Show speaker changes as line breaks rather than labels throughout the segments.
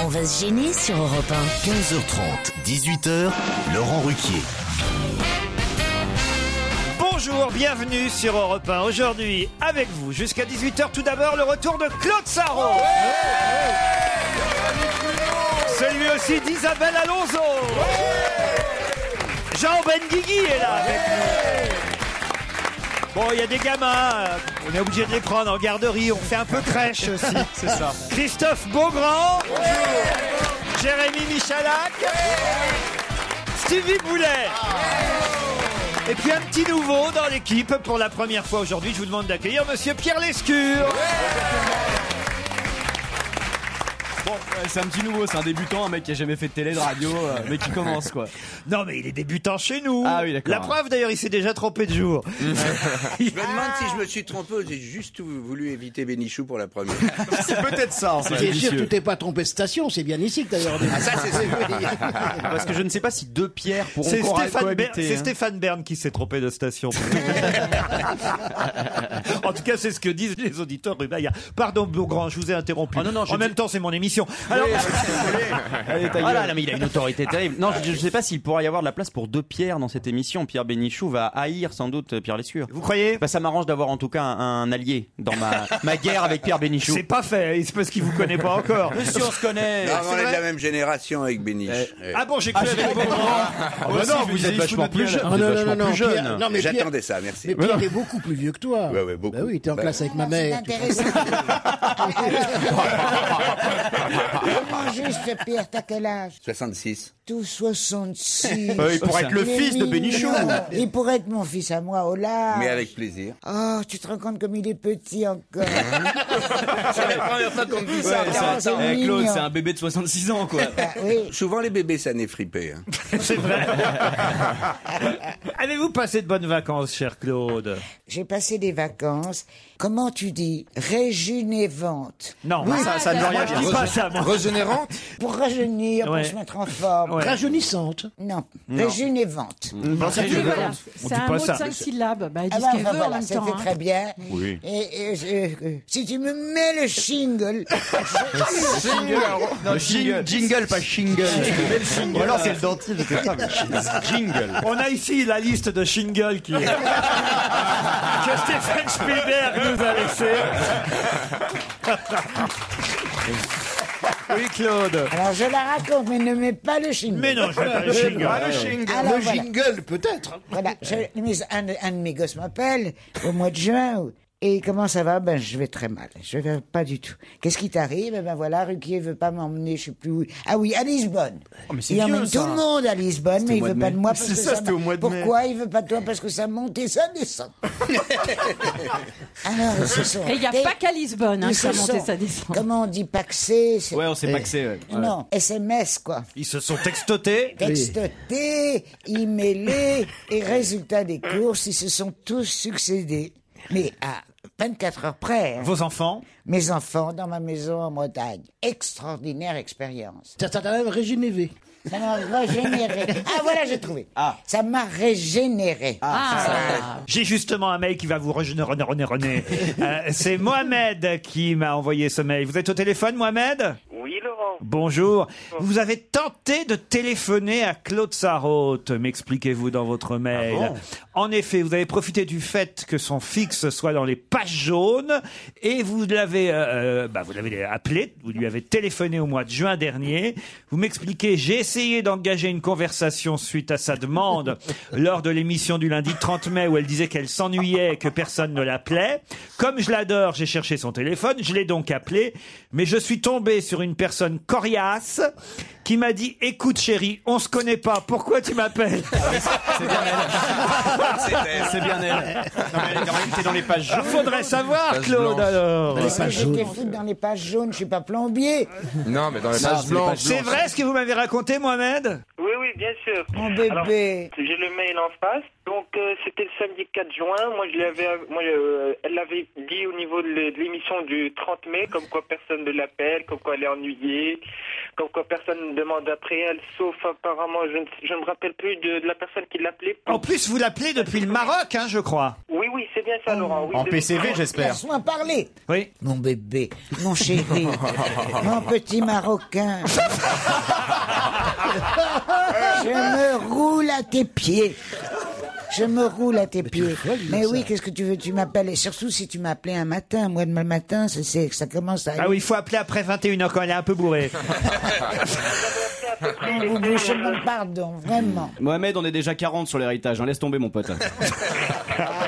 On va se gêner sur Europe
15h30, 18h, Laurent Ruquier.
Bonjour, bienvenue sur Europe 1. Aujourd'hui, avec vous, jusqu'à 18h, tout d'abord, le retour de Claude Sarraud. Celui aussi d'Isabelle Alonso. Jean Benguigui est là avec nous. Bon, il y a des gamins, euh, on est obligé de les prendre en garderie, on fait un peu crèche aussi.
C'est ça.
Christophe Beaugrand. Jérémy Michalak. Stevie Boulet. Et puis un petit nouveau dans l'équipe pour la première fois aujourd'hui. Je vous demande d'accueillir Monsieur Pierre Lescure.
Bon, ouais, c'est un petit nouveau, c'est un débutant, un mec qui a jamais fait de télé, de radio, euh, mais qui commence quoi.
Non mais il est débutant chez nous.
Ah oui, d'accord.
La preuve d'ailleurs, il s'est déjà trompé de jour.
Je me demande si je me suis trompé ou j'ai juste voulu éviter Bénichou pour la première.
C'est peut-être ça en
C'est sûr, tu t'es pas trompé de station, c'est bien ici que t'as eu rendez-vous.
Ah ça c'est
Parce que je ne sais pas si deux pierres pourront
C'est
encore
Stéphane, Bern,
cohabiter,
c'est
hein.
Stéphane Bern qui s'est trompé de station. en tout cas, c'est ce que disent les auditeurs Rubaïa. Pardon, Beaugrand, je vous ai interrompu.
Oh non, non, je
en même
dis-
temps, c'est mon émission. Alors,
Allez, Ah, ta gueule.
Voilà, Ah non, mais il a une autorité terrible. Non, je ne sais pas s'il pourra y avoir de la place pour deux pierres dans cette émission. Pierre Bénichou va haïr sans doute euh, Pierre Lescure.
vous croyez
Bah, ça m'arrange d'avoir en tout cas un, un allié dans ma, ma guerre avec Pierre Bénichou.
C'est pas fait, il se peut qu'il vous connaît pas encore.
Si on se connaît
Non, mais on
vrai
est de la même génération avec Béniche. Ouais.
Ah bon, j'ai cru avec Beaugrand.
Ah,
Moi
bah
aussi,
non,
je
vous
dis,
êtes
je fous
vachement
notre
plus
gueule.
jeune.
Ah,
Vous êtes vachement plus
Pierre-
jeune.
non, mais Pierre-
J'attendais ça, merci.
Mais Pierre est beaucoup plus vieux que toi.
Ouais, ouais, beaucoup.
Bah oui, t'es en
Bah-
classe avec ma mère. tu vois.
Oh, Juste, Pierre, t'as quel âge
66.
Tout 66.
Euh, il pourrait être le
Mais
fils de
mignon.
Bénichou.
Il pourrait être mon fils à moi, oh là
Mais avec plaisir.
Oh, tu te rends compte comme il est petit encore.
C'est la première fois qu'on me dit ça.
Ouais,
Ah,
c'est un-
c'est
eh, Claude,
mignon.
c'est un bébé de 66 ans quoi.
Ah, oui.
Souvent les bébés, ça n'est fripé. hein.
C'est vrai. Avez-vous passé de bonnes vacances, cher Claude
J'ai passé des vacances. Comment tu dis Réjunévante.
Non,
ça, ça ne veut rien
je dis
dire.
pas ça, moi.
Régénérante
Pour rajeunir,
Ouais.
pour se mettre en forme.
Ouais. Mmh.
Rajeunissante.
Non, réjunévante.
dit
C'est un
pas
mot
ça.
de cinq syllabes. Bah, elle dit
Ah
ce
bah,
qu'elle
bah,
veut en
voilà,
même
c'était
temps. hein.
très bien.
Oui.
Et, et, je- euh, si tu me mets le shingle,
Non,
Jing- Jingle, pas shingle. Ou alors c'est le dentiste, je sais pas, mais shingle. Jingle.
On a ici la liste de shingles qui... que Ah. Stéphane Spielberg nous a laissé. oui, Claude.
alors je la raconte, mais ne mets pas le shingle.
Mais non, je veux pas le shingle.
Alors, voilà.
Jingle, peut-être.
Voilà, je- mais un, un de mes gosses m'appelle au mois de juin. ou- Et comment ça va Ben, je vais très mal. Je vais pas du tout. Qu'est-ce qui t'arrive Eh ben voilà, Ruquier veut pas m'emmener, je sais plus où. Ah oui, à Lisbonne.
Oh, mais c'est
il
vieux,
emmène
ça.
tout le monde à Lisbonne, mais
au
il
mois
veut
de
pas
mai.
de moi parce
C'est
que
ça, c'était au mois de mai.
Pourquoi il veut pas de toi Parce que ça monte et ça descend. Alors, ils se sont.
Et il n'y a
arrêtés.
pas qu'à Lisbonne hein,
Ils
que ça
se
montait,
sont-
ça descend.
Comment on dit paxé c'est-
Ouais, on sait pas que c'est. ouais. Ouais.
Eh. Non, SMS quoi.
Ils se sont textotés.
Textotés, e-mailés, et résultat des courses, ils se sont tous succédés. Mais à 24 heures près, hein.
Vos enfants
mes enfants dans ma maison en Bretagne. Extraordinaire expérience.
Ça t'a quand même régénéré.
Ça m'a régénéré. Ah voilà, j'ai trouvé.
Ah.
Ça m'a régénéré. Ah.
J'ai justement un mail qui va vous rejoindre, René, René, René. Euh, c'est Mohamed qui m'a envoyé ce mail. Vous êtes au téléphone, Mohamed
Oui, Laurent.
Bonjour. Vous avez tenté de téléphoner à Claude Sarraute, m'expliquez-vous dans votre mail.
Ah bon
en effet, vous avez profité du fait que son fixe soit dans les pages jaunes et vous l'avez euh, euh, bah, vous l'avez appelé, vous lui avez téléphoné au mois de juin dernier. Vous m'expliquez, j'ai essayé d'engager une conversation suite à sa demande lors de l'émission du lundi 30 mai où elle disait qu'elle s'ennuyait et que personne ne l'appelait. Comme je l'adore, j'ai cherché son téléphone, je l'ai donc appelé, mais je suis tombé sur une personne coriace qui m'a dit "Écoute chérie, on se connaît pas, pourquoi tu m'appelles
C'est bien elle. Non, mais elle est quand même- t'es dans les pages jaunes.
Faudrait savoir,
Page
Claude,
Oh,
blanche.
alors.
Mais J'étais foutre dans les pages jaunes, je suis pas plombier.
Non, mais dans les
Ça,
pages
c'est
blanches.
C'est vrai ce que vous m'avez raconté, Mohamed
Oui, oui, bien sûr.
Mon bébé.
Alors, J'ai le mail en face. Donc, euh, c'était le samedi 4 juin. Moi, je l'avais, moi, euh, elle l'avait dit au niveau de l'é- de l'émission du 30 mai, comme quoi personne ne l'appelle, comme quoi elle est ennuyée, comme quoi personne ne demande après elle, sauf apparemment, je ne, je ne me rappelle plus de, de la personne qui l'appelait.
En plus, vous l'appelez depuis le Maroc, hein, je crois.
Oui, oui, c'est bien ça, Laurent. Oui,
En
de-
PCV, j'espère.
Laisse-moi parler.
Oui.
Mon bébé, mon chéri, mon petit Marocain. Je me roule à tes pieds. Je me roule à tes pieds. Mais oui, qu'est-ce que tu veux Tu m'appelles. Et surtout si tu m'appelais un matin. Moi, demain matin, ça, c'est- ça commence à.
Ah oui, il faut appeler après 21h quand elle est un peu bourrée.
Vous bouchez mon pardon, vraiment.
Mohamed, on est déjà 40 sur l'héritage. hein. Laisse tomber, mon pote.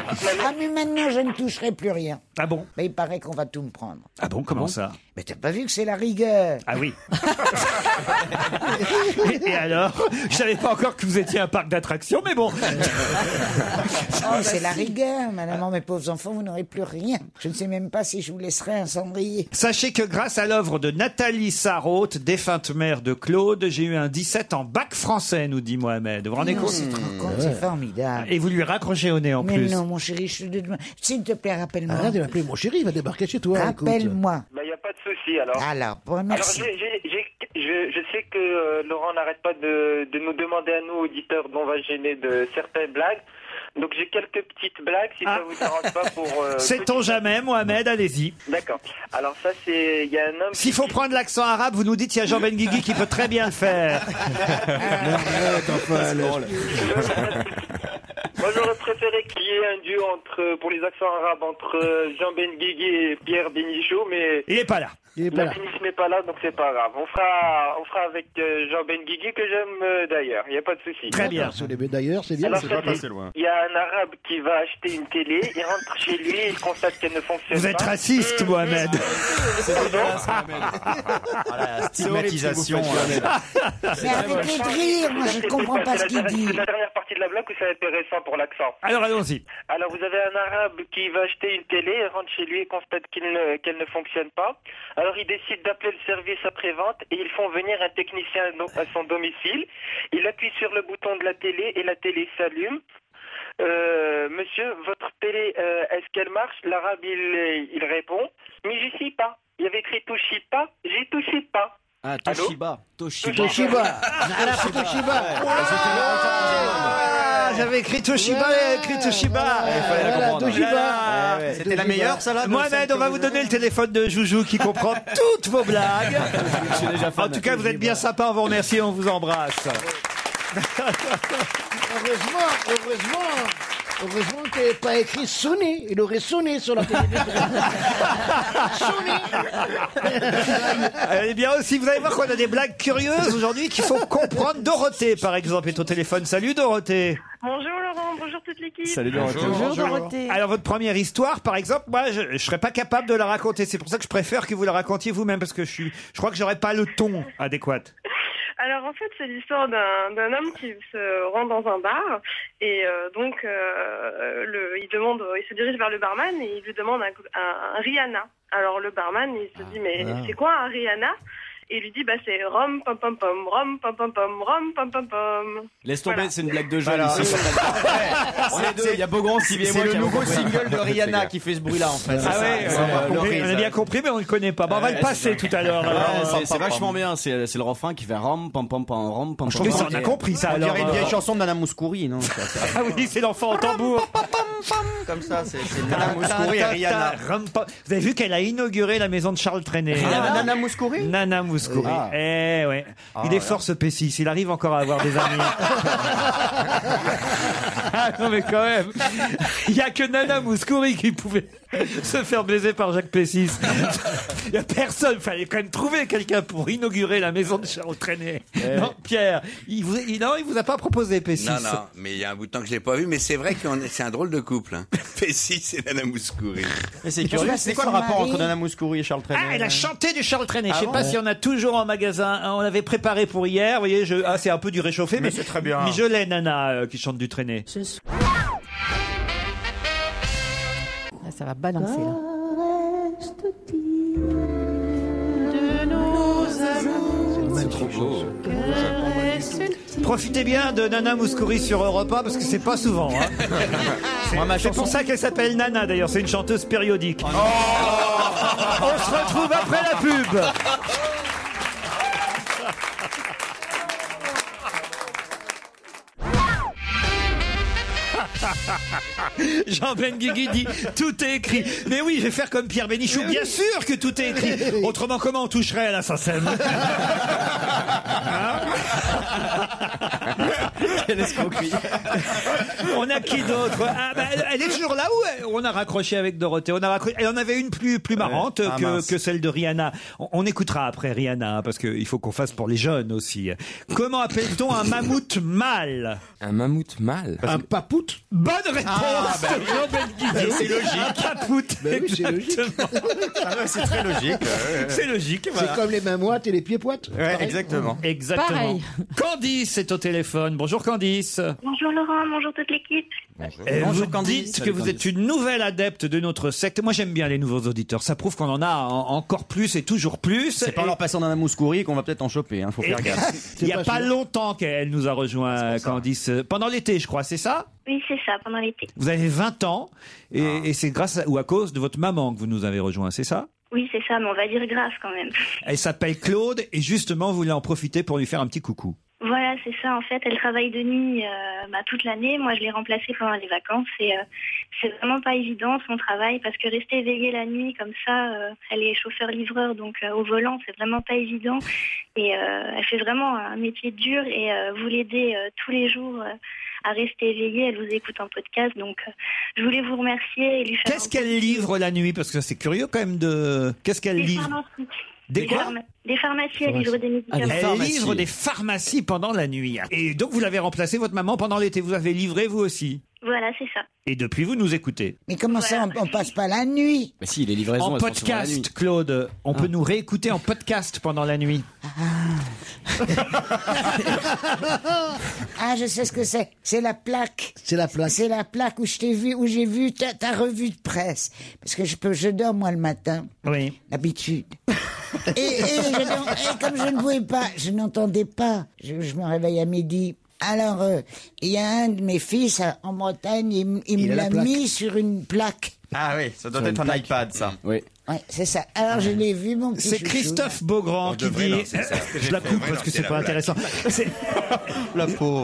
Ah, mais maintenant, je ne toucherai plus rien.
Ah bon
Mais il paraît qu'on va tout me prendre.
Ah bon, comment ça
Mais t'as pas vu que c'est la rigueur
Ah oui. Et, et alors Je savais pas encore que vous étiez un parc d'attractions, mais bon.
Oh, c'est la rigueur, madame. Oh, Mes pauvres enfants, vous n'aurez plus rien. Je ne sais même pas si je vous laisserai un cendrier.
Sachez que grâce à l'œuvre de Nathalie Sarraute, défunte mère de Claude, j'ai eu un 17 en bac français, nous dit Mohamed. Vous vous rendez
Non,
compte
Mmh. c'est trop con, c'est formidable.
Et vous lui raccrochez au nez en
Mais
plus.
non, mon chéri, je te demande. S'il te plaît, rappelle-moi.
Arrête de l'appeler mon chéri, il va débarquer chez toi. écoute.
Rappelle-moi.
Bah, il n'y a pas de souci, alors.
Alors, bon,
Alors,
merci.
j'ai- j'ai- j'ai- je, je sais que euh, Laurent n'arrête pas de, de nous demander à nous, auditeurs, dont on va se gêner de certaines blagues. Donc, j'ai quelques petites blagues, si
Ah.
ça vous dérange pas pour... euh,
Sait-on jamais, Mohamed Allez-y.
D'accord. Alors, ça, c'est... Il y a un homme...
S'il faut prendre l'accent arabe, vous nous dites il y a Jean Benguigui qui peut très bien le faire.
Moi, j'aurais préféré qu'il y ait un duo entre, euh, pour les accents arabes entre euh, Jean Benguigui et Pierre Bénichou, mais...
Il est pas là.
Il est
La Béniche n'est pas là, donc c'est pas grave. On fera, on fera avec euh, Jean Benguigui, que j'aime euh, d'ailleurs. Il n'y a pas de souci.
Sur les- mais D'ailleurs, c'est bien.
Alors, ça, c'est- Il y a un arabe qui va acheter une télé, il rentre chez lui, il constate qu'elle ne fonctionne
Vous
pas.
êtes raciste, Mohamed.
stigmatisation,
Mais arrêtez de rire, moi, je ne comprends pas ce
C'est la
qu'il dit.
dernière- C'est la dernière partie de la blague où c'est intéressant pour l'accent.
Alors allons-y.
Alors vous avez un arabe qui va acheter une télé, il rentre chez lui et constate qu'il ne- qu'elle ne fonctionne pas. Alors il décide d'appeler le service après-vente et ils font venir un technicien à no- à son domicile. Il appuie sur le bouton de la télé et la télé s'allume. Euh, monsieur, votre télé, euh, est-ce qu'elle marche L'arabe, il, il répond, mais j'y suis pas. Il y avait écrit touchy pas, j'y touché pas.
Ah,
Allô
Toshiba. Toshiba.
Toshiba.
Ah, la photo Toshiba.
Ah, j'avais écrit Toshiba, j'avais écrit Toshiba.
Ah, Voilà, comprendre. Toshiba.
Voilà.
Ouais, ouais. C'était la meilleure, celle-là, de celle
Mohamed,
que
on va
vous
vous donner le téléphone de Joujou qui comprend toutes vos blagues. En tout cas, vous êtes bien sympa, on vous remercie, on vous embrasse.
Heureusement, heureusement, heureusement que t'as pas écrit sonner. Il aurait sonné sur la télévision.
Elle est Eh bien aussi. Vous allez voir qu'on a des blagues curieuses aujourd'hui qu'il faut comprendre. Dorothée, par exemple, est au téléphone. Salut, Dorothée.
Bonjour Laurent, bonjour toute l'équipe.
Alors, votre première histoire, par exemple, moi, je, je serais pas capable de la raconter. C'est pour ça que je préfère que vous la racontiez vous-même parce que je suis, je crois que j'aurais pas le ton adéquat.
Alors en fait, c'est l'histoire d'un d'un homme qui se rend dans un bar et euh, donc euh, le, il demande, il se dirige vers le barman et il lui demande un, un- un Rihanna. Alors le barman, il se dit mais
ah.
c'est quoi un Rihanna Et il lui dit bah c'est rom pom pom pom rom pom pom pom rom pom pom pom.
Laisse tomber, c'est une blague de jeune.
Voilà.
ici. On est deux, il y a Beaugrand, Sylvie et moi
C'est le
qui avons
nouveau
compris.
single de Rihanna qui fait ce bruit-là, en fait.
Ah ouais,
euh,
on a compris, on a bien compris, mais on ne le connaît pas. Bon, on va le passer tout à l'heure.
Ouais,
alors.
c'est- c'est vachement bien, c'est c'est le refrain qui fait ram pam pam pam ram pam
Je trouve que ça, on a compris, ça,
On
alors.
dirait une vieille chanson de Nana Mouskouri, euh. non
Ah oui, c'est l'enfant au tambour.
Comme ça, c'est c'est
Ah,
Nana Mouskouri et Rihanna.
Vous avez vu qu'elle a inauguré la maison de Charles Trenet.
Rihanna
Nana Mouskouri
Ah, Nana Ah,
Bousco.
Ah.
Eh ouais. il est fort ce Pessis, il arrive encore à avoir des amis. hein. ah, non mais quand même, il n'y a que Nana Mouskouri qui pouvait se faire baiser par Jacques Pessis. Il n'y a personne, fallait quand même trouver quelqu'un pour inaugurer la maison de Charles Trenet.
Eh.
Non, Pierre, il vous, il, non, il vous a pas proposé Pessis.
Non, non, mais il y a un bout de temps que je l'ai pas vu, mais c'est vrai que c'est un drôle de couple. Hein. Pessis et Nana Mouskouri.
Mais c'est curieux, c'est quoi le rapport entre Nana Mouskouri et Charles Trenet
Ah, elle a chanté du Charles Trenet. je sais
Ah
pas
bon
si on a toujours en magasin. euh, On l'avait préparé pour hier. Vous voyez, je... ah, c'est un peu du réchauffé, mais,
Mais c'est très bien.
Mais je l'ai, Nana, euh, qui chante du Trenet.
Là, Ah, ça va
Ah.
balancer. là.
Ah,
C'est trop beau.
Profitez bien de Nana Mouskouri sur Europa parce que c'est pas souvent. hein. C'est- c'est pour ça qu'elle s'appelle Nana d'ailleurs. C'est une chanteuse périodique.
Oh.
Oh,
on se retrouve après la pub. Jean Benguigui dit tout est écrit. Mais oui, je vais faire comme Pierre Bénichou. Bien sûr que tout est écrit. Autrement, comment on toucherait à Hein l'assassin On a qui d'autre Ah, bah, elle- Elle est toujours là où on a raccroché avec Dorothée. On a raccroché. Elle en avait une plus plus marrante
Ah, mince.
que, que celle de Rihanna. On, on écoutera après Rihanna hein, parce qu'il faut qu'on fasse pour les jeunes aussi. Comment appelle-t-on un mammouth mâle Un mammouth mâle. Un papout. Bonne réponse.
Ah, bah
de
oui.
Jean Benguigui.
C'est logique.
Un papout.
Bah oui, c'est logique.
exactement.
c'est très logique.
C'est logique. voilà.
C'est comme les mains moites et les pieds poites. Pareil.
Exactement.
Pareil.
Candice est au téléphone. Bonjour Candice.
Bonjour Laurent, bonjour toute l'équipe.
Et
Bonjour,
vous
Candice.
dites
Salut,
que vous êtes une nouvelle adepte de notre secte. Moi, j'aime bien les nouveaux auditeurs. Ça prouve qu'on en a en- encore plus et toujours plus.
C'est pas en leur passant dans la mouskouri qu'on va peut-être en choper, hein, faut
Et-
faire gaffe.
Il n'y a pas longtemps qu'elle nous a rejoint, Candice. Euh, Pendant l'été, je crois, c'est ça
Oui, c'est ça, pendant l'été.
Vous avez 20 ans et,
Ah.
et c'est grâce à- ou à cause de votre maman que vous nous avez rejoint, c'est ça
Oui, c'est ça, mais on va dire grâce quand même.
Elle s'appelle Claude et justement, vous voulez en profiter pour lui faire un petit coucou.
Voilà, c'est ça, en fait, elle travaille de nuit euh, bah, toute l'année. Moi, je l'ai remplacée pendant les vacances et euh, c'est vraiment pas évident son travail parce que rester éveillée la nuit comme ça, euh, elle est chauffeur-livreur, donc euh, au volant, c'est vraiment pas évident. Et euh, elle fait vraiment un métier dur et euh, vous l'aidez euh, tous les jours euh, à rester éveillée. Elle vous écoute en podcast, donc euh, je voulais vous remercier et lui faire.
Qu'est-ce qu'elle livre la nuit Parce que c'est curieux quand même de. Qu'est-ce qu'elle
des
livre
pharmacies.
Des quoi
pharma- Des pharmacies, elle livre
Ah,
des médicaments.
Elle livre des pharmacies pendant la nuit. Et donc, vous l'avez remplacé, votre maman, pendant l'été. Vous avez livré, vous aussi.
Voilà, c'est ça.
Et depuis, vous nous écoutez.
Mais comment ça, on, on passe pas la nuit
Mais si, les
livraisons,
En
elles sont souvent la nuit.
podcast, Claude. On peut nous réécouter en podcast pendant la nuit.
Ah, je sais ce que c'est. C'est la plaque. C'est la plaque. C'est la plaque où je t'ai vu, où j'ai vu ta, ta revue de presse. Parce que je peux, je dors moi le matin.
Oui.
D'habitude. et, et je dors- et comme je ne pouvais pas, je n'entendais pas. Je, je me réveille à midi. Alors, euh, il y a un de mes fils à- en Bretagne, il, m- il
Il
me
a la
l'a
plaque.
mis sur une plaque.
Ah oui, ça doit
Sur
être
une
un
plaque.
iPad, ça. Oui.
Ouais, c'est ça. Alors, je l'ai vu, mon petit
C'est
chouchou.
Christophe Beaugrand qui
Oh, devrait
dit.
lancer ça.
Je la coupe parce que c'est pas intéressant. C'est-
La pauvre.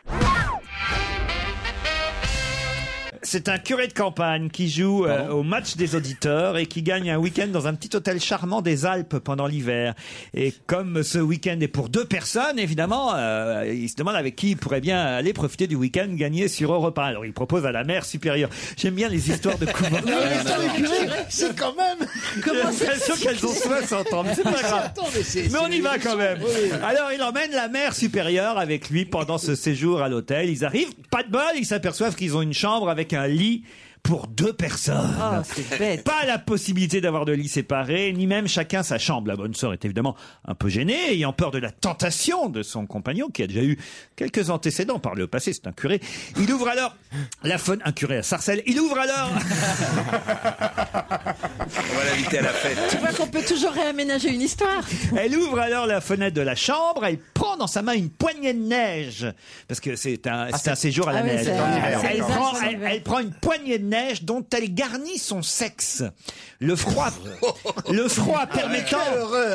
C'est un curé de campagne qui joue euh, au match des auditeurs et qui gagne un week-end dans un petit hôtel charmant des Alpes pendant l'hiver. Et comme ce week-end est pour deux personnes, évidemment, euh, il se demande avec qui il pourrait bien aller profiter du week-end gagné sur Europa. Alors il propose à la mère supérieure. J'aime bien les histoires de couvent.
Mais
Ah,
l'histoire du curé, c'est quand même.
J'ai l'impression qu'elles ont 60 ans, mais c'est pas grave.
Attends, mais c'est-
Mais on
c'est
y va
une
quand même.
émission, oui.
Alors, il emmène la mère supérieure avec lui pendant ce séjour à l'hôtel. Ils arrivent, pas de bol, ils s'aperçoivent qu'ils ont une chambre avec un lit pour deux personnes.
Ah, c'est bête.
Pas la possibilité d'avoir de lit séparé, ni même chacun sa chambre. La bonne sœur est évidemment un peu gênée, ayant peur de la tentation de son compagnon, qui a déjà eu quelques antécédents par le passé, c'est un curé. Il ouvre alors la fenêtre, un curé à Sarcelles, il ouvre alors
On va l'inviter à la fête.
Tu vois qu'on peut toujours réaménager une histoire.
Elle ouvre alors la fenêtre de la chambre, elle prend dans sa main une poignée de neige, parce que c'est un, c'est un séjour à la
Ah oui,
neige.
c'est- en hiver,
Elle
d'accord.
prend-
C'est en
elle- elle prend une poignée de neige dont elle garnit son sexe. Le froid, le froid permettant,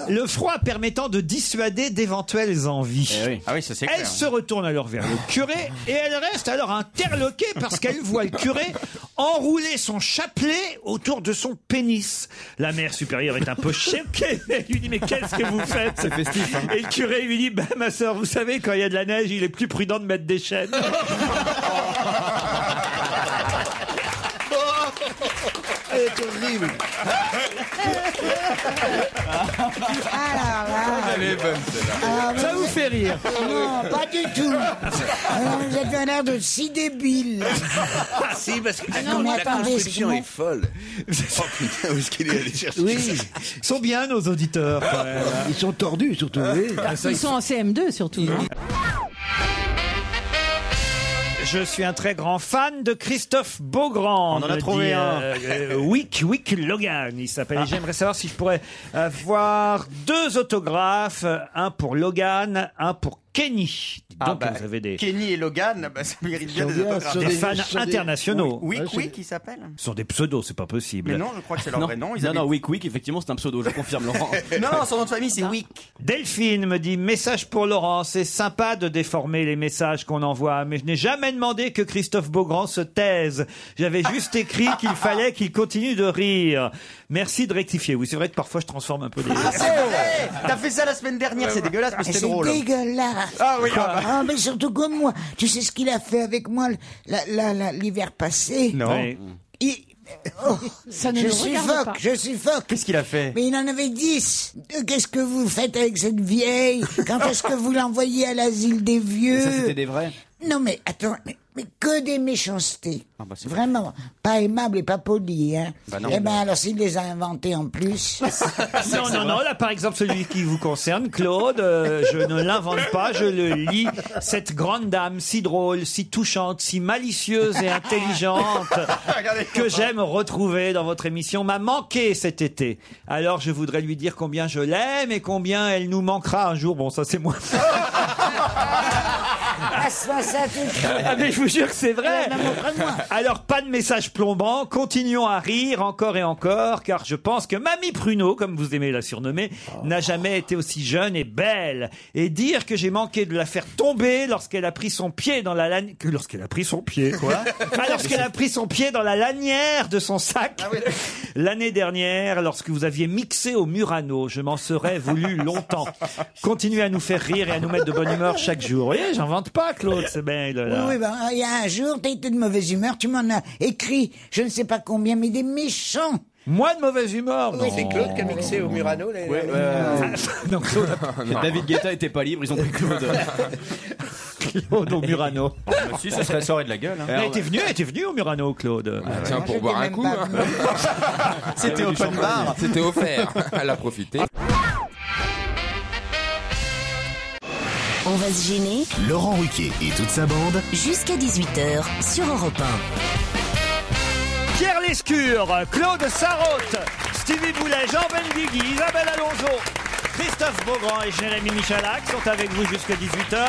le froid permettant de dissuader d'éventuelles envies.
Ah oui, ça c'est clair.
Elle se retourne alors vers le curé et elle reste alors interloquée parce qu'elle voit le curé enroulé son chapelet autour de son pénis. La mère supérieure est un peu choquée. Elle lui dit, mais qu'est-ce que vous faites
C'est festif, hein.
Et le curé lui dit, bah, ma soeur, vous savez, quand il y a de la neige, il est plus prudent de mettre des chaînes.
Elle est horrible.
Ah,
Ça vous fait rire
Non, pas du tout. Alors, vous avez un air de si débile.
Ah si, parce que
Ah
la-
non, mais
la
attendez,
construction
c'est
est folle. Oh putain, où est-ce qu'il est allé chercher
Oui. Ils sont bien nos auditeurs. hein.
Ils sont tordus surtout. oui.
Ah,
Ah, Ils sont en CM2 surtout. non
Je suis un très grand fan de Christophe Beaugrand.
On en a
me
trouvé
dit,
un. Ah.
euh, euh, Wick Wick Logan, il s'appelle. Et J'aimerais savoir si je pourrais avoir deux autographes, un pour Logan, un pour Kenny. Dites Donc vous avez des,
Ah bah, Kenny et Logan, bah, ça mérite bien
Sur
des
des-
autographes.
sur Des des- fans sur des- internationaux.
Oui,
Ouais,
oui,
sur des-
qui s'appelle
ce sont des pseudos, c'est pas possible.
Mais non, je crois que c'est leur
Non.
vrai nom.
Non, non,
Wick Wick, effectivement, c'est un pseudo, je confirme,
Laurent.
non, non, son nom de famille, c'est Wick.
Delphine me dit message pour Laurent, c'est sympa de déformer les messages qu'on envoie, mais je n'ai jamais demandé que Christophe Beaugrand se taise. J'avais juste écrit qu'il fallait qu'il continue de rire. Merci de rectifier. Oui, c'est vrai que parfois je transforme un peu les.
Ah, c'est vrai T'as fait ça la semaine dernière, Ah, c'est dégueulasse, mais c'était drôle.
C'est dégueulasse.
Ah oui, ah bah.
Ah, mais surtout comme moi. Tu sais ce qu'il a fait avec moi l- la- la- la- l'hiver passé
Non. Oui.
Ah,
Il- Oh,
Ça Ah, ne
je
nous regarde pas.
suffoque, je suffoque.
Qu'est-ce qu'il a fait
Mais il en avait dix. Euh, Qu'est-ce que vous faites avec cette vieille Quand est-ce que vous l'envoyez à l'asile des vieux
Ça, c'était des vrais.
Non, mais attends, mais, mais que des méchancetés.
Ah bah, c'est
Vraiment, pas aimable et pas poli, hein.
Bah non.
eh ben alors s'il les a inventés en plus.
Non, non, non, là par exemple celui qui vous concerne, Claude, euh, je ne l'invente pas, je le lis. Cette grande dame si drôle, si touchante, si malicieuse et intelligente que j'aime retrouver dans votre émission m'a manqué cet été. Alors je voudrais lui dire combien je l'aime et combien elle nous manquera un jour. Bon, ça c'est moi.
Ah, ça, ça, tu-
Ah, mais je vous jure que c'est vrai. Alors pas de message plombant, continuons à rire encore et encore, car je pense que Mamie Pruneau, comme vous aimez la surnommer, n'a jamais été aussi jeune et belle. Et dire que j'ai manqué de la faire tomber lorsqu'elle a pris son pied dans la lanière, que lorsqu'elle a pris son pied, quoi Ah, Lorsqu'elle a pris son pied dans la lanière de son sac l'année dernière, lorsque vous aviez mixé au Murano, je m'en serais voulu longtemps. Continuez à nous faire rire et à nous mettre de bonne humeur chaque jour. Vous voyez, j'invente pas, Claude, c'est bien. là.
Oui, oui, ben, il y a un jour, t'as été de mauvaise humeur, tu m'en as écrit, je ne sais pas combien, mais des méchants.
Moi de mauvaise humeur,
non.
C'est Claude qui a mixé au Murano. là, là, là.
Euh,
Non, Claude.
David Guetta était pas libre, ils ont pris Claude. Ah,
Claude au Murano.
si, ça serait sorti de la gueule. hein.
Elle était venue, elle était venue au Murano, Claude. Ah,
Tiens,
Ah,
pour boire un coup.
C'était open bar.
C'était offert. Elle a profité.
On va se gêner
Laurent Ruquier et toute sa bande.
jusqu'à 18h sur Europe
Pierre Lescure, Claude Sarraute, Stevie Boulet, Jean Benguigui, Isabelle Alonso, Christophe Beaugrand et Jérémy Michalak sont avec vous jusqu'à 18h.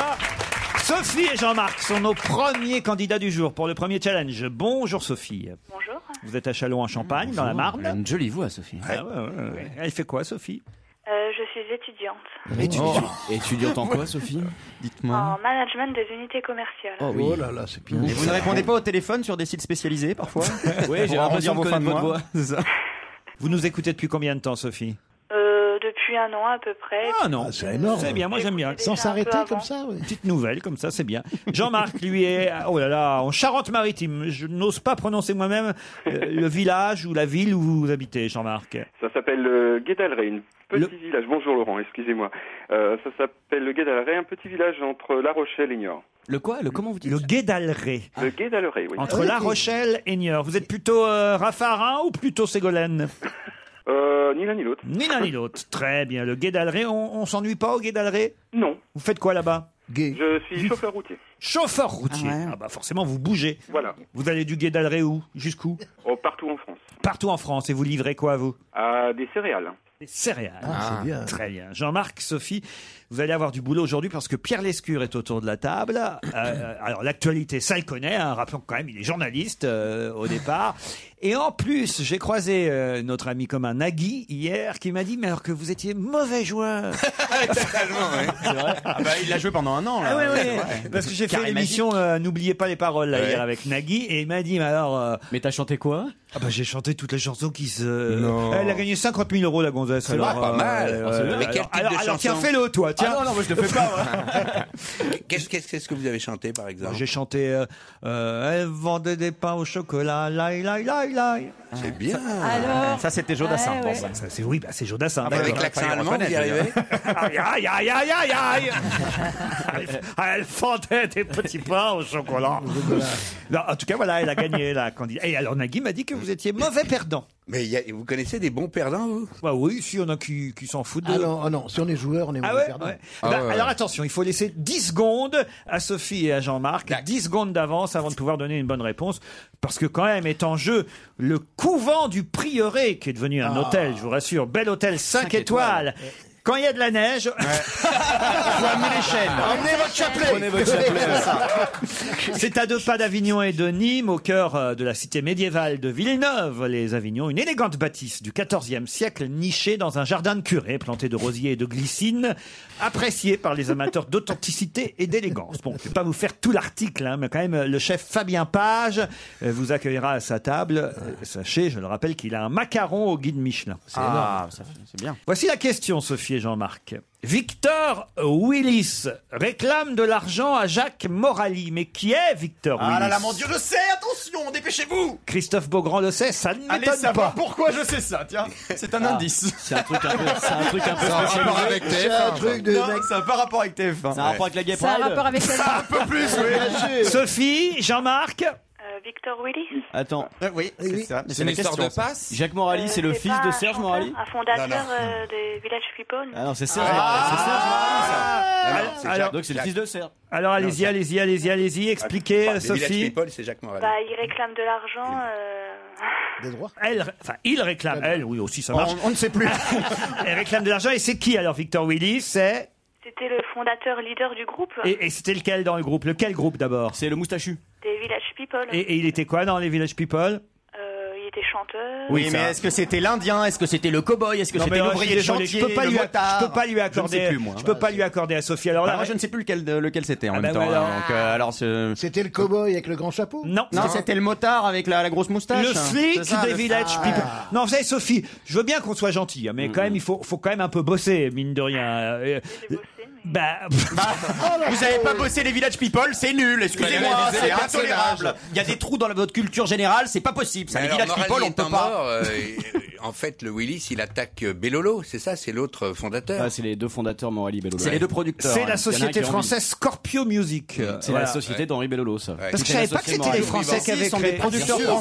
Sophie et Jean-Marc sont nos premiers candidats du jour pour le premier challenge. Bonjour Sophie.
Bonjour.
Vous êtes à Chalon en Champagne, dans la Marne. une jolie voix, Sophie. Elle fait quoi, Sophie
Euh, je suis étudiante
Étudiante.
Étudiante en quoi, Sophie
hein.
Ah.
Dites-moi.
en management des unités commerciales.
Oh là là, c'est bien.
Et vous ne répondez pas au téléphone sur des sites spécialisés parfois
Oui, j'ai
Pour arrondir
l'impression de
vos fins
connaître
de
votre
mois.
voix.
C'est ça.
Vous nous écoutez depuis combien de temps, Sophie
Euh, depuis un an à peu près.
Ah non, c'est
énorme.
C'est bien, moi j'aime bien.
Sans s'arrêter un peu comme avant.
ça, Petite nouvelle comme ça, c'est bien. Jean-Marc, lui est, oh là là, en Charente-Maritime. Je n'ose pas prononcer moi-même euh, le village ou la ville où vous habitez, Jean-Marc.
Ça s'appelle euh, Guédalré, une petit village. Bonjour Laurent, excusez-moi. Euh, ça s'appelle le Guédalré, un petit village entre La Rochelle et Niort.
Le quoi Le comment vous dites Le Guédalré.
Le Guédalré, oui.
Ah. Entre La Rochelle et Niort. Vous êtes plutôt euh, Raffarin ou plutôt Ségolène
Euh, ni l'un ni l'autre.
Ni l'un ni l'autre. Très bien. Le Guédalré, on, on s'ennuie pas au Guédalré
Non.
Vous faites quoi là-bas
Je suis chauffeur routier.
Chauffeur routier. Ah, bah forcément, vous bougez.
Voilà.
Vous allez du Guédalré où Jusqu'où
Oh, partout en France. Ah.
Partout en France. Et vous livrez quoi, vous
À des céréales. hein.
Des céréales.
Ah, c'est bien.
Très bien. Jean-Marc, Sophie, vous allez avoir du boulot aujourd'hui parce que Pierre Lescure est autour de la table. Euh, alors l'actualité, ça le connaît. hein. rappelons que quand même, il est journaliste euh, au départ. Et en plus, j'ai croisé euh, notre ami commun Nagui hier qui m'a dit, mais alors que vous étiez mauvais joueur.
Ah bah, il l'a joué pendant un an.
Ah
Là.
ouais, ouais,
C'est
ouais.
vrai.
Parce que j'ai fait
Carré
l'émission euh, N'oubliez pas les paroles là,
Ouais.
hier avec Nagui et il m'a dit mais alors. euh, Mais t'as chanté quoi Ah bah j'ai chanté toutes les chansons qui se.
Non.
Elle a gagné 50 000 euros la gonzesse.
C'est vrai, pas mal.
euh,
Oh, c'est bien.
alors,
Mais quel
alors,
type de
alors, tiens
chanson
fais-le toi tiens.
Ah non, non, moi, je le fais pas,
Qu'est-ce que vous avez chanté par exemple J'ai chanté euh, euh, Elle vendait des pains au chocolat. Ah, Laï laï laï laï. C'est Ah
bien.
Alors Ça, c'était Jodassin, Ouais, bon, ouais. ça.
Ça, c'est oui bah c'est Jodassin.
Ah bah, avec l'accent allemand, vous y arrivez
Aïe aïe aïe aïe aïe aïe Ah, Elle fendait des petits pains au chocolat. Non, en tout cas, voilà, elle a gagné la candidate. Et alors Nagui m'a dit que vous étiez mauvais perdant.
Mais il y a- vous connaissez des bons perdants, vous
Bah oui, si on a qui, qui s'en foutent de.
Ah non, ah non, si on est joueur, on est
Ah
mauvais
ouais,
perdant.
ouais. Bah, Alors attention, il faut laisser 10 secondes à Sophie et à Jean-Marc, 10 secondes d'avance avant de pouvoir donner une bonne réponse, parce que quand même est en jeu le couvent du prieuré, qui est devenu un
Ah.
hôtel, je vous rassure, bel hôtel 5,
Cinq
étoiles. Quand il y a de la neige,
Faut amener les chaînes.
Emmenez votre chapelet.
Prenez votre chapelet, c'est ça.
C'est à deux pas d'Avignon et de Nîmes, au cœur euh, de la cité médiévale de Villeneuve, les Avignons, une élégante bâtisse du XIVe siècle nichée dans un jardin de curé planté de rosiers et de glycines, appréciée par les amateurs d'authenticité et d'élégance. Bon, je ne vais pas vous faire tout l'article, hein, mais quand même, euh, le chef Fabien Page euh, vous accueillera à sa table. Euh, Sachez, je le rappelle, qu'il a un macaron au guide Michelin. Ah,
C'est énorme. Ah, ça, C'est bien.
Voici la question, Sophie et Jean-Marc. Victor Willis réclame de l'argent à Jacques Morali. Mais qui est Victor Willis
Ah là là, mon Dieu, je sais, attention, dépêchez-vous
Christophe Beaugrand le sait, ça ne
Allez
m'étonne pas.
savoir pourquoi je sais ça, tiens. C'est un
Ah.
indice.
C'est un truc un peu- c'est un truc un peu
Ça a
spécial.
rapport
C'est un truc de
Non,
mec-
ça n'a pas rapport avec TF1.
Ça a rapport avec la Gay
Ça a
Pride.
rapport avec
Ça a un peu plus, oui.
Bien sûr.
Sophie, Jean-Marc
Euh, Victor Willis
Attends.
Euh,
oui,
oui.
c'est ça. mais
C'est une
la
histoire
question,
de
ça.
passe
Jacques Morali, c'est le fils de Serge Morali
Un fondateur euh, des Village People.
Ah non, c'est Serge Morali. C'est Serge Morali,
Ah.
ça. Ah, donc c'est le fils de Serge.
Alors allez-y, allez-y, allez-y, allez-y, expliquez,
Des Village
Sophie.
People, c'est Jacques Morel.
Bah, il réclame de l'argent. euh,
Des droits Elle, enfin, il réclame, elle, oui, aussi, ça
On-
marche.
on ne sait plus.
elle réclame de l'argent, et c'est qui alors, Victor Willis C'est.
C'était le fondateur leader du groupe
Et, et c'était lequel dans le groupe Lequel groupe d'abord
C'est le moustachu.
des Village People.
Et, et il était quoi dans les Village People
Euh, il était chanteur.
Oui, mais est-ce que c'était l'Indien Est-ce que c'était le cow-boy Est-ce que
Non, mais euh,
c'était
ouais,
l'ouvrier
je
de
suis désolé,
chantier
je peux pas
le
lui-
motard
je peux pas lui accorder-
Je ne sais plus, moi.
je peux pas lui accorder à Sophie. Alors
Bah,
là,
moi, je ne sais plus lequel, lequel c'était en
Ah,
même
bah,
temps.
voilà.
hein, donc, euh, alors, c'est-
C'était le cow-boy avec le grand chapeau
Non,
non, c'était le motard avec la, la grosse moustache.
Le
hein.
flic
C'est ça,
des
le-
Village
Ah. Mm-hmm.
People. Non, vous savez, Sophie, je veux bien qu'on soit gentil, hein, mais quand même, il faut, faut quand même un peu bosser, mine de rien. Euh, Bah,
Vous avez pas bossé les Village People, c'est nul. Excusez-moi, c'est intolérable. Il y a des trous dans la- votre culture générale, c'est pas possible. Ça,
Mais
les
alors,
Village
Morali
People, on
étant
peut pas.
mort, euh, et- en fait, le Willis, il attaque euh, Bellolo, c'est ça, c'est l'autre euh, fondateur.
Ah, c'est les deux fondateurs, Morali et Bellolo.
C'est les deux producteurs. hein.
c'est la société française Scorpio Music.
C'est
Euh,
la
voilà.
société d'Henri Bellolo, ça.
Parce que je savais pas que c'était les Français qui avaient créé.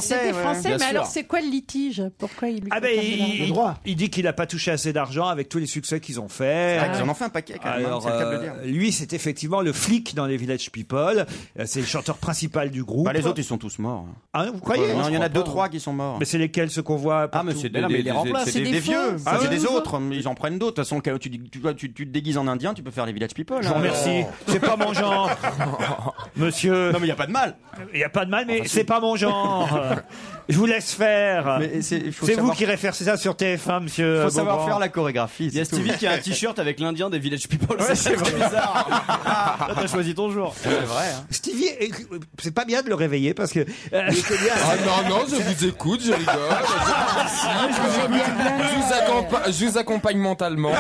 C'était français,
Bien
mais
sûr.
alors c'est quoi le litige Pourquoi il lui
Ah ben,
fait
il,
perdre de
il-
l'argent
il dit qu'il n'a pas touché assez d'argent avec tous les succès qu'ils ont fait.
C'est vrai qu'ils en ont fait un paquet, quand même, hein,
Alors,
c'est le cas de le
euh, lui, c'est effectivement le flic dans les Village People. Euh, C'est le chanteur principal du groupe.
Bah, les autres, ils sont tous morts.
Ah, vous croyez
Non, il y en a deux, trois qui sont morts.
Mais c'est lesquels ceux qu'on voit
Ah, mais c'est des,
Non,
des,
mais il les
des-
remplace,
c'est
c'est
des-
des
des
faux.
vieux.
Ah,
c'est
oui,
des
oui.
autres. mais Ils en prennent d'autres. De toute façon, quand tu, tu, tu- tu- tu te déguises en indien, tu peux faire les village people. hein.
Je vous remercie. C'est pas mon genre. Monsieur.
Non, mais il n'y a pas de mal.
Il n'y a pas de mal, mais
Enfin, si.
c'est pas mon genre. Je vous laisse faire.
Mais c'est- il faut
C'est vous
savoir-
qui référez ça sur TF1, monsieur.
Faut savoir
Beaugrand.
faire la chorégraphie.
Il y a Stevie qui a un t-shirt avec l'Indien des Village People.
Ouais,
c'est
c'est vrai.
bizarre. Ah, là, t'as choisi ton jour.
C'est vrai.
hein.
Stevie, euh, c'est pas bien de le réveiller parce que. euh,
Ah non, non, je vous écoute, je rigole. Je, vous écoute. Je vous accompa- je vous accompagne mentalement.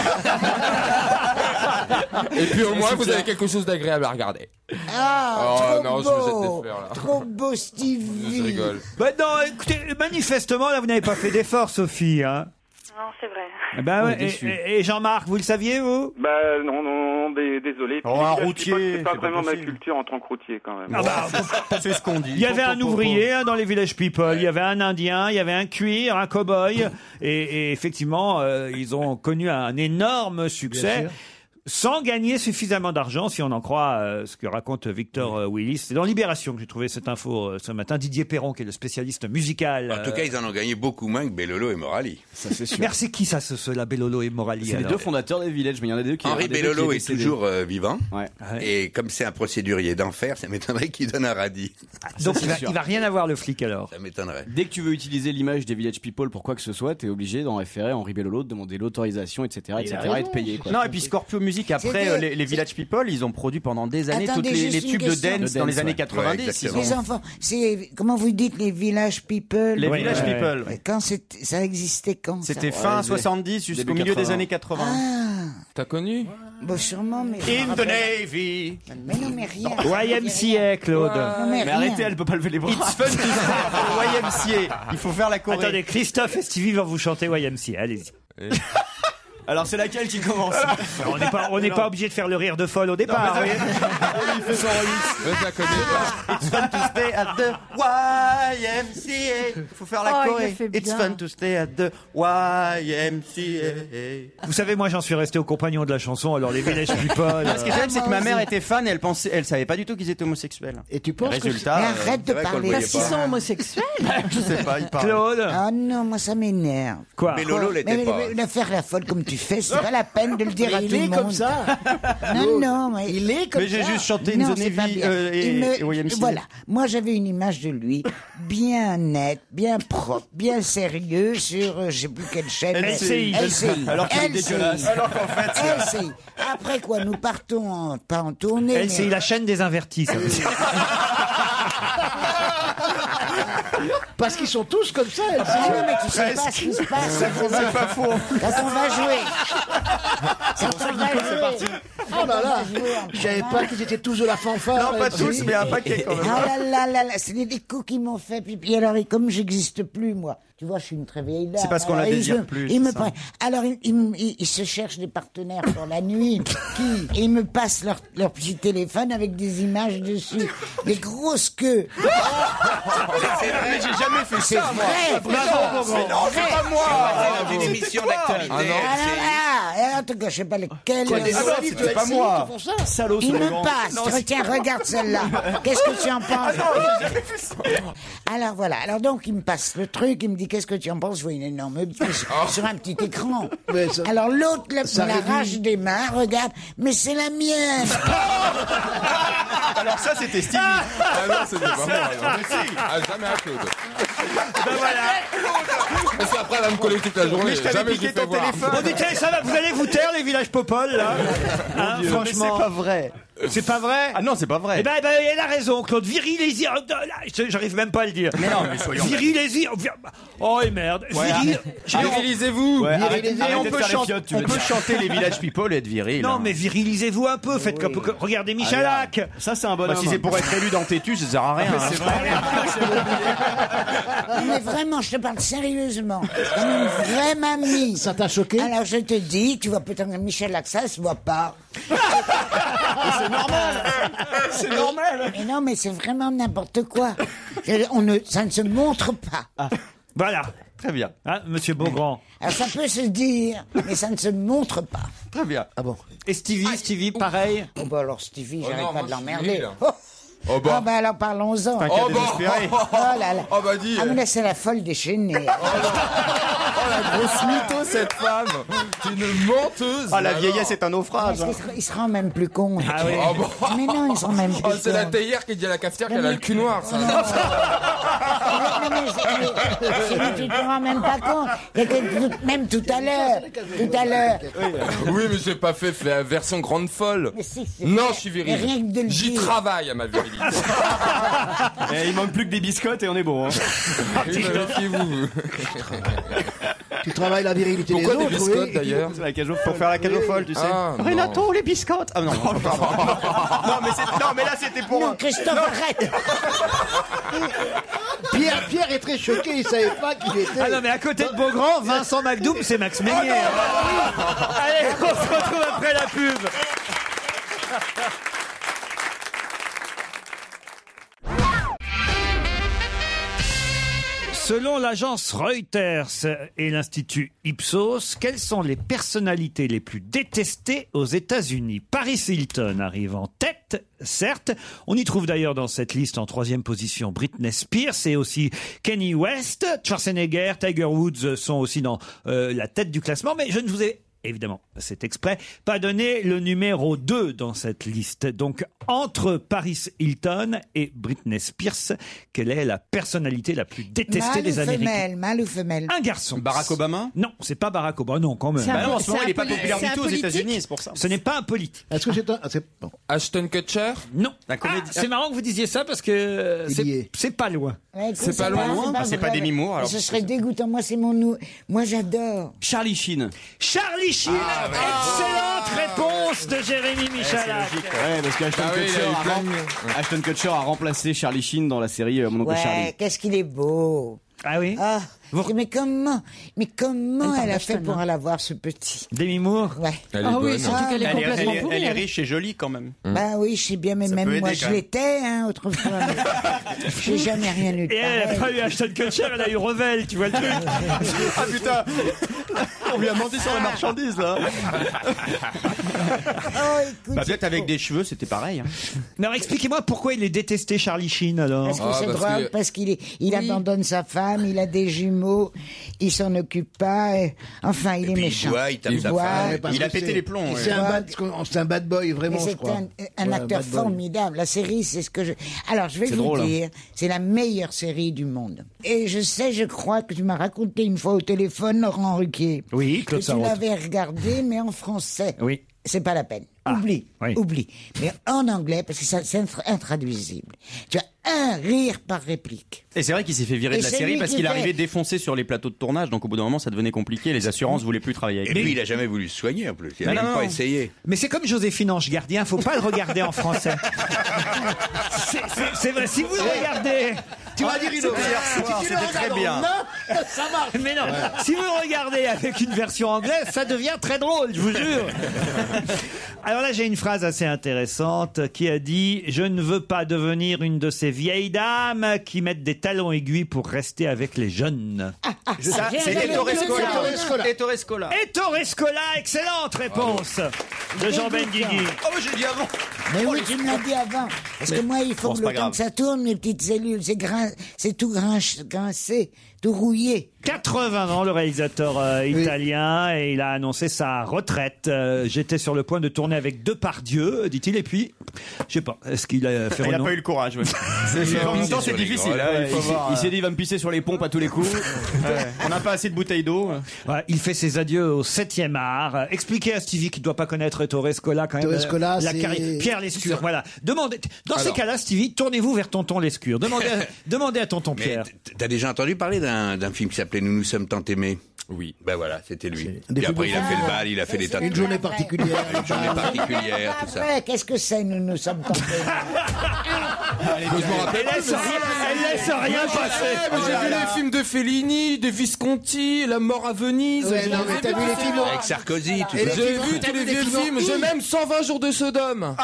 Et puis au moins, vous avez quelque chose d'agréable à regarder.
Ah,
Oh, non, je
trop
vous jette
beau,
des fleurs, là.
trop beau Stevie.
Je rigole.
Bah non, écoutez, manifestement, là, vous n'avez pas fait d'effort, Sophie. Hein.
Non, c'est vrai.
Eh ben
On
ouais,
est déçus.
et- et, et Jean-Marc, vous le saviez, vous
Bah non, non, non, dé- désolé.
Oh, un
Puis,
routier,
C'est pas
c'est pas
vraiment ma
possible.
culture en tant que routier quand même.
Ah bah,
C'est ce qu'on dit.
Il y avait un ouvrier hein, dans les Village People, il y avait un Indien, il y avait un cuir, un cow-boy. et, et effectivement, euh, ils ont connu un énorme
Bien
succès.
sûr.
sans gagner suffisamment d'argent, si on en croit euh, ce que raconte Victor euh, Willis. C'est dans Libération que j'ai trouvé cette info euh, ce matin. Didier Perron, qui est le spécialiste musical.
En tout cas, ils en ont gagné beaucoup moins que Bellolo et Morali.
Ça, c'est Merci qui ça, ce, cela, Bellolo et Morali
C'est les
alors
deux fondateurs des villages, mais il y en a deux qui.
Henri
un des deux qui
Bellolo est,
décédé.
toujours euh, vivant.
Ouais.
Et comme c'est un procédurier d'enfer, ça m'étonnerait qu'il donne un radis.
Donc il va, il va rien avoir le flic alors.
Ça m'étonnerait.
Dès que tu veux utiliser l'image des village people pour quoi que ce soit, t'es obligé d'en référer à Henri Bellolo, de demander l'autorisation, etc., etc., et de payer. Quoi.
Non, et puis Scorpio Music, après,
C'était-
euh, les, les Village People, ils ont produit pendant des années
Attendez,
toutes les, les
juste
tubes
une
de
question.
dance, dans les années 90. ils ont-
Les enfants, c'est comment vous dites les village people
Les Ouais, village ouais, people, ouais.
Et Quand c'est- ça existait quand ça
C'était fin 70 jusqu'au milieu des années 80.
T'as connu
Bon, Ah, bah, sûrement, mais. je me
In the
rappelle-
Navy.
Mais non, mais rien.
YMCA, eh, Claude.
Non, mais
Mais
rien.
arrêtez, elle peut pas lever les bras. It's fun to stay YMCA. Il faut faire la choré.
Attendez, Christophe et Stevie vont vous chanter YMCA, allez-y.
Alors c'est laquelle qui commence
On n'est pas, on n'est pas obligé de faire le rire de folle au départ.
Non, mais
vous voyez.
Il fait son remix.
Je la connais pas.
It's fun to stay at the YMCA. Faut faire la
Oh, il
choré.
le fait
It's
bien.
fun to stay at the YMCA.
Vous savez, moi j'en suis resté au compagnon de la chanson, alors les villages people.
Non, Ce qui est
euh,
terrible, c'est que ma mère était fan et elle pensait, elle savait pas du tout qu'ils étaient homosexuels.
Et tu
penses que
Résultat, euh,
c'est- Mais arrête de
c'est vrai qu'on le
parler.
voyait
Parce
pas.
qu'ils sont
homosexuels
Bah,
Je sais pas, il parle.
Claude
Ah non, moi ça m'énerve.
Quoi
Mais Lolo l'était
mais,
pas.
mais- mais faire la folle comme tu fais, c'est pas la peine de le dire à
il
tout le
est
monde.
comme ça.
Non, non, mais il est
comme Mais j'ai ça. juste chanté In the Navy, euh, et- et YMCA.
Voilà, moi j'avais une image de lui bien nette, bien propre, bien sérieux sur euh, je sais plus quelle chaîne.
LCI.
LCI.
Alors qu'il est
LCI.
dégueulasse. Alors qu'en fait, c'est-
LCI. Après quoi, nous partons en- pas en tournée.
Elle,
mais-
c'est la chaîne des invertis, ça veut dire.
Parce qu'ils sont tous comme ça. elles
Ah
sont-
non, mais tu sais pas ce qui se passe.
C'est pas faux.
Quand on va jouer. Quand on va jouer.
Oh là là, je savais pas qu'ils étaient tous de la fanfare.
Non, pas
elles
tous,
sont-
mais un paquet quand
Ah
même.
là là là là, c'est des- des coups qui m'ont fait pipi. Alors, et comme j'existe plus, moi, tu vois, je suis une très vieille dame.
C'est parce qu'on la
alors, ils
désire
me-
plus,
ils me
c'est ça.
prennent- Alors, ils ils me- ils- ils se cherchent des partenaires pour la nuit. Qui Et ils me passent leur, leur petit téléphone avec des images dessus. Des grosses queues.
Mais j'ai jamais fait
C'est
ça, moi.
vrai.
Bravo, Mais non, c'est pas moi.
Dans une émission d'actualité.
Alors là, et Ah, eh, en tout cas, je sais pas lequel.
Ah non, c'était pas moi. Salaud,
Il
ce
me
grand.
passe.
Non,
Tiens, regarde
Ah
celle-là. Qu'est-ce que tu en
Ah,
penses
Eh
Alors voilà. Alors donc, il me passe le truc. Il me dit qu'est-ce que tu en penses Je vois une énorme buse sur un petit écran.
Oh. Mais ça-
Alors l'autre la,
Ça
la
réduit.
rage des mains. Regarde, mais c'est la mienne.
Alors ça, c'était Stevie.
Ah non, c'était pas moi. alors.
Mais si.
Ah, jamais à Claude.
Ben voilà.
Parce qu'après, elle va me coller toute la journée.
Mais je t'avais
Jamais
piqué
je lui fais
ton
voir.
téléphone.
Bon, dites ça va, vous allez vous taire, les villages popol, là. Hein,
Dieu, mais c'est
franchement.
pas vrai.
C'est pas vrai
Ah non, c'est pas vrai.
Eh ben, eh ben, elle a raison, Claude. Virilisir. euh, là, je- J'arrive même pas à le dire.
Mais non, mais soyons-
Virilisir. vir- Oh, et merde. Viril- j'ai-
Virilisez-vous
Ouais, arrête-
Virilisez-
arrête
on
de
peut
faire les
chan-
fiottes, tu
on
veux
peut
dire. chanter les hein. village people et être viril.
hein.
Non, mais virilisez-vous un peu. Faites comme. Regardez Bah, Michalak.
Ça, c'est un
Bah,
bonhomme.
si c'est hein. pour être élu dans Tétu, ça sert à rien. hein.
Non, mais vraiment, je te parle sérieusement. Comme une vraie mamie.
Ça t'a choqué
Alors je te dis, tu vois peut-être que Michel Laxas se voit pas.
C'est normal.
Mais non, mais c'est vraiment n'importe quoi. Je- on ne, ça ne se montre pas.
Ah.
Voilà.
Très bien,
Hein, Monsieur Beaugrand.
Alors ça peut se dire, mais ça ne se montre pas.
très bien.
Ah bon
Et Stevie, Stevie, pareil.
Oh bah alors Stevie,
Oh
j'arrête
non,
pas
moi,
de
je suis
l'emmerder.
nul, hein.
Oh,
Oh bah.
Ah bah alors parlons-en.
T'inquiète.
Oh
T'as
bah.
désespéré.
Oh
Oh là là.
Oh bah dis.
Ah mais là c'est la folle déchaînée.
Oh la grosse mytho cette femme. C'est une menteuse.
Ah, la
alors.
vieillesse est un naufrage.
Parce qu'il se- il se rend même plus compte.
Ah oui.
Oh bah.
Mais non, ils sont même plus
Oh, c'est la
compte.
théière qui dit à la cafetière qu'elle a le cul noir, ça.
Non, mais c'est- mais- mais tu te rends même pas compte. Il y a quelques- tout- Même tout à l'heure. Tout à l'heure.
Oui, mais j'ai pas fait, fait la version grande folle.
Mais si, c'est
Non,
vrai.
je suis
Mais rien que de
viril.
le
J'y
dire.
travaille à ma virilité.
Eh, il manque plus que des biscottes et on est
Ah,
bon. Hein.
Ah,
Oui, bah, méfiez-vous.
Tu travailles la virilité
Pourquoi
des
des
autres.
biscottes
oui.
d'ailleurs
C'est la cage
Pour faire la cage aux folles, tu sais.
Ah, non.
Renato, les biscottes Ah non. non, mais c'est- non, mais là, c'était pour.
Non, Christophe, arrête.
Pierre, Pierre est très choqué, il savait pas qu'il était.
Ah non, mais à côté de Beaugrand, Vincent McDoom, c'est
Oh
Max Meignier. Allez, on se retrouve après la pub. Selon l'agence Reuters et l'Institut Ipsos, quelles sont les personnalités les plus détestées aux États-Unis Paris Hilton arrive en tête, certes. On y trouve d'ailleurs dans cette liste en troisième position Britney Spears et aussi Kenny West. Schwarzenegger, Tiger Woods sont aussi dans euh, la tête du classement, mais je ne vous ai évidemment, c'est exprès, pas donné le numéro 2 dans cette liste. Donc, entre Paris Hilton et Britney Spears, quelle est la personnalité la plus détestée
Mâle
des
ou
Américains
femelle Mâle ou femelle
Un garçon. Barack Obama Non, c'est pas Barack Obama, non, quand même.
C'est un Bah non, en ce poli- moment, c'est il est un pas poli- populaire du
c'est un tout aux politique États-Unis, c'est pour ça.
Ce n'est pas un politique. Est-ce que c'est un.
Ashton Kutcher
Non. Ah,
comédien.
c'est marrant que vous disiez ça parce que euh, c'est c'est pas loin.
Ouais, écoute,
hein Ah,
vrai. Ce serait dégoûtant. Moi, c'est mon nou- Moi, j'adore.
Charlie Sheen. Ah,
Charlie Sheen
Ah.
Excellente réponse de Jérémy Michalak.
Ouais, parce qu'Ashton
Ah oui, il
Kutcher,
a eu
a
plein
rem- Ashton Kutcher a remplacé Charlie Sheen dans la série euh, Mon oncle Charlie.
Ouais, qu'est-ce qu'il est beau.
Ah oui
Mais comment Mais comment
Elle
elle a
parle
fait
d'Ashton,
pour
hein.
avoir ce petit
Demi Moore
Ouais.
Ah oui, surtout
hein.
qu'elle est
Elle est-
complètement
elle est-
pourrie.
elle est
elle.
riche
et jolie quand même.
Bah oui, je sais bien, mais
Hmm. Ça peut
même
aider,
moi,
quand
je
même.
l'étais, hein, autrefois. mais J'ai jamais rien eu de
Et elle n'a
pareil.
pas eu Ashton Kutcher, elle a eu Revel, tu vois le truc Ah putain
On lui a menti sur la marchandise
Oh,
là. bah peut-être avec des cheveux c'était pareil.
Non, expliquez-moi pourquoi il est détesté Charlie Sheen alors
Ah,
Parce que c'est drogue, parce qu'il est- il abandonne sa femme, il a des jumeaux, il s'en occupe pas. et- Enfin, il est méchant. boit, parce que c'est-
C'est un, bad- c'est un bad boy, vraiment,
Mais
je
c'est
crois.
un, un
Ouais,
acteur
bad boy.
formidable. La série, c'est ce que je. Alors, je vais
C'est
vous
drôle, hein.
dire, c'est la meilleure série du monde. Et je sais, je crois que tu m'as raconté une fois au téléphone, Laurent Ruquier.
Oui,
que
Claude
tu
Sarraute.
l'avais regardé, mais en français.
Oui. Ah,
C'est pas la peine. oublie, oublie. Mais en anglais, parce que ça, c'est intra- intraduisible. Tu as un rire par réplique.
Et c'est vrai qu'il s'est fait virer
Et
de la
c'est
série
lui
parce
qui
qu'il
fait-
arrivait défoncé sur les plateaux de tournage, donc au bout d'un moment ça devenait compliqué, les assurances voulaient plus travailler avec
Et puis, il a jamais voulu se soigner en plus. Il a
Non,
même
non,
pas
non.
essayé.
Mais c'est comme Joséphine Ange Gardien, faut pas le regarder en français. C'est- c'est- C'est vrai, si vous le regardez. Tu
Ah,
vas dire, il
c'était hier soir, c'était très bien.
ça marche. Mais non, si vous le regardez avec une version anglaise, ça devient très drôle, je vous jure. Alors là, j'ai une phrase assez intéressante qui a dit Je ne veux pas devenir une de ces vieilles dames qui mettent des talons aiguilles pour rester avec les jeunes.
Ça,
j'ai
c'est
un
Ettore
ami
Scola.
qui dit ça.
Ettore Scola.
Ettore Scola, excellente réponse de Jean Benguigui.
Ah,
Oh, mais j'ai dit avant.
Mais
Oh,
oui, tu me l'as dit avant. Parce que
Mais
moi, il faut
bon,
que
c'est
le
pas
temps
grave.
que ça tourne, mes petites cellules, c'est grin- c'est tout grinch- grincé, tout rouillé.
80 ans, le réalisateur euh, italien, et il a annoncé sa retraite. Euh, J'étais sur le point de tourner avec Depardieu, dit-il, et puis, je sais pas, est-ce qu'il a fait
Il n'a
renom-
pas eu le courage. ouais.
C'est
Mais
sûr.
En même temps, c'est
Sur les
difficile.
grands,
hein,
il
il
faut
s'est-
voir,
il
euh.
s'est dit, il va me pisser sur les pompes à tous les coups. Ouais. On n'a pas assez de bouteilles d'eau.
Ouais, il fait ses adieux au 7e art. Euh, Expliquez à Stevie qui ne doit pas connaître Ettore Scola quand même. euh,
Ettore Scola,
la
c'est-
carrière. Pierre Lescure, voilà. Demandez. Dans ces
Alors.
cas-là, Stevie, tournez-vous vers Tonton Lescure. Demandez à, demandez à Tonton
Mais
Pierre.
t- t'as déjà entendu parler d'un d'un film qui s'appelait Nous nous sommes tant aimés Oui. Ben voilà, c'était lui.
Des
Et après,
films
il a fait
de-
le bal, Ah, il a fait des tas de
Une
trucs.
journée particulière.
Une journée particulière, tout ça.
Ah Ouais, qu'est-ce que c'est, nous nous sommes tentés
Elle Ah, laisse rien, elle laisse rien passer.
Ouais, mais j'ai vu les films de Fellini, de Visconti, La mort à Venise.
Ouais, non, mais t'as vu les films-
Avec Sarkozy, tout
Et
ça.
J'ai vu tous les vieux films. J'ai même 120 jours de Sodome.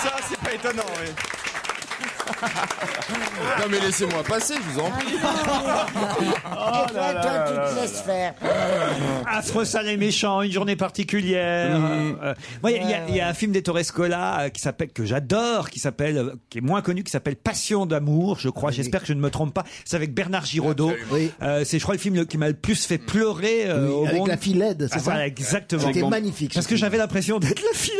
Ça, c'est pas étonnant, oui.
Non mais laissez-moi passer, je vous en prie.
Oh
Et toi, toi, tu te laisses faire.
Affreux, sale et méchant, une journée particulière. Euh, moi, il y a- il y, a- il y a un film d'Ettore Scola euh, qui s'appelle que j'adore, qui s'appelle, euh, qui est moins connu, qui s'appelle Passion d'amour, je crois. J'espère que je ne me trompe pas. C'est avec Bernard Giraudot. Euh, c'est, je crois, le film le- qui m'a le plus fait pleurer euh,
Oui,
au
avec
monde.
la fille laide, c'est
Ah,
ça
voilà, exactement.
C'était magnifique, ce
Parce que j'avais l'impression d'être la fille.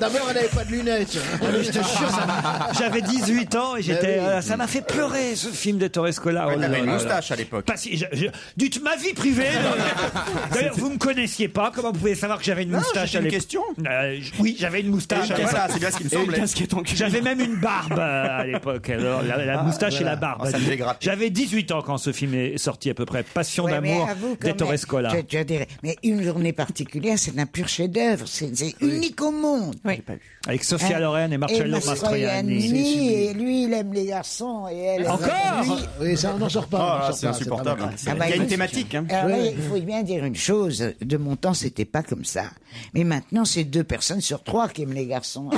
D'abord, elle n'avait pas de lunettes.
Ah,
Bah
je te jure, ça- J'avais 18 ans et j'étais. euh, ça m'a fait pleurer ce film d'Ettore Scola.
Ouais,
Oh là
t'avais une
là là.
moustache à l'époque.
Pas si- je- je- Dites ma vie privée. euh, D'ailleurs, vous me connaissiez pas. Comment vous pouvez savoir que j'avais une
Non,
moustache
c'était
à
une
l'époque
question.
Euh, j- Oui, j'avais une moustache.
Et une casquette, c'est bien ce qu'il me
Et une
semblait.
casquette en cuir. J'avais même une barbe euh, à l'époque. Alors, la, la
Ah,
moustache et
voilà.
la barbe.
Oh, ça me fait gratter.
j'avais 18 ans quand ce film est sorti à peu près. Passion
Ouais, mais
d'amour
avoue quand
d'Ettore
même,
Scola.
tu- tu as des- Mais une journée particulière, c'est un pur chef-d'œuvre. C'est c'est unique au monde.
Avec Sophia
Hein
Loren et Marcello
Mastroianni. Et lui, il aime les garçons et elle. elle aime lui.
Oui, ça, on n'en
Ah,
sort pas. on n'en sort pas, pas mal.
Ah bah, écoute,
hein.
alors là, il faut bien dire une chose. De mon temps, c'était pas comme ça. Mais maintenant, c'est deux personnes sur trois qui aiment les garçons.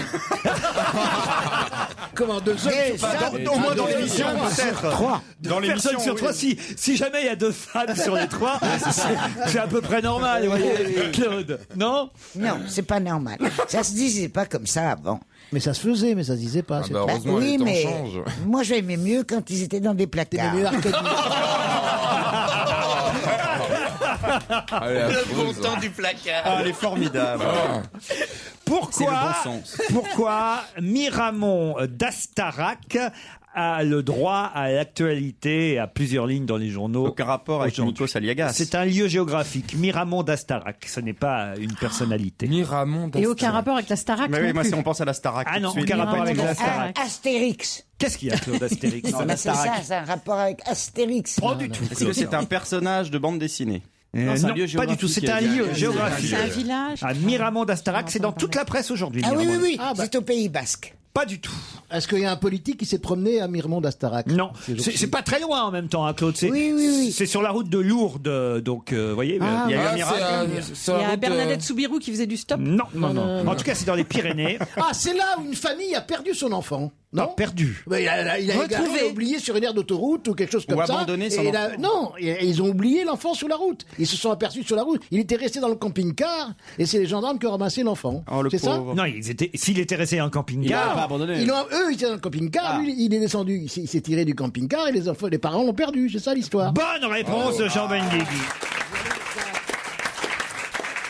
Comment deux
hommes sur- Bah, dans- au moins dans l'émission, peut-être.
Dans l'émission sur trois, si, si jamais il y a deux femmes sur les trois, c'est- c'est à peu près normal, vous voyez, Claude. Non
Non, c'est pas normal. Ça se disait pas comme ça avant.
Mais ça se faisait, mais ça se disait pas. c'est tout.
Bah oui, mais moi j'aimais mieux quand ils étaient dans des placards.
T'aimais mieux Arcade
Ah,
Allez, Le bon
hein.
temps du placard.
Ah, elle est formidable.
Ah.
C'est
Pourquoi,
le bon
pourquoi Miramon d'Astarac a le droit à l'actualité et à plusieurs lignes dans les journaux. Aucun rapport
avec Nico Saliagas.
C'est un lieu géographique, Miramont d'Astarac. Ce n'est pas une personnalité.
Miramont
Et aucun rapport avec la Starac. non plus.
pense à la Starac. Ah
tout
non,
de suite.
aucun rapport avec la
Ah,
Starac.
Astérix.
Qu'est-ce qu'il y a, Claude
Non,
Astérix
mais c'est ça, c'est un rapport avec Astérix. Pas du tout.
Est-ce que c'est un personnage de bande dessinée
Euh, Non, c'est un lieu pas du tout, c'est un lieu géographique.
C'est un village.
À Miramont d'Astarac, c'est dans toute la presse aujourd'hui.
Ah oui, oui,
Miramont.
oui,
bah.
c'est au Pays Basque.
Pas du tout.
Est-ce qu'il y a un politique qui s'est promené à Mirmont d'Astarac
Non. C'est c'est pas très loin en même temps, hein, Claude. C'est c'est sur la route de Lourdes, euh, donc euh, vous voyez.
Ah,
euh,
oui.
eu un
Ah,
miracle.
euh,
Il y a Bernadette Soubirou qui faisait du stop. Euh,
Non, non, non. En tout cas, c'est dans les Pyrénées.
Ah, c'est là où une famille a perdu son enfant.
Non, perdu.
Bah, il a, il a
Retrouvé.
égaré, il a oublié sur une aire d'autoroute ou quelque chose
Ou
comme ça.
abandonné son
et il a-
enfant.
Non, et- et ils ont oublié l'enfant sur la route. Ils se sont aperçus sur la route. Il était resté dans le camping-car et c'est les gendarmes qui ont ramassé l'enfant.
Oh,
c'est ça
Non, ils étaient. S'il était resté en camping-car,
Non, ils l'ont- eux, ils étaient dans le camping-car. Lui, il est descendu. Il s'est- il s'est tiré du camping-car et les, enfants, les parents l'ont perdu. C'est ça l'histoire.
Bonne réponse de Jean Benguigui.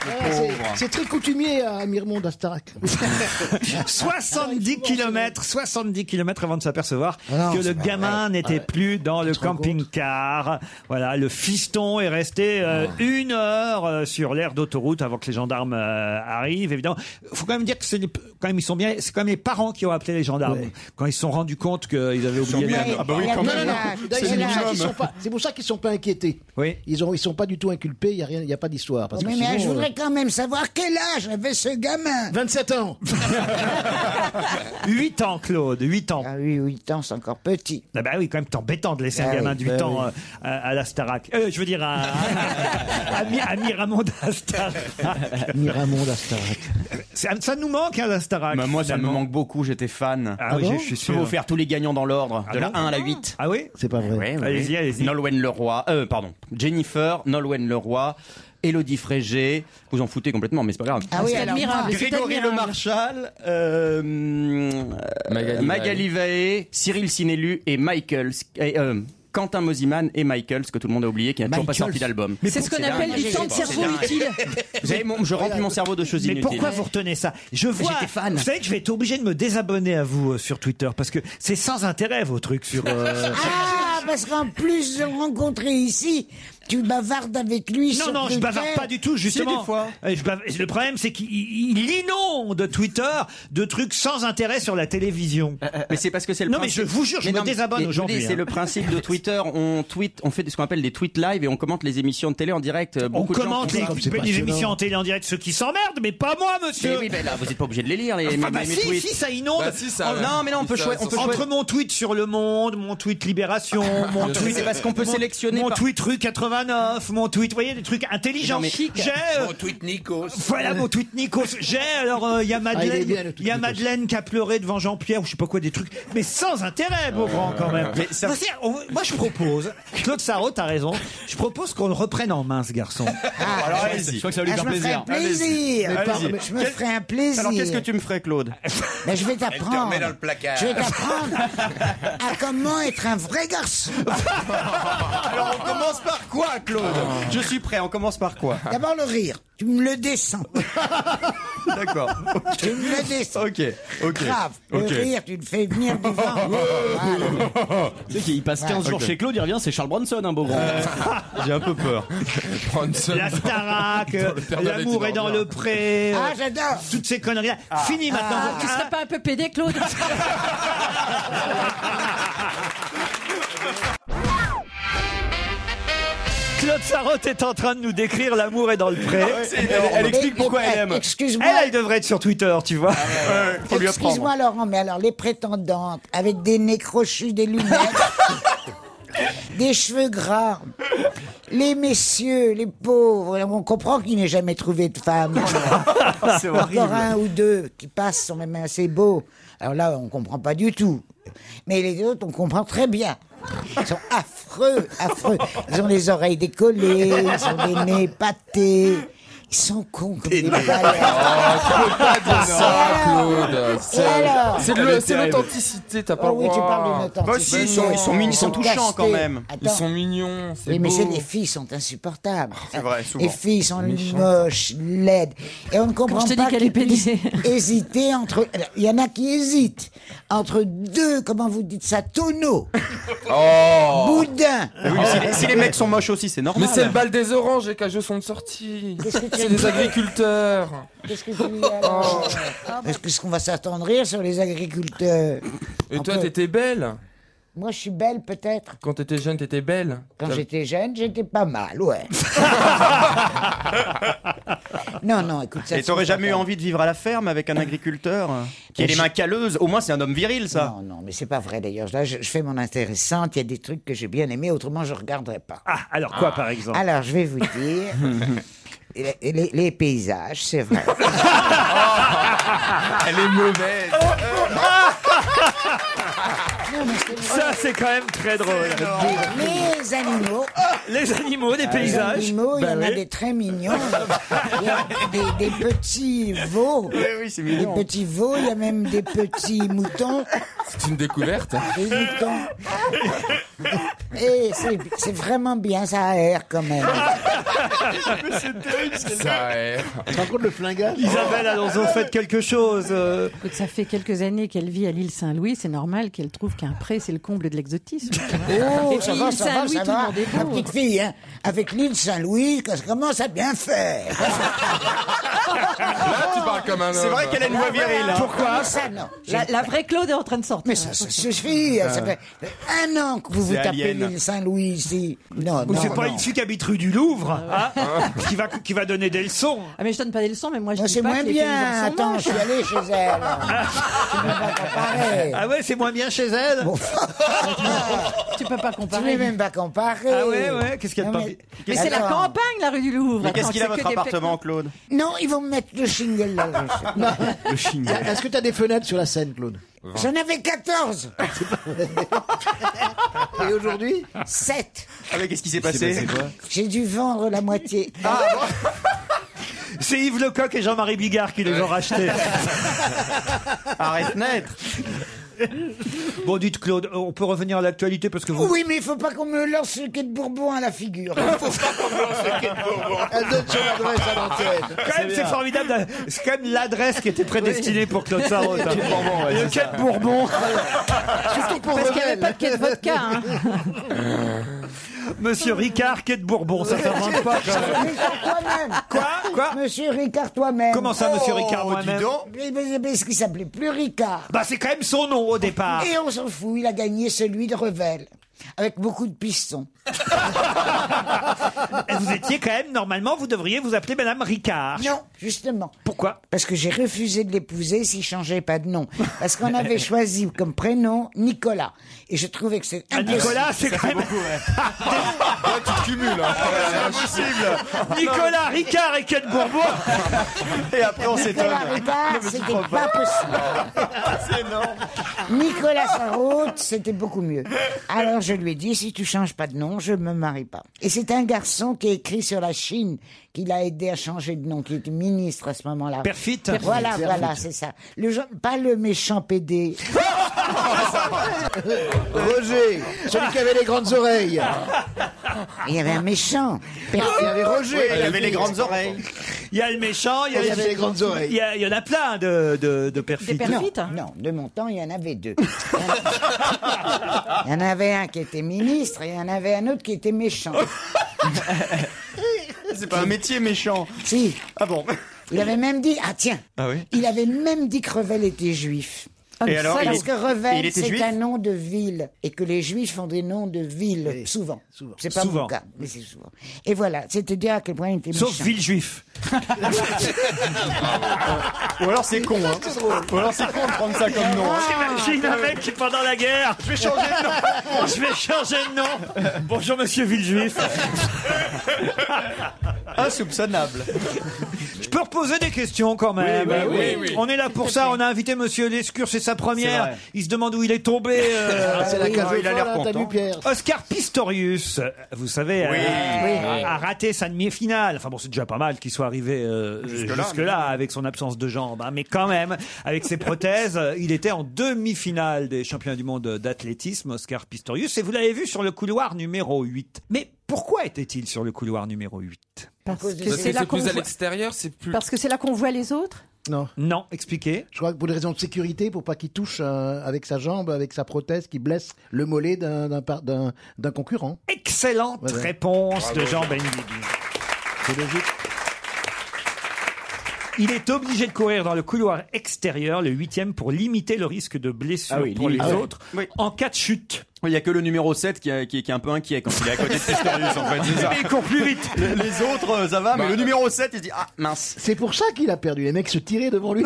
Ah, c'est- C'est très coutumier à Mirmont d'Astarac.
70 km, 70 km avant de s'apercevoir
Ah non,
que
c'est
le
pas
gamin
vrai.
n'était
Ouais.
plus dans le camping-car. Voilà, le fiston est resté euh,
Ah.
une heure euh, sur l'aire d'autoroute avant que les gendarmes euh, arrivent. Évidemment, faut quand même dire que c'est les- quand même ils sont bien. C'est quand même les parents qui ont appelé les gendarmes quand ils se sont rendus compte qu'ils avaient oublié.
bien.
leur-
Ah bah oui, quand même. D'ailleurs, c'est pour ça qu'ils sont pas- C'est pour ça qu'ils sont pas inquiétés.
Oui.
Ils ont, ils sont pas du tout inculpés. Il y a rien, il y a pas d'histoire. parce que
Oh, mais mais
sinon,
je
euh,
voudrais quand même savoir quel âge avait ce gamin.
27 ans.
8 ans, Claude, 8 ans.
Ah oui, 8 ans, c'est encore petit.
Ah bah oui, quand même, c'est embêtant de laisser
Ah
un gamin
oui,
du
bah
temps
oui.
euh, à, à la Starac. Euh, je veux dire à, à, à, Mi- à Miramont d'Astarac.
Miramond d'Astarac.
Ça, ça nous manque, hein, la Starac.
Bah, moi, ça me
finalement.
manque beaucoup, j'étais fan.
Ah oui, Ah bon je suis
Je
sûr.
peux vous faire tous les gagnants dans l'ordre,
Ah
de la
bon
1 à la 8.
Ah oui
C'est pas vrai.
Allez-y, allez-y.
Nolwenn Leroy, euh, pardon, Jennifer, Nolwenn Leroy, Elodie Frégé, vous en foutez complètement, mais c'est pas grave.
Ah oui, C'est alors, admirable, c'est
Grégory
admirable.
Le Marchal, euh,
Magali
Magali, Vaé, Cyril Sinélu et Michael. et, euh, Quentin Mosiman et Michael, ce que tout le monde a oublié, qui n'a toujours pas sorti d'album.
C'est ce qu'on appelle du temps de cerveau utile.
Vous savez, mon- je remplis mon cerveau de choses
Mais
inutiles.
pourquoi vous retenez ça Je vois. Vous savez que je vais être obligé de me désabonner à vous euh, sur Twitter parce que c'est sans intérêt vos trucs sur. euh,
Ah, parce qu'en plus de le rencontrer ici, tu bavardes avec lui
Non,
sur
non, je
Twitter.
bavarde pas du tout, justement.
Si, des fois.
Euh, je bav- Le problème, c'est qu'il il inonde Twitter de trucs sans intérêt sur la télévision.
Euh, Mais c'est parce que c'est le
Non, mais
principe-
je vous jure, je
Mais
me
non, mais- mais
désabonne
je vous dis,
aujourd'hui.
C'est
hein.
le principe de Twitter. On tweet, on fait ce qu'on appelle des tweets live et on commente les émissions de télé en direct. Euh,
On
Beaucoup de gens
commente
font
les,
ça.
les émissions en télé en direct, ceux qui s'emmerdent, mais pas moi, monsieur.
Mais oui, ben là, vous n'êtes pas obligé de les lire, les,
Enfin,
mes-
bah,
mes
si,
tweets.
si, ça inonde.
Bah, si, ça-
En-
non, mais non, on peut
ça-
choisir. on peut
Entre
choisir-
mon tweet sur le monde, mon tweet Libération, mon
Mais
tweet.
Ah, c'est parce qu'on peut
mon-
sélectionner
Mon
par-
tweet rue 89, mon tweet, vous voyez, des trucs intelligents.
Non, mais-
J'ai. euh,
Mon tweet Nikos.
Voilà mon tweet Nikos. J'ai alors euh, il y a
Ah, il est bien,
Madeleine,
le
il
tweet
y a Madeleine qui a pleuré devant Jean-Pierre ou je sais pas quoi des trucs, mais sans intérêt, Beaugrand quand même.
Mais ça-
Non, c'est- on- moi je propose, Claude Sarraud, t'as raison, je propose qu'on le reprenne en main ce garçon.
Ah, Alors, allez-y. Je crois que ça va lui
Ah,
faire
je me ferais un
plaisir. Allez-y.
plaisir.
Allez-y.
Je me ferais un plaisir.
Alors, qu'est-ce que tu me ferais, Claude
Mais je vais
te
t'apprendre.
remet dans le placard.
Je vais t'apprendre à comment être un vrai garçon.
Alors, on commence par quoi, Claude Je suis prêt, on commence par quoi
D'abord le rire. Tu me le descends.
D'accord.
Tu me le descends.
Ok, ok.
Grave.
Ok.
Le rire, tu le fais venir du vent. Voilà.
Tu sais qu'il passe 15 jours chez Claude, il revient, c'est Charles Bronson, un beau grand. J'ai un peu peur.
Bronson.
La Starac,
Dans le Père Noël
l'amour
est
est dans
énorme.
le pré.
Ah, j'adore.
Toutes ces conneries. là Fini maintenant.
Ah, tu serais pas un peu pédé, Claude
Ah, Claude Sarraute est en train de nous décrire L'amour est dans le pré.
C'est énorme.
Elle explique pourquoi elle aime.
Excuse-moi.
Elle, elle devrait être sur Twitter, tu vois. Faut lui apprendre.
Excuse-moi Laurent, mais alors les prétendantes avec des nez crochus, des lunettes, des cheveux gras, les messieurs, les pauvres, on comprend qu'il n'ait jamais trouvé de femme.
C'est
Encore
horrible.
un ou deux qui passent sont même assez beaux. Alors là, on comprend pas du tout. Mais les autres, on comprend très bien. Ils sont affreux, affreux. Ils ont les oreilles décollées, ils ont les nez pâtés. Ils sont cons comme des balais. Et alors
Ah, C'est Ah, le- c'est l'authenticité, t'as pas
Oh oui,
le
tu
droit.
parles de l'authenticité.
Bah si, ils sont, ils sont mignons, ils sont touchants quand même. Ils
Attends.
sont mignons, c'est
Oui, mais
beau. Oh,
c'est les filles sont insupportables.
C'est vrai, souvent.
Les filles sont
Méchantes.
moches, laides. Et on ne comprend
je te dis
pas
qu'elle est
qu'ils puissent hésiter entre. Alors, Il y en a qui hésitent entre deux, comment vous dites ça, tonneaux,
Oh
boudins.
Mais
Eh
oui, mais si les- si les mecs sont
moches aussi, c'est
Mais c'est le bal des oranges, les cageots sont de sortie.
Qu'est-ce que tu
C'est des
veux dire
agriculteurs. Oh.
Qu'est-ce que tu dis alors Ah, bah. Est-ce que- est-ce qu'on va s'attendrir sur les agriculteurs
Et
On
toi,
peut-
t'étais belle
Moi, je suis belle peut-être.
Quand t'étais jeune, t'étais belle
Quand
T'as-
j'étais jeune, j'étais pas mal, ouais. non, non, écoute ça.
Et
c'est
t'aurais jamais eu
pas-
envie de vivre à la ferme avec un agriculteur euh, qui a les mains calleuses Au moins, c'est un homme viril, ça.
Non, non, mais c'est pas vrai d'ailleurs. Là, je, je fais mon intéressante. Il y a des trucs que j'ai bien aimés, autrement, je regarderais pas.
Ah, alors quoi, par exemple
Alors, je vais vous dire. les, les- les paysages, c'est vrai.
Elle est mauvaise.
Oh,
Ça, c'est quand même très drôle.
les animaux.
Ah, Les animaux, des paysages.
Les animaux, il y
Bah
en a
oui.
des très mignons. Il y a des, des petits veaux.
c'est
des
mignon.
petits veaux, il y a même des petits moutons.
C'est une découverte.
Des moutons. Et c'est- c'est vraiment bien, ça aère quand même.
c'est terrible
Ça aère.
Par contre, le flingage.
Isabelle Alonso, faites quelque chose. euh.
Écoute, ça fait quelques années qu'elle vit à l'île Saint-Louis, c'est normal qu'elle trouve qu'un pré, c'est le comble de l'exotisme.
Oh,
Et
ça
puis,
va,
l'île
ça va,
Saint-Louis,
ça
tout le
va.
monde est
Ma
beau.
petite fille, hein, avec l'île Saint-Louis, ça commence à bien faire.
Là, tu parles Ah, comme un homme.
C'est vrai qu'elle a une voix virile. hein.
Pourquoi ça, non
La, la vraie Claude est en train de sortir.
Mais ça, ça suffit. hein,
Ah.
Ça fait un an que vous vous
C'est
tapez
Alien.
l'île Saint-Louis ici. Non,
Ou
Oh, non,
c'est pas
non.
une fille qui habite rue du Louvre hein, qui, va, qui va donner des leçons.
Ah, mais je donne pas des leçons, mais moi je
Non,
dis
Ah, c'est
pas
moins
que les
bien.
paysans sont
Attends,
moches.
je suis allé chez elle. tu peux pas comparer.
Ah ouais, c'est moins bien chez elle
tu peux pas
Tu
comparer.
peux même pas comparer.
Ah ouais, ouais, qu'est-ce qu'il y a de
Non,
pas
mais-
Mais c'est la
Attends.
campagne, la rue du Louvre.
Mais qu'est-ce
Attends,
qu'il a
c'est que
votre
des
appartement, Claude
Non, ils vont me mettre le shingle là.
Le chingle.
Est-ce que t'as des fenêtres sur la scène, Claude
J'en avais 14,
Et aujourd'hui
7.
Ah mais qu'est-ce qui s'est passé
J'ai dû vendre la moitié.
C'est Yves Lecoq et Jean-Marie Bigard qui les ont rachetés.
Arrête naître.
Bon, dites Claude, euh, on peut revenir à l'actualité parce que vous.
Oui, mais il faut pas qu'on me lance le quai de Bourbon à la figure.
Elle donne son adresse à l'antenne.
Quand même, c'est formidable. la- C'est quand même l'adresse qui était prédestinée pour Claude Sarraute. hein.
Le quai de Bourbon, ouais,
Le
c'est
quai
ça.
de Bourbon.
Surtout pour
Parce qu'il n'y avait
Revel.
pas de quai de vodka. hein.
Monsieur Ricard, quai de Bourbon. Ça, ça ne pas. quand même.
Ricard toi-même.
Quoi Quoi
Monsieur Ricard toi-même.
Comment ça, monsieur Ricard,
Oh,
moi-même
dis donc.
Mais, mais, mais est-ce qu'il s'appelait plus Ricard
Bah, c'est quand même son nom au départ.
Et on s'en fout, il a gagné celui de Revel. Avec beaucoup de pistons.
Et vous étiez quand même, normalement, vous devriez vous appeler Madame Ricard.
Non, justement.
Ah. Pourquoi
Parce que j'ai refusé de l'épouser s'il changeait pas de nom. Parce qu'on avait choisi comme prénom Nicolas. Et je trouvais que c'est
Ah,
impossible.
Nicolas, c'est quand même.
Là, tu cumules. hein.
Ah,
Ah, Nicolas Ricard et Kate Bourbon.
Et après on s'étonne.
Nicolas Ricard, c'était pas possible.
C'est énorme.
Nicolas Sarraute, c'était beaucoup mieux. Alors je lui ai dit, si tu changes pas de nom, je me marie pas. Et c'est un garçon qui a écrit sur la Chine, qui l'a aidé à changer de nom, qui était ministre à ce moment-là.
Perfit.
Voilà, voilà, c'est ça. Le, gen- pas le méchant PD.
Roger, celui qui avait les grandes oreilles.
Il y avait un méchant. Perfit.
Il y avait Roger.
Il avait les grandes oreilles.
Il y a le méchant, il y a
Il y avait les grandes oreilles.
Il y, a- il y en a plein de, de, de
Des
perfides.
perfides. Perfit, hein.
Non, non, de mon temps, il y en avait deux. Il y en avait un qui était ministre et il y en avait un autre qui était méchant.
C'est pas un métier méchant.
Si,
Ah bon
il avait même dit, ah tiens,
Ah oui
il avait même dit que Crevel était juif.
Ah,
Et alors, il
parce
est-
que Revel,
il était
c'est
juif
un nom de ville, et que les Juifs font des noms de villes souvent. C'est pas
Souvent.
mon cas, mais c'est souvent. Et voilà, c'était dire à quel point il était
Sauf
méchant.
ville juif.
Ou alors c'est con, hein. Ou alors c'est con de prendre ça comme nom.
J'imagine un mec qui pendant la guerre. Je vais changer de nom. Je vais changer de nom. Bonjour Monsieur Villejuif.
Insoupçonnable.
Je peux reposer des questions quand même.
Oui, bah oui, oui.
On est là pour ça. On a invité Monsieur Lescure, c'est sa
C'est
première.
vrai.
Il se demande où il est tombé. euh,
Ah, c'est la Oui, cave il a aux l'air folles, hein, t'as
content.
content. vu, Pierre.
Oscar Pistorius, euh, vous savez, euh,
Oui.
a,
Oui.
a Ah, raté sa demi-finale. Enfin bon, c'est déjà pas mal qu'il soit arrivé euh, jusque-là,
Jusque-là, mais-
avec son absence de jambes. hein. Mais quand même, avec ses prothèses, euh, il était en demi-finale des championnats du monde d'athlétisme, Oscar Pistorius. Et vous l'avez vu sur le couloir numéro 8. Mais pourquoi était-il sur le couloir numéro 8
Parce que
Parce que
c'est là
c'est
qu'on
plus à
voit-
L'extérieur, c'est plus.
parce que c'est là qu'on voit les autres.
Non.
Non, expliquez.
Je crois que pour des raisons de sécurité, pour pas qu'il touche euh, avec sa jambe, avec sa prothèse, qui blesse le mollet d'un- d'un par- d'un d'un concurrent.
Excellente
Ouais, ouais.
réponse de
Bravo.
Jean Benguigui. Il est obligé de courir dans le couloir extérieur, le huitième, pour limiter le risque de blessure
Ah oui,
pour les
limiter.
autres en cas de chute.
Il n'y a que le numéro 7 qui, a- qui, qui est un peu inquiet quand il est à côté de Testorius en fait. c'est ça.
Mais il court plus vite.
Le- les autres, euh, ça va, mais
Bah.
le numéro 7, il se dit Ah mince.
C'est pour ça qu'il a perdu. Les mecs se tiraient devant lui.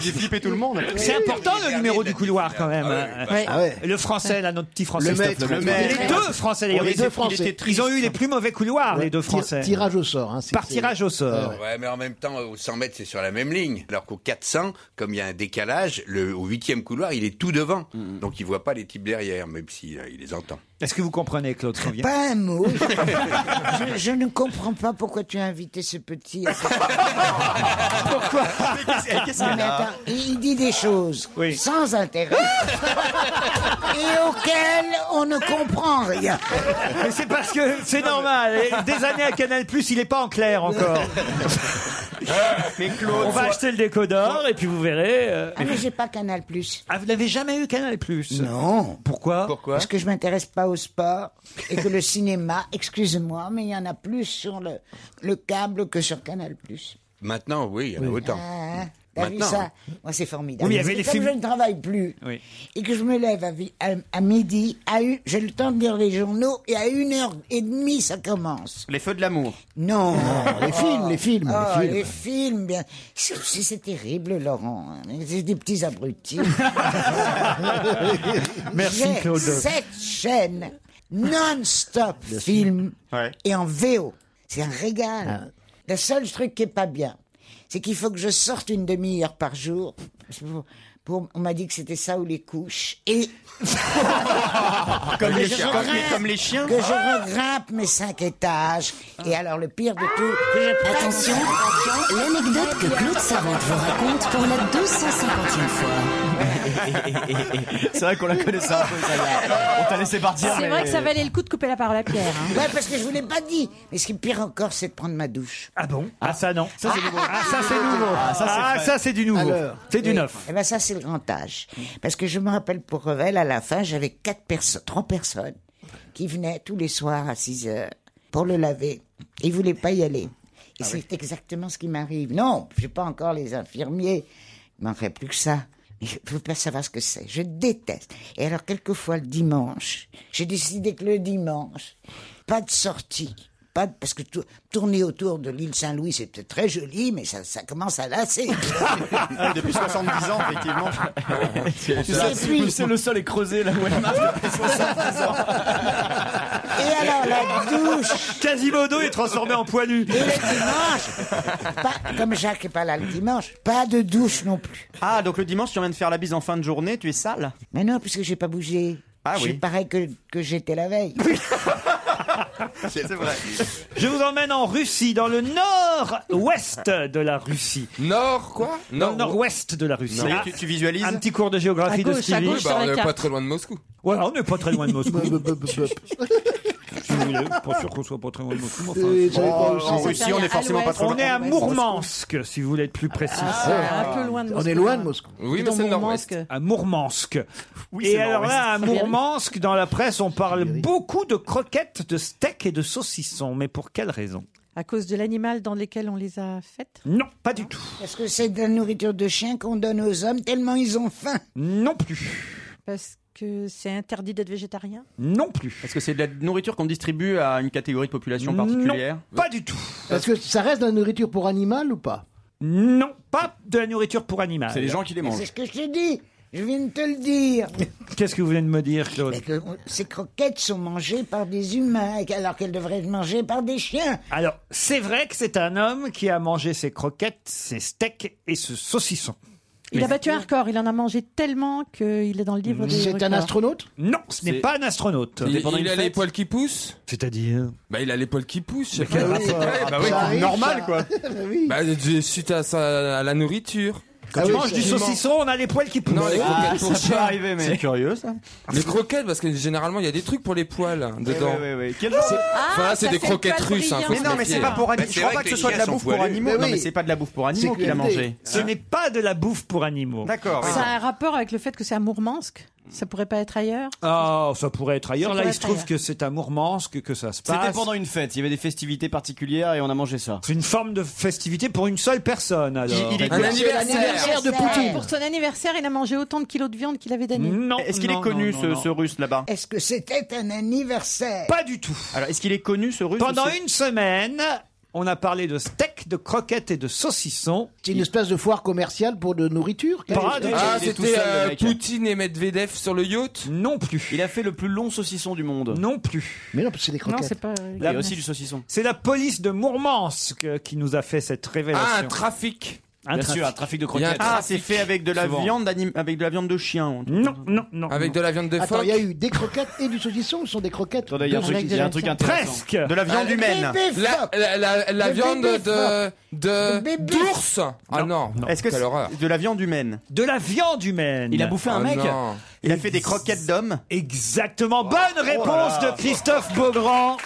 J'ai flippé tout le monde.
C'est important le numéro du couloir quand même. hein.
ouais. Ah ouais.
Le français, là, notre petit français.
Le
Christophe
maître,
Lemaître.
le maître.
Les deux français, d'ailleurs.
Les
Ils
deux
étaient-
Français.
ils étaient tristes. Ils ont eu les plus mauvais couloirs, les deux
Tir-
français.
Tirage au sort. hein, c'est-
Par
c'est-
tirage au sort.
Ouais, mais en même temps, au 100 mètres, c'est sur la même ligne. Alors qu'au 400, comme il y a un décalage, le, au huitième couloir, il est tout devant.
Mm,
Donc il voit pas les types derrière, même s'il euh, il les entend.
Est-ce que vous comprenez, Claude Sonnier
Pas un mot. je, je ne comprends pas pourquoi tu as invité ce petit. à cette-
Pourquoi
qu'est-ce
Non,
qu'elle
mais
a
attends, il dit des choses sans intérêt et auxquelles on ne comprend rien.
Mais c'est parce que c'est normal. Et Des années à Canal Plus, il est pas en clair encore.
Mais Claude,
On va acheter le décodeur et puis vous verrez. euh,
Ah, mais j'ai pas Canal Plus.
Ah, vous n'avez jamais eu Canal Plus
Non.
Pourquoi
Pourquoi Parce que je m'intéresse pas au sport et que le cinéma, excuse-moi, mais il y en a plus sur le, le câble que sur Canal Plus.
Maintenant, oui, il y en a autant.
Ah, t'as vu
Maintenant.
ça Moi, c'est formidable.
Oui, mais il y avait les
Parce que comme
films-
je ne travaille plus
Oui.
et que je me lève à, vi- à- à midi, à une- j'ai le temps de lire les journaux et à une heure et demie, ça commence.
Les feux de l'amour.
Non,
Ah, les films, les films,
Oh,
les films.
les films, bien. C'est c'est terrible, Laurent. hein. C'est des petits abrutis.
Merci,
J'ai
Claude.
Cette chaîne non-stop film et en VO, c'est un
Ah.
régal. Le seul truc qui est pas bien, c'est qu'il faut que je sorte une demi-heure par jour. Pour- pour- on m'a dit que c'était ça ou les couches. Et
Comme
que
les
je
chiens.
regrimpe-
Comme- comme les chiens.
Que je regrimpe mes cinq étages. Et alors le pire de tout, que je prenne-
Attention, l'anecdote que Claude Savante vous raconte pour la 250e
C'est vrai qu'on la connaissait un peu, celle-là. On t'a laissé partir.
C'est
mais-
vrai que ça valait le coup de couper la parole à Pierre. hein.
Ouais, parce que je vous l'ai pas dit. Mais ce qui est pire encore, c'est de prendre ma douche.
Ah bon Ah ça non. Ça
c'est nouveau.
Ah, ça, c'est nouveau. Ah, ça, c'est Ah, frais. ça, c'est du nouveau. C'est du neuf.
Eh ben ça c'est le grand âge. Parce que je me rappelle pour Revel, à la fin, j'avais quatre personnes, trois personnes qui venaient tous les soirs à 6 heures pour le laver. Ils voulaient pas y aller. Et c'est exactement ce qui m'arrive. Non, j'ai pas encore les infirmiers. Il manquerait plus que ça. Mais Je ne veux pas savoir ce que c'est. Je déteste. Et alors, quelquefois, le dimanche, j'ai décidé que le dimanche, pas de sortie. Pas de- parce que tou- tourner autour de l'île Saint-Louis, c'est peut-être très joli, mais ça, ça commence à lasser.
Ah, Depuis 70 ans, effectivement.
Tu sais, puis-
le sol est creusé là où elle marche depuis 70 ans.
Et alors, la douche.
Quasimodo est transformé en poilu.
Et le dimanche, pas- comme Jacques n'est pas là le dimanche, pas de douche non plus.
Ah, donc le dimanche, tu viens de faire la bise en fin de journée, tu es sale
Mais non, puisque j'ai pas bougé.
Ah
je
oui.
suis pareil que, que j'étais la veille.
C'est vrai.
Je vous emmène en Russie, dans le nord-ouest de la Russie.
Nord quoi
Dans le nord-ouest de la Russie.
Nord.
Ah,
Tu- tu visualises
Un petit cours de géographie
À gauche,
de
à
Stevie.
gauche sur Bah, la on est carte. pas très loin de Moscou.
Voilà, on n'est pas très loin de Moscou. si vous voulez, pas sûr qu'on soit pas très loin de Moscou. mais enfin,
Et
c'est pas
j'avais
grave.
pas aussi-
en Russie, on est forcément pas trop loin.
On est à
Ouais.
Mourmansk, si vous voulez être plus précis.
Ah, un peu loin de Moscou.
On est loin de Moscou.
Oui, mais c'est le nord-ouest.
À Mourmansk.
Oui,
et
c'est
alors
nord-ouest.
là, à
Sibérie.
Mourmansk, dans la presse, on parle beaucoup de croquettes, de steaks et de saucissons. Mais pour quelle raison
À cause de l'animal dans lequel on les a faites
Non, pas du tout.
Parce que c'est de la nourriture de chien qu'on donne aux hommes tellement ils ont faim.
Non plus.
Parce que c'est interdit d'être végétarien
Non plus.
Est-ce que c'est de la nourriture qu'on distribue à une catégorie de population particulière
Pas du tout.
Parce que ça reste de la nourriture pour animal ou pas
Non, pas de la nourriture pour animal.
Ah,
C'est les gens qui les
Mais C'est ce que je te dis. Je viens de te le dire.
Qu'est-ce que vous venez de me dire, Claude
Mais que on- ces croquettes sont mangées par des humains et qu- alors qu'elles devraient être mangées par des chiens.
Alors, c'est vrai que c'est un homme qui a mangé ses croquettes, ses steaks et ce saucisson.
Il a battu un record, il en a mangé tellement qu'il est dans le livre des records.
Non, ce n'est pas un astronaute.
Il, il a les poils qui poussent
C'est-à-dire
Bah il a les poils qui poussent.
Mais quel rapport
bah oui,
Ça arrive,
normal
ça.
quoi. bah, de- suite à, sa- à la nourriture.
Quand tu manges du saucisson, Ah, on a les poils qui poussent.
Non, les croquettes pour chien.
C'est curieux ça.
Les croquettes, parce que généralement il y a des trucs pour les poils hein, dedans.
oui, oui, oui. Quel genre
C'est-
Ah,
Enfin, là,
ça
c'est des
fait le
croquettes
poil
russes. hein, faut
brillant.
se
Mais non, mais c'est
méfier.
pas pour animaux. Bah, Je crois c'est pas vrai que que ce les soit de chiens la sont bouffe pour poilus. animaux. Mais
Non,
oui.
mais c'est pas de la bouffe pour animaux
C'est
qu'il a
cruelté.
mangé.
Ce n'est pas de la bouffe pour animaux.
D'accord.
Ça a un rapport avec le fait que c'est à Mourmansk Ça pourrait pas être ailleurs
Ah, ça pourrait être ailleurs.
Ça
Là,
pourrait
il se
être
trouve
ailleurs.
que c'est à Mourmansk que ça se passe.
C'était pendant une fête, il y avait des festivités particulières et on a mangé ça.
C'est une forme de festivité pour une seule personne. Alors.
Il- il est Un connu- anniversaire.
L'anniversaire
de Poutine.
Pour son anniversaire, il a mangé autant de kilos de viande qu'il avait d'années.
Non.
Est-ce qu'il est connu ce, ce russe là-bas
Est-ce que c'était un anniversaire
Pas du tout.
Alors, est-ce qu'il est connu ce russe
Pendant
ou c'est-
une semaine, on a parlé de steak, de croquettes et de saucissons.
C'est une espèce de foire commerciale pour de nourriture
Pas du
Ah,
tout.
c'était euh, Poutine et Medvedev sur le yacht
Non plus.
Il a fait le plus long saucisson du monde.
Non plus.
Mais non, parce que c'est euh, des croquettes.
Il y a aussi du saucisson.
C'est la police de Mourmansk euh, qui nous a fait cette révélation.
Ah, un trafic.
Un
Bien
trafic.
sûr, un trafic de
Il y a un
croquettes.
Ah, c'est fait avec de la
Souvent.
viande d'anim- avec de la viande de chien.
Non, non, non.
Avec de la viande de
Attends,
phoque.
il y a eu des croquettes et du saucisson ou sont des croquettes
Attendez, il y a un truc- il y a un truc intéressant.
Presque.
De la viande
Ah,
humaine.
La, la, la, la
Le
viande
bébé
de
Le
de
bébé
d'ours. Ah non.
Est-ce que
Quelle
c'est
horreur.
de la viande humaine
De la viande humaine.
Il a bouffé un
Ah
mec
non.
Il a fait des croquettes d'homme
Exactement. Bonne
Oh
réponse
là là.
de Christophe Beaugrand.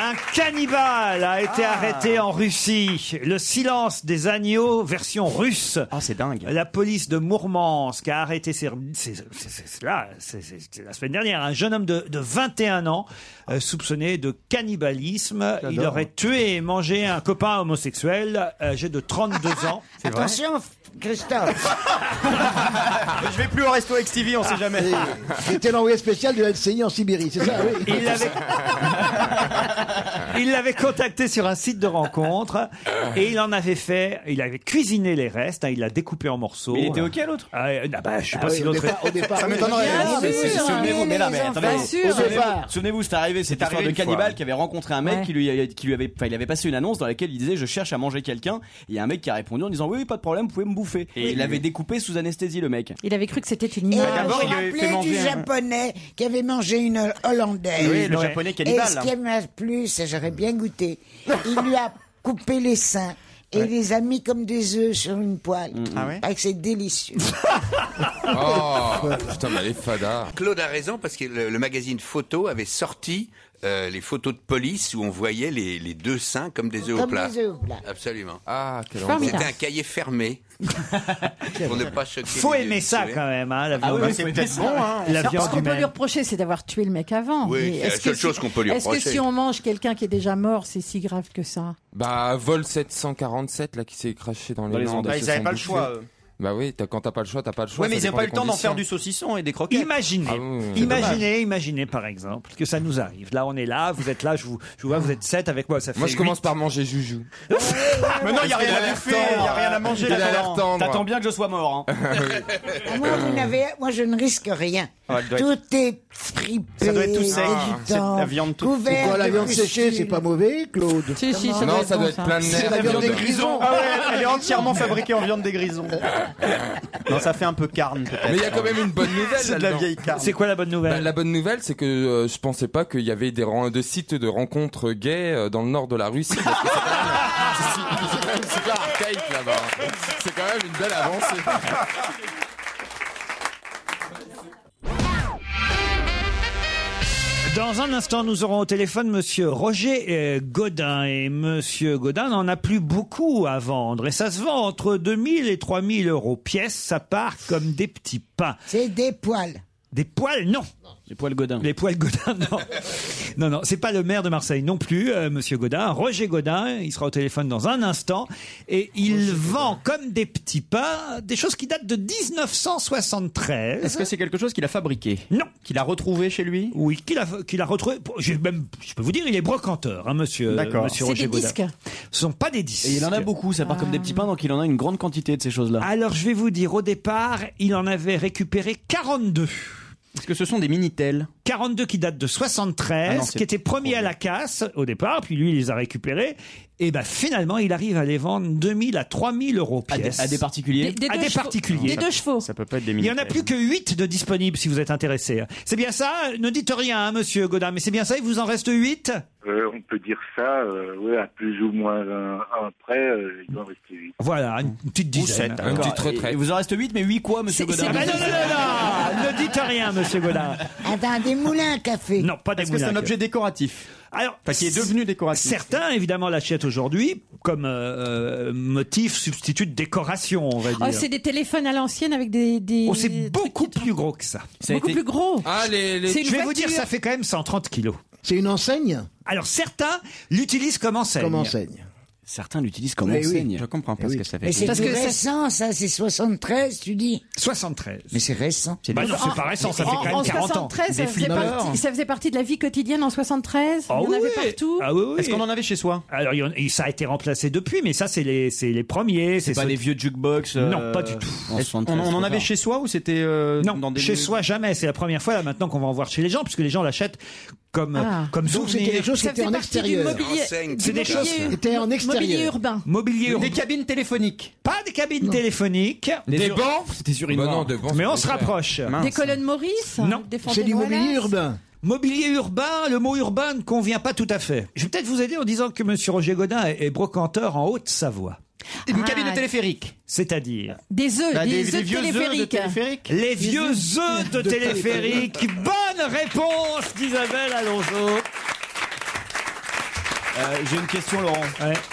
Un cannibale a été arrêté en Russie. Le silence des agneaux, version russe.
Ah, c'est dingue.
La police de Mourmansk a arrêté ces- ces- ces- ces- cela, c'est- c'est- c'est la semaine dernière un jeune homme de, de 21 ans euh, soupçonné de cannibalisme. Il
J'adore.
aurait tué et mangé un copain homosexuel euh, âgé de 32 ans.
Attention, Christophe.
Je vais plus au resto avec Stevie, on sait
Ah.
jamais.
C'était l'envoyé spécial de la LCI en Sibérie, c'est ça oui.
Il l'avait- Il l'avait contacté sur un site de rencontre et il en avait fait, il avait cuisiné les restes, hein, il l'a découpé en morceaux.
Mais il était OK, l'autre
Ah, euh, ah bah, je sais
Ah
pas
oui,
si
au
l'autre
départ- au départ, oui. Bien
Ah, mais
sûr.
c'est- c'est-
Souvenez-vous, mais là, mais attendez.
Bien sûr.
Souvenez-vous-
Au départ.
Souvenez-vous, c'est arrivé cette
arrivé
histoire de
une
cannibale
fois.
qui avait rencontré un mec
Ouais.
qui lui, a- qui lui avait, enfin, il avait passé une annonce dans laquelle il disait je cherche à manger quelqu'un. Et il y a un mec qui a répondu en disant oui, oui, pas de problème, vous pouvez me bouffer. Et il l'avait découpé sous anesthésie le mec.
Il avait cru que c'était une
Et
image.
d'abord,
d'abord,
il
il lui avait fait
du
manger un-
japonais qui avait mangé une hollandaise.
Oui, le Japonais cannibale,
Et ce
là.
qui m'a plu, c'est j'aurais bien goûté. Il lui a coupé les seins. Et il les a mis comme des œufs sur une poêle.
Mm.
Ah ouais
Parce que c'est délicieux.
Oh putain, mais les fadas.
Claude a raison parce que le, le magazine Photo avait sorti euh, les photos de police où on voyait les, les deux seins comme des œufs au
Comme
plat.
des œufs au plat.
Absolument.
Ah, quel
C'était
enfer.
un cahier fermé pour ne pas choquer.
Faut
les-
aimer
vous
ça
savez.
quand même, hein, la
Ah
viande.
oui, oui, c'est peut-être bon, hein.
La
Alors, Ce
viande
qu'on peut lui
humaine.
reprocher, c'est d'avoir tué le mec avant.
Oui,
Mais
c'est la
est-ce que
seule
si-
chose qu'on peut lui
Est-ce que
reprocher.
si on mange quelqu'un qui est déjà mort, c'est si grave que ça
Bah, vol 747 là qui s'est craché dans les,
Dans les
Landes.
Andes. Ah, ils
se
avaient
sont
pas le
bouffés.
choix, eux.
Bah oui, t'as- quand t'as pas le choix, t'as pas le choix.
Ouais, mais
ça
ils n'ont
dépend
pas
des
eu le temps d'en
conditions. Ah,
faire du saucisson et des croquettes.
Imaginez,
c'est
imaginez, imaginez par exemple que ça nous arrive. Là, on est là, vous êtes là, je vous, je vous vois, vous êtes sept avec moi, ça fait
Moi, je
huit.
commence par manger joujou.
Mais non, il y a rien à bouffer, il y a rien à manger
Il a l'air
là-dedans.
tendre.
T'attends bien que je sois mort. hein.
Ah, Moi, vous n'avez- moi, je ne risque rien.
Ouais, elle doit
Tout est fripé.
Ça doit être tout sec. hein.
dégoûtant,
C'est de la viande toute-
couvert
Pourquoi la
de
viande séchée,
pustules.
c'est pas mauvais, Claude
Si, si, ça
Non,
doit être
ça
bon,
doit être plein de
C'est
nerfs.
la
la
viande
viande
des
de-
grisons.
Ah ouais, elle est entièrement fabriquée en viande des grisons. Non, ça fait un peu carne peut-être.
Mais il y a quand même une bonne nouvelle.
C'est de la
là-dedans.
vieille carne.
C'est quoi la bonne nouvelle
Bah, la bonne nouvelle, c'est que euh, je pensais pas qu'il y avait des, ren- des sites de rencontres gays euh, dans le nord de la Russie. parce que c'est quand même- c'est quand même super archaïque là-bas. hein. C'est quand même une belle avancée.
Dans un instant, nous aurons au téléphone Monsieur Roger euh, Godin. Et Monsieur Godin n'en a plus beaucoup à vendre. Et ça se vend entre 2000 et 3000 euros pièce. Ça part comme des petits pains.
C'est des poils.
Des poils, non. Les poils Godin. Les poils Godin, non. non, non, c'est pas le maire de Marseille non plus, euh, monsieur Godin. Roger Godin, il sera au téléphone dans un instant. Et il vend comme des petits pains des choses qui datent de 1973.
Est-ce que c'est quelque chose qu'il a fabriqué
Non.
Qu'il a retrouvé chez lui
Oui, qu'il a, qu'il a retrouvé. Je, même, je peux vous dire, il est brocanteur, hein, monsieur,
D'accord.
monsieur
C'est
Roger
des
Godin.
disques
Ce sont pas des disques.
Et il en a beaucoup, ça part comme des petits pains, donc il en a une grande quantité de ces choses-là.
Alors, je vais vous dire, au départ, il en avait récupéré 42.
Est-ce que ce sont des Minitel
42 qui datent de 73,
Ah non, c'est
qui étaient promis à la casse au départ, puis lui, il les a récupérés. Et ben finalement, il arrive à les vendre 2000 à 3000 euros
À des-
pièce.
à des particuliers Des- des
À
deux
des
chevaux. Des
particuliers.
deux
chevaux.
Ça peut pas être des
Il n'y en a
Minitel.
plus que 8 de disponibles si vous êtes intéressé. C'est bien ça Ne dites rien, hein, monsieur Godin, mais c'est bien ça, il vous en reste 8
Euh, on peut dire ça, euh, ouais, à plus ou moins un, un près, euh, il doit en rester huit.
Voilà, une petite dizaine.
sept, hein, d'accord. Et- et vous en reste 8, mais 8 quoi, monsieur Godin
Ah ben non, non, non, non, ne dites rien, monsieur Godin.
Attends, des moulins à café.
Non, pas des
Est-ce que c'est
moulins
un
à
objet
café.
décoratif
Alors,
Enfin, qui est devenu décoratif.
Certains, évidemment, l'achètent aujourd'hui comme euh, euh, motif, substitut de décoration, on va dire.
Oh, c'est des téléphones à l'ancienne avec des. des...
Oh, c'est beaucoup plus gros que ça.
Ça a Beaucoup été- plus gros.
Ah, les,
les- C'est une
Je vais vous
voiture.
dire, ça fait quand même 130 kilos. C'est une enseigne Alors certains l'utilisent comme enseigne.
Comme enseigne.
Certains l'utilisent comme
Eh oui.
enseigne. Je comprends pas
Eh
ce
oui.
que ça fait.
Mais c'est
Parce
tout
que ça-
récent, ça, c'est 73, tu dis
73.
Mais c'est récent.
Bah non, c'est pas récent, ça fait
en,
quand même
en
40 ans.
73, ça faisait,
Des flippers.
partie, ça faisait partie de la vie quotidienne en 73.
Ah
on en
oui,
avait
oui.
partout.
Ah oui, oui.
Est-ce qu'on en avait chez soi
Alors, il y en- il- ça a été remplacé depuis, mais ça, c'est les, c'est les premiers.
C'est pas
ceux-
les vieux jukebox
Non, pas du tout.
On, on en avait chez soi ou c'était euh,
Non,
dans des
chez soi jamais. C'est la première fois là maintenant qu'on va en voir chez les gens, puisque les gens l'achètent comme euh,
Ah.
comme
Donc,
souvenir. Ah,
c'était quelque chose qui Ça était fait en partie du extérieur. mobilier- du
C'est des
mobilier-
choses
Qui étaient en extérieur. mobilier urbain.
Mobilier
Des
urbain.
cabines téléphoniques.
Pas des cabines téléphoniques.
Des sur- bancs C'était sur une Bah non, des bancs,
Mais
c'est
on
pas
se
cher.
rapproche.
Des colonnes Maurice hein,
Non.
Des Fontenoy Wallace
Mobilier urbain, le mot urbain ne convient pas tout à fait. Je vais peut-être vous aider en disant que Monsieur Roger Godin est est brocanteur en Haute-Savoie.
Une cabine de téléphérique.
C'est-à-dire
Ah. Des œufs,
Bah,
des,
des-
œufs
des
de
vieux œufs de
téléphériques.
téléphérique. Les vieux œufs de téléphérique. Bonne réponse d'Isabelle Alonso.
Euh, J'ai une question, Laurent.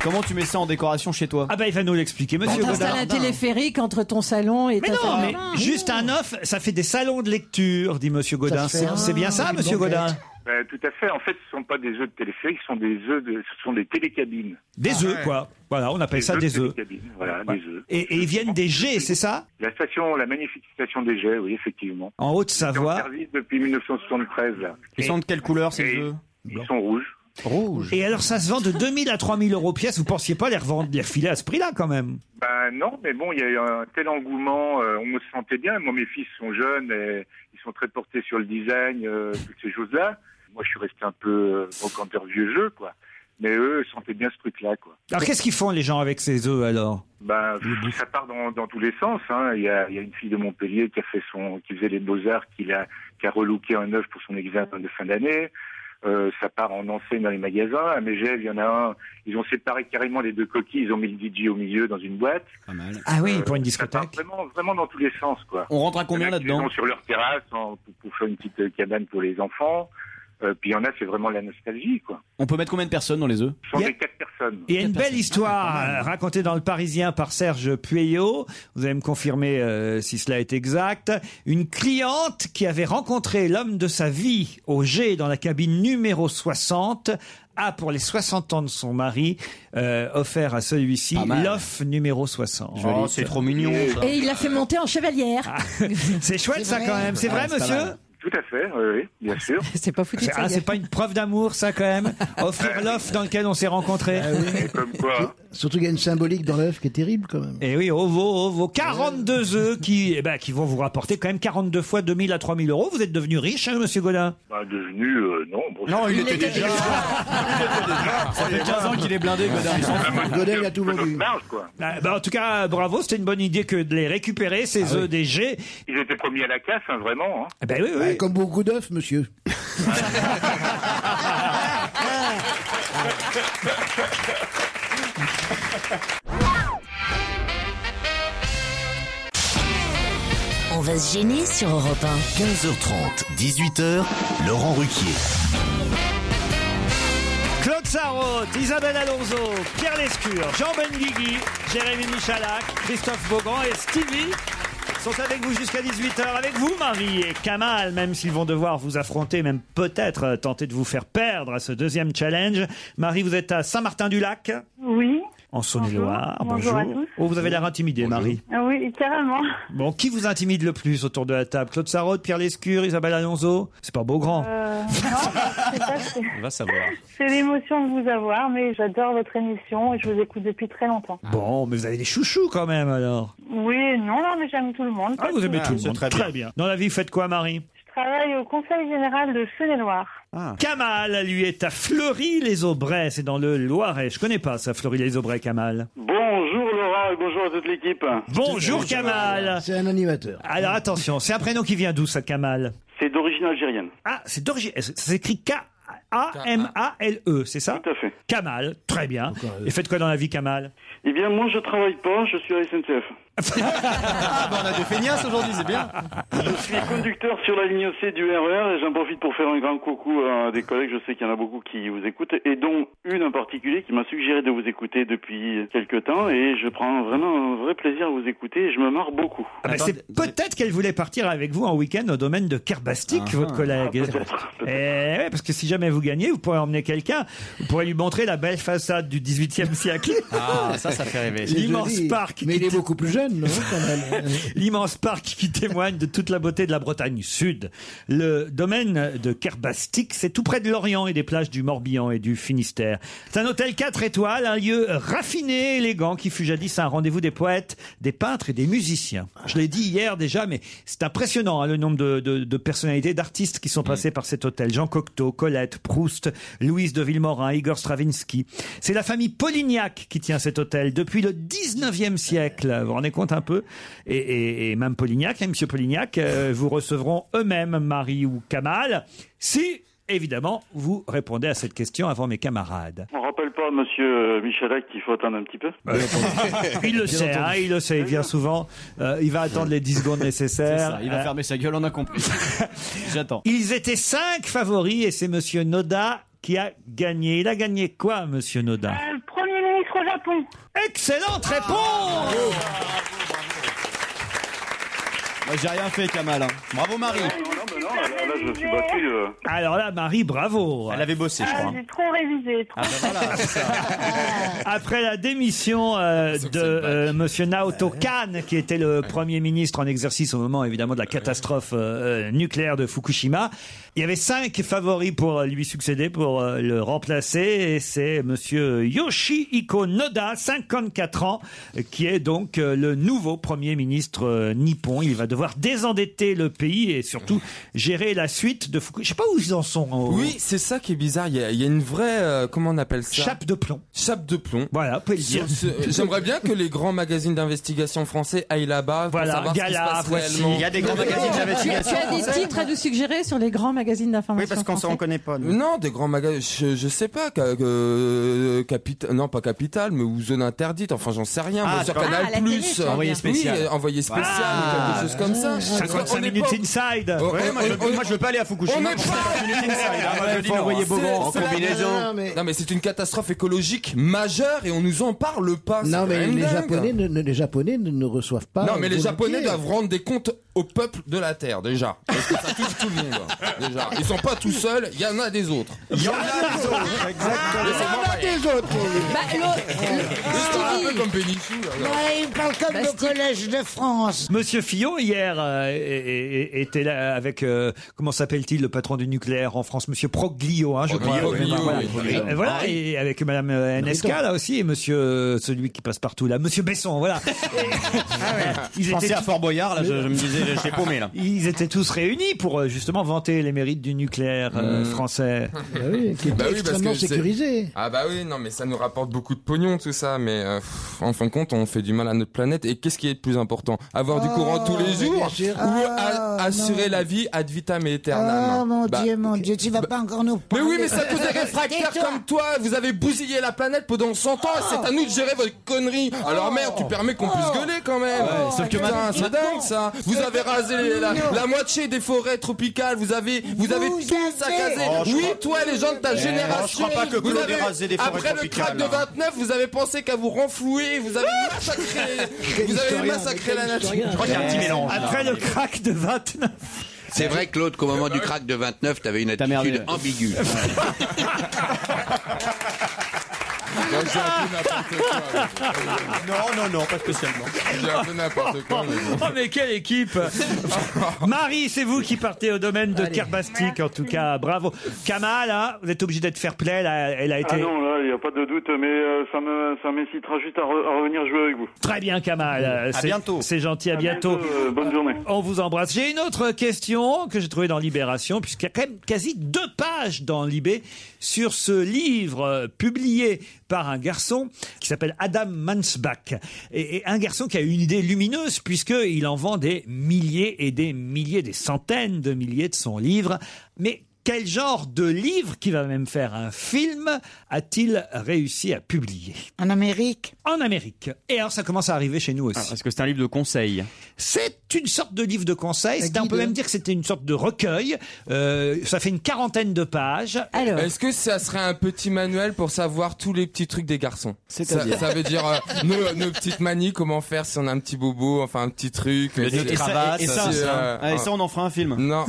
Comment tu mets ça en décoration chez toi
Ah bah il va nous l'expliquer,
On
Monsieur
t'installe un
Godin.
téléphérique entre ton salon et
Mais
ta
non,
salle de
mais
bain.
juste un œuf, ça fait des salons de lecture, dit Monsieur Godin.
fait
C'est
un-
c'est
Ah,
bien ça,
une
Monsieur
banquette.
Godin
Euh, tout à fait. En fait, ce ne sont pas des œufs de téléphérique, ce sont des œufs de, ce sont des télécabines.
Des œufs, quoi. Voilà, on appelle ça
Ah, œufs
des œufs.
télécabines, Voilà,
Ouais.
des œufs.
Et, et ils viennent des G, c'est ça
La station, la magnifique station des jets, oui, effectivement.
En Haute-Savoie.
Service depuis 1973, là.
Ils sont de quelle couleur ces œufs
Ils sont rouges.
Rouge.
Et alors ça se vend de 2000 à 3000 euros pièce. Vous pensiez pas les revendre, les refiler à ce prix-là quand même
Ben non, mais bon, il y a eu un tel engouement, euh, on se sentait bien. Moi, mes fils sont jeunes et ils sont très portés sur le design, euh, toutes ces choses-là. Moi, je suis resté un peu euh, au brocanteur vieux jeu, quoi. Mais eux, ils sentaient bien ce truc-là, quoi.
Alors qu'est-ce qu'ils font les gens avec ces œufs alors
Ben, pff, ça part dans, dans tous les sens. hein. Il y, a, il y a une fille de Montpellier qui a fait son, qui faisait les beaux arts, qui a, qui a relooké un œuf pour son examen de fin d'année. Euh, ça part en enseigne dans les magasins. À Megève, il y en a un. Ils ont séparé carrément les deux coquilles. Ils ont mis le DJ au milieu dans une boîte. Euh,
Ah oui, pour une
Ça part vraiment, vraiment dans tous les sens, quoi.
On rentre à combien
Il y en a qui
là-dedans
sont sur leur terrasse en- pour, pour faire une petite euh, cabane pour les enfants. Euh, puis il y en a, c'est vraiment la nostalgie, quoi.
On peut mettre combien de personnes dans les œufs
Ce sont des quatre personnes.
Il y a une belle histoire euh, racontée dans Le Parisien par Serge Pueyo. Vous allez me confirmer euh, si cela est exact. Une cliente qui avait rencontré l'homme de sa vie au G dans la cabine numéro 60 a, pour les 60 ans de son mari, euh, offert à celui-ci
mal.
l'offre numéro 60.
Oh, c'est trop mignon. ça.
Et il l'a fait monter en chevalière.
Ah, C'est chouette ça
vrai.
quand même. C'est
Ah,
vrai
c'est pas
monsieur
mal.
Tout à fait, oui, oui, bien sûr.
C'est pas foutu de
C'est
sa
ah, c'est
gueule.
pas une preuve d'amour ça quand même. Offrir l'offre dans lequel on s'est rencontrés.
Ah Comme quoi.
Surtout qu'il y a une symbolique dans l'œuf qui est terrible quand même.
Et oui, oh, vos, oh, vos 42 œufs qui, eh ben, qui vont vous rapporter quand même 42 fois 2000 à 3000 euros. Vous êtes devenu riche, hein, monsieur Godin
Bah, devenu, euh, non. Bon,
Non, il, était déjà. Ça fait 15 ans qu'il est blindé, Godin. il s'en fout.
Godin, il a tout vendu.
Ah, bah, En tout cas, bravo, c'était une bonne idée que de les récupérer,
Ah
ces œufs des G.
Ah, Ils étaient promis à la casse, hein, vraiment. hein.
Eh Ben oui, oui.
Ouais, comme beaucoup d'œufs, monsieur.
Ah.
On va se gêner sur Europe 1.
15h30, 18h, Laurent Ruquier.
Claude Sarraute, Isabelle Alonso, Pierre Lescure, Jean Benguigui, Jérémy Michalak, Christophe Beaugrand et Stevie sont avec vous jusqu'à 18h, avec vous Marie et Kamal, même s'ils vont devoir vous affronter, même peut-être euh, tenter de vous faire perdre à ce deuxième challenge. Marie, vous êtes à Saint-Martin-du-Lac,
Oui.
en Saône-et-Loire.
Bonjour. Bonjour à tous.
Oh, vous avez l'air intimidée, Marie.
Ah oui, carrément.
Bon, qui vous intimide le plus autour de la table Claude Sarraute, Pierre Lescure, Isabelle Alonso C'est pas beau grand.
Euh, non, c'est pas- c'est-
va savoir.
c'est l'émotion de vous avoir, mais j'adore votre émission et je vous écoute depuis très longtemps.
Bon, mais vous avez des chouchous quand même alors.
Oui, non, non, mais j'aime tout le monde.
Ah, vous aimez tout le
Je
monde. Très bien. Dans la vie, faites quoi, Marie
travaille au Conseil général de Saône-et-Loire.
Kamal, lui, est à Fleury-les-Aubrais, c'est dans le Loiret. Je connais pas ça, Fleury-les-Aubrais, Kamal.
Bonjour Laurent et bonjour à toute l'équipe.
Bonjour Kamal. C'est un animateur. Alors attention, c'est un prénom qui vient d'où ça, Kamal
C'est d'origine algérienne.
Ah, c'est d'origine. Ça s'écrit K. A-M-A-L-E, E, c'est ça Tout à fait. Kamal, très bien. Et faites quoi dans la vie, Kamal
Eh bien moi je travaille pas, je suis à SNCF.
Ah, on a des feignasses aujourd'hui, c'est bien.
Je suis conducteur sur la ligne C du RER et j'en profite pour faire un grand coucou à des collègues, je sais qu'il y en a beaucoup qui vous écoutent et dont une en particulier qui m'a suggéré de vous écouter depuis quelques temps et je prends vraiment un vrai plaisir à vous écouter et je me marre beaucoup.
Ah bah, c'est peut-être qu'elle voulait partir avec vous en week-end au domaine de Kerbastik,
Ah,
votre
ah.
collègue.
Ah, peut-être,
Eh ouais, parce que si jamais vous gagnez, vous pourrez emmener quelqu'un, vous pourrez lui montrer la belle façade du 18e siècle.
Ah, ça, ça fait rêver. C'est
L'immense
joli.
parc. Mais il est beaucoup plus jeune, non, hein. L'immense parc qui témoigne de toute la beauté de la Bretagne Sud. Le domaine de Kerbastik, c'est tout près de l'Orient et des plages du Morbihan et du Finistère. C'est un hôtel 4 étoiles, un lieu raffiné, élégant, qui fut jadis un rendez-vous des poètes, des peintres et des musiciens. Je l'ai dit hier déjà, mais c'est impressionnant hein, le nombre de, de- de personnalités, d'artistes qui sont passés par cet hôtel. Jean Cocteau, Colette, Proust, Louise de Villemorin, Igor Stravinsky. C'est la famille Polignac qui tient cet hôtel depuis le 19e siècle. Vous vous rendez compte un peu et, et, et Mme Polignac, et Monsieur Polignac, euh, vous recevront eux-mêmes Marie ou Kamal, si, évidemment, vous répondez à cette question avant mes camarades.
On rappelle pas à monsieur Michalak qu'il faut attendre un petit peu
Bah,
Euh.
Il le sait, hein, il le sait, il vient souvent. Euh, il va attendre les 10 secondes
C'est
nécessaires.
ça, il va
Euh,
fermer sa gueule, on a compris. J'attends.
Ils étaient cinq favoris et c'est Monsieur Noda qui a gagné. Il a gagné quoi, Monsieur Noda
Euh, Premier ministre au Japon.
Excellente
Oh.
réponse
Moi, j'ai rien fait, Kamal. hein. Bravo, Marie.
hein.
Là je me suis battu. euh,
Alors là, Marie, bravo. Elle
avait bossé, je
Ah.
crois.
J'ai trop révisé. Trop...
Ben
Après la démission euh, de euh, Monsieur Naoto Kan, qui était le Premier ministre en exercice au moment évidemment de la catastrophe euh, euh, nucléaire de Fukushima, il y avait cinq favoris pour euh, lui succéder, pour euh, le remplacer, et c'est Monsieur Yoshihiko Noda, 54 ans, euh, qui est donc euh, le nouveau Premier ministre euh, nippon. Il va devoir désendetter le pays et surtout gérer la suite de Fukushima. Je sais pas où ils en sont. euh,
Oui, c'est ça qui est bizarre. Il y a, il y a une vraie, euh, comment on appelle ça
Chape de plomb.
Chape de plomb.
Voilà, vous pouvez le dire.
Ce- ce- J'aimerais bien que les grands magazines d'investigation français aillent là-bas pour
Voilà,
savoir
Gala,
ce qui se passe
voici.
réellement.
Il y a des
grands magazines
Tu as, tu as des titres à nous suggérer sur les grands magazines d'information français
connaît pas. Non, des grands magasins, je, je sais pas, ca- euh, Capit- non pas Capital, mais ou Zone Interdite, enfin j'en sais rien.
Ah,
moi, sur
d'accord.
Canal
Ah, la télé, tu
Plus,
veux
envoyé
dire.
spécial,
Oui,
envoyé spécial,
Ah.
ou quelque chose comme ça.
55
On est
minutes
pas-
inside.
Oh,
Ouais, moi, je-
on-
moi, je veux pas aller à Fukushima
On est
pour
pas-
55 minutes inside, hein, moi, je
Ouais,
dis
faut
non,
envoyer
hein.
Beaugrand
C'est- c'est la-
Non, mais-
Non mais c'est une catastrophe écologique majeure et on nous en parle pas. Ah, c'est
Non,
quand
mais
même
les
dingue.
Japonais, ne, ne- les Japonais ne, ne reçoivent pas.
non mais les
volontiers.
Japonais doivent rendre des comptes au peuple de la Terre déjà. Parce que ça touche tout le monde. hein, Déjà, ils sont pas tout seuls, il y en a des autres. Il y en a des autres. Exactement.
Ah,
Ah,
des autres.
Bah,
un peu comme Ah, Bénichou. là, là.
Bah,
Ouais, il parle comme le Collège de France.
Monsieur Fillon hier euh, é- é- é- était là avec euh, comment s'appelle-t-il le patron du nucléaire en France, Monsieur Proglio, hein, je
Proglio,
crois.
Proglio,
voilà.
oui,
Et
Proglio.
voilà,
Ah oui.
et avec Madame euh, NSK là aussi et Monsieur euh, celui qui passe partout là, Monsieur Besson, voilà.
Je pensais à Fort Boyard, là, je, je me disais, j'ai- j'ai paumé, là.
Ils étaient tous réunis pour euh, justement vanter les mérites du nucléaire euh,
Hmm.
Mm.
français.
qui était
Bah oui, parce
extrêmement
que c'est-
sécurisé.
Ah bah oui, non mais ça nous rapporte beaucoup de pognon tout ça, mais euh, pff, en fin de compte on fait du mal à notre planète et qu'est-ce qui est le plus important Avoir du
Ah,
courant tous les
mais
jours
bien sûr.
ou
Ah,
a- assurer
non.
la vie ad vitam aeternam
Oh
Ah,
mon
Bah,
Dieu, mon Dieu, tu vas pas encore nous
Mais
parler.
oui, mais ça cause des réfractaires
Tais-toi.
comme toi. Vous avez bousillé la planète pendant 100 ans. et C'est à nous de
Oh.
gérer votre connerie. Alors merde, tu permets qu'on puisse gueuler quand même.
Ouais, sauf que
Putain,
maintenant-
c'est dingue ça. Vous
Sauf
avez rasé les- la,
Non.
la moitié des forêts tropicales, vous avez, vous avez
Vous
tout saccagé.
avez- Oh, je
oui,
crois-
toi, les gens de ta
Eh,
génération,
je crois pas que
vous
Claude
avez-
ait rasé des forêts
après le crack
tropicales,
de
hein.
29, vous avez pensé qu'à vous renflouer, vous avez massacré, vous avez massacré la nature.
Eh,
Après le crack de 29.
C'est vrai, Claude, qu'au moment du crack de 29, t'avais une attitude ambiguë.
Bah,
Non, non, non, pas spécialement.
J'ai un peu n'importe quoi. mais
Oh, mais quelle équipe Marie, c'est vous qui partez au domaine de Kerbastik, en tout cas. Bravo. Kamal, hein, vous êtes obligé d'être fair-play. Elle a, elle a été
Ah non, là, il n'y a pas de doute, mais euh, ça me- ça m'incitera juste à, re- à revenir jouer avec vous.
très bien, Kamal. Euh,
À
c'est-
bientôt.
C'est gentil, à,
À
bientôt.
bientôt, euh, bonne journée.
On vous embrasse. J'ai une autre question que j'ai trouvée dans Libération, puisqu'il y a quand même quasi deux pages dans Libé sur ce livre euh, publié par un garçon qui s'appelle Adam Mansbach. Et, et un garçon qui a eu une idée lumineuse, puisqu'il en vend des milliers et des milliers, des centaines de milliers de son livre. Mais quel genre de livre, qui va même faire un film, a-t-il réussi à publier
En Amérique
En Amérique. Et alors ça commence à arriver chez nous aussi.
Ah, Est-ce que c'est un livre de conseil
C'est une sorte de livre de conseil. C'est- On peut même dire que c'était une sorte de recueil. Euh, ça fait une quarantaine de pages.
Est-ce que ça serait un petit manuel pour savoir tous les petits trucs des garçons ça,
C'est-à-dire
ça veut dire euh, nos, nos petites manies, comment faire si on a un petit bobo, enfin un petit truc.
Et,
euh,
et ça, et ça,
si, euh,
ah, et ça, on en fera un film.
Non.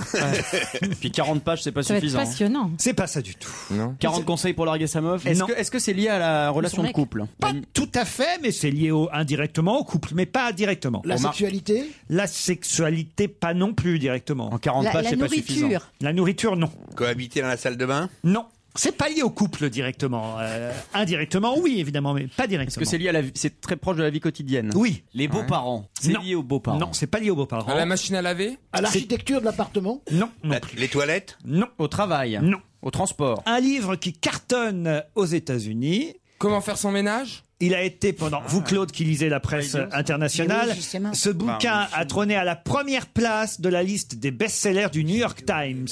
Puis 40 pages, c'est pas
Ça va être
suffisant.
hein.
passionnant.
C'est pas ça du tout.
Non.
40 conseils pour larguer sa meuf.
Est-ce
Non.
que-
Est-ce que c'est lié à la
relation de mec.
couple
Pas tout à fait, mais c'est lié au, indirectement au couple, mais pas directement.
La sexualité
La sexualité, pas non plus directement. En 40
La- pages, la c'est pas nourriture. suffisant.
La nourriture, non.
Cohabiter dans la salle de bain
Non. C'est pas lié au couple directement. Euh, indirectement, oui, évidemment, mais pas directement.
Est-ce que c'est lié à la vie C'est très proche de la vie quotidienne.
Oui.
Les beaux-parents.
C'est lié aux beaux-parents.
Non, c'est pas lié aux beaux-parents.
À la machine à laver
À l'architecture de l'appartement
Non.
Les toilettes
Non.
Au travail
Non.
Au transport
Un livre qui cartonne aux États-Unis.
Comment faire son ménage
Il a été pendant vous Claude qui lisez la presse internationale.
Mais oui, justement.
ce
Bah,
bouquin
oui,
a trôné à la première place de la liste des best-sellers du New York Times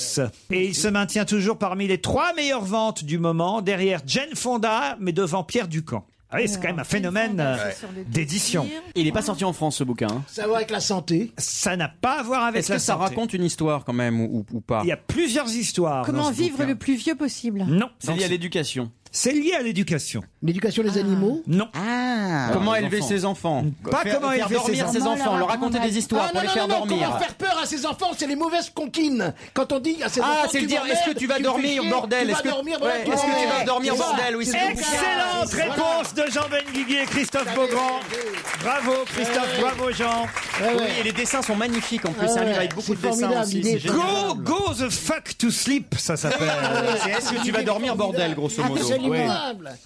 et il se maintient toujours parmi les trois meilleures ventes du moment derrière Jane Fonda mais devant Pierre Ducamp. Ah oui, c'est quand même un phénomène euh,
c'est sur le
d'édition.
plaisir. Il n'est pas sorti en France ce bouquin. hein.
Ça va avec la santé
Ça n'a pas à voir avec
Est-ce que
la
ça
santé.
raconte une histoire quand même ou, ou- ou pas
Il y a plusieurs histoires.
Comment
dans ce
vivre
bouquin.
le plus vieux possible
Non.
C'est lié à l'éducation.
C'est lié à l'éducation.
L'éducation des animaux
Non.
Ah.
Comment élever ses enfants
Pas
Faire-
comment
faire
élever
dormir ses enfants, leur raconter des histoires
Ah,
pour
non,
les
non,
faire
non, non,
dormir.
Comment faire peur à ses enfants C'est les mauvaises conquines. Quand on dit à ses
Ah,
enfants.
c'est le dire,
m'emmerdes,
est-ce que tu vas
me
dormir,
fais chier,
bordel,
Tu
est-ce
vas
que-
dormir,
ouais, est-ce que tu vas dormir, bordel, oui, c'est le bouquin.
Excellente
Voilà.
réponse de Jean-Ben Guiguet et Christophe Beaugrand. Bravo Christophe, bravo Jean.
Eh Oui, et les dessins sont magnifiques en plus.
Ah
c'est un
ouais,
livre avec beaucoup de
c'est
dessins
formidable,
aussi.
l'idée.
c'est génial.
Go, go the fuck to sleep, ça s'appelle.
C'est est-ce que tu vas dormir, bordel, grosso modo
Absolument.
Oui.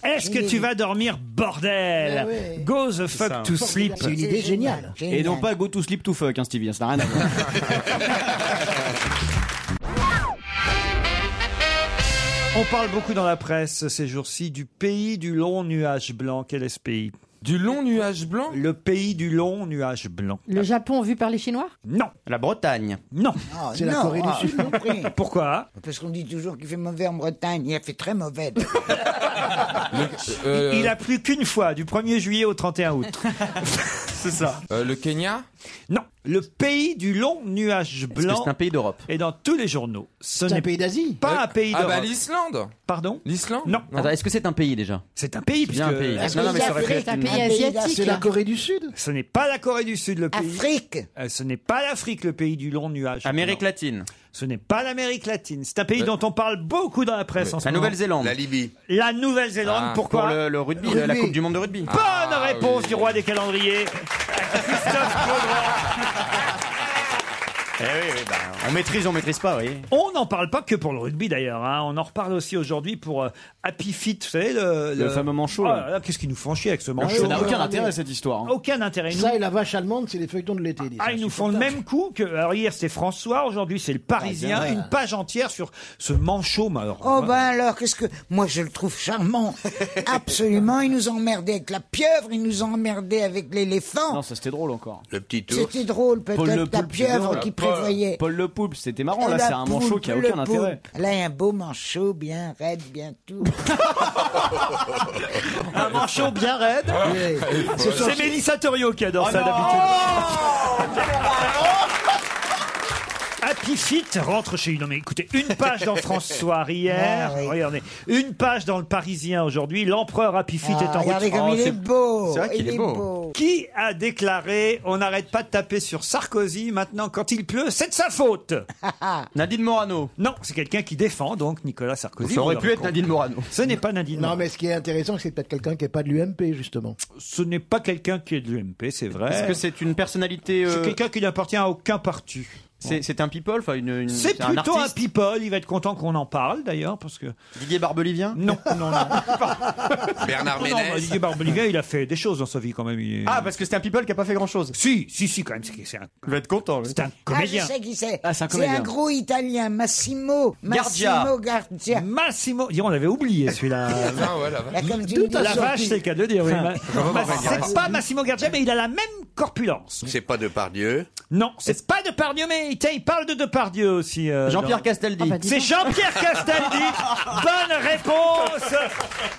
Est-ce que tu vas dormir, bordel Go the fuck
ça.
to sleep.
C'est une idée
géniale.
Et non pas go to sleep to fuck, hein, Stevie, hein, ça n'a rien à voir.
On parle beaucoup dans la presse ces jours-ci du pays du long nuage blanc. Quel est ce pays
Du long nuage blanc
Le pays du long nuage blanc.
Le Japon vu par les Chinois
Non.
La Bretagne.
Non.
Ah, C'est la non, Corée du ah, Sud, non
Pourquoi
Parce qu'on dit toujours qu'il fait mauvais en Bretagne. Il a fait très mauvais. Ah.
Euh,
Il a plu qu'une fois, du 1er juillet au 31 août. C'est ça.
euh, le Kenya
Non. Le pays du long nuage blanc.
c'est un
pays d'Europe.
Et dans tous les journaux. Ce
C'est un
n'est
pays d'Asie
Pas un pays
Ah
d'Europe.
bah l'Islande
Pardon
L'Islande
Non.
Attends, est-ce que c'est un pays déjà
C'est un pays,
C'est bien
puisque-
un pays.
Est-ce
Non,
que
non, mais ça aurait pu
l'Afrique
être
est un
une-
pays asiatique
C'est la Corée du Sud
Ce n'est pas la Corée du Sud, le pays.
Afrique.
Euh, ce n'est pas l'Afrique, le pays du long nuage.
Amérique
Non.
latine.
Ce n'est pas l'Amérique latine. C'est un pays
Ouais.
dont on parle beaucoup dans la presse en ce
La
moment.
Nouvelle-Zélande.
La Libye.
La Nouvelle-Zélande,
Ah,
pourquoi
Pour le, le rugby, la Coupe du Monde de rugby.
Bonne
Ah,
réponse du roi des calendriers.
Ah,
Eh oui, oui, bah, on maîtrise, on maîtrise pas, oui.
On n'en parle pas que pour le rugby d'ailleurs. hein. On en reparle aussi aujourd'hui pour euh, Happy Feet, vous savez, le,
Le fameux manchot,
Ah
là.
là là, Qu'est-ce qu'ils nous font chier avec ce
Ça
manchot
n'a aucun intérêt cette histoire. hein.
Aucun intérêt. Ils nous-
Ça et la vache allemande, c'est les feuilletons de l'été.
Ah, ils nous font le même coup que. Alors hier c'était François, aujourd'hui c'est le Parisien.
Ah, bien.
une page entière sur ce manchot. mais alors,
Oh ben alors, qu'est-ce que... Moi, je le trouve charmant. Absolument, il nous emmerdait avec la pieuvre, il nous emmerdait avec l'éléphant.
Non, ça c'était drôle encore.
Le petit
C'était drôle, peut-être, la pieuvre qui prévoyait.
Paul Le Poulpe, c'était marrant.
Ah,
Là,
la
c'est un manchot
poule,
qui a
le
aucun
poule.
intérêt.
Là, il y a un beau manchot, bien raide, bien tout.
Un manchot bien raide.
Oui.
Oh,
Oh
Ah,
C'est Mélissa Torio qui adore ça d'habitude. Happy Feet rentre chez lui. Non mais écoutez, une page dans France Soir hier.
Ah oui.
Regardez, une page dans le Parisien aujourd'hui. L'empereur Happy Feet
Ah,
est en route.
regardez comme il est beau.
Oh, C'est vrai qu'il
Il
est,
est
beau.
beau.
Qui a déclaré on n'arrête pas de taper sur Sarkozy maintenant quand il pleut, c'est de sa faute. Nadine Morano. Non, c'est quelqu'un qui défend donc Nicolas Sarkozy.
Ça aurait
Vous
pu
le
être Nadine Morano.
Ce n'est pas Nadine.
Non,
Morano.
mais ce qui est intéressant, c'est que c'est peut-être quelqu'un qui n'est pas de l'UMP, justement.
Ce n'est pas quelqu'un qui est de l'UMP, c'est vrai.
Est-ce que
c'est une personnalité
euh,
C'est quelqu'un qui n'appartient à aucun parti. C'est un people, enfin une. c'est
c'est un
plutôt un,
artiste
people. Il va être content qu'on en parle d'ailleurs parce que. Didier Barbelivien Non, non, non.
Bernard
Non, non, bah, Didier Barbelivien, il a fait des choses dans sa vie quand même. il est-
Ah, parce que c'est un people qui a pas fait grand chose.
Si, si, si, quand même. C'est un.
Il va être content. C'est
un
Ah, je sais qui c'est.
Ah, c'est
c'est
un
un,
comédien.
gros italien, Massimo. Massimo Gardia.
Massimo, dis, on l'avait oublié celui-là.
Ah, ouais, la vache. Là, comme tu me dis,
la
sorti.
vache, c'est le cas de le dire. oui.
Ah.
Ma-
Vraiment,
Ma-
vraiment,
c'est
vraiment.
pas Massimo Gardia, mais il a la même corpulence.
C'est pas de Pardieu.
Non, c'est pas Depardieu, mais il, il parle de Depardieu aussi. euh,
Jean-Pierre
dans-
Castaldi. Ah, bah, dis
c'est
donc.
Jean-Pierre Castaldi. Bonne réponse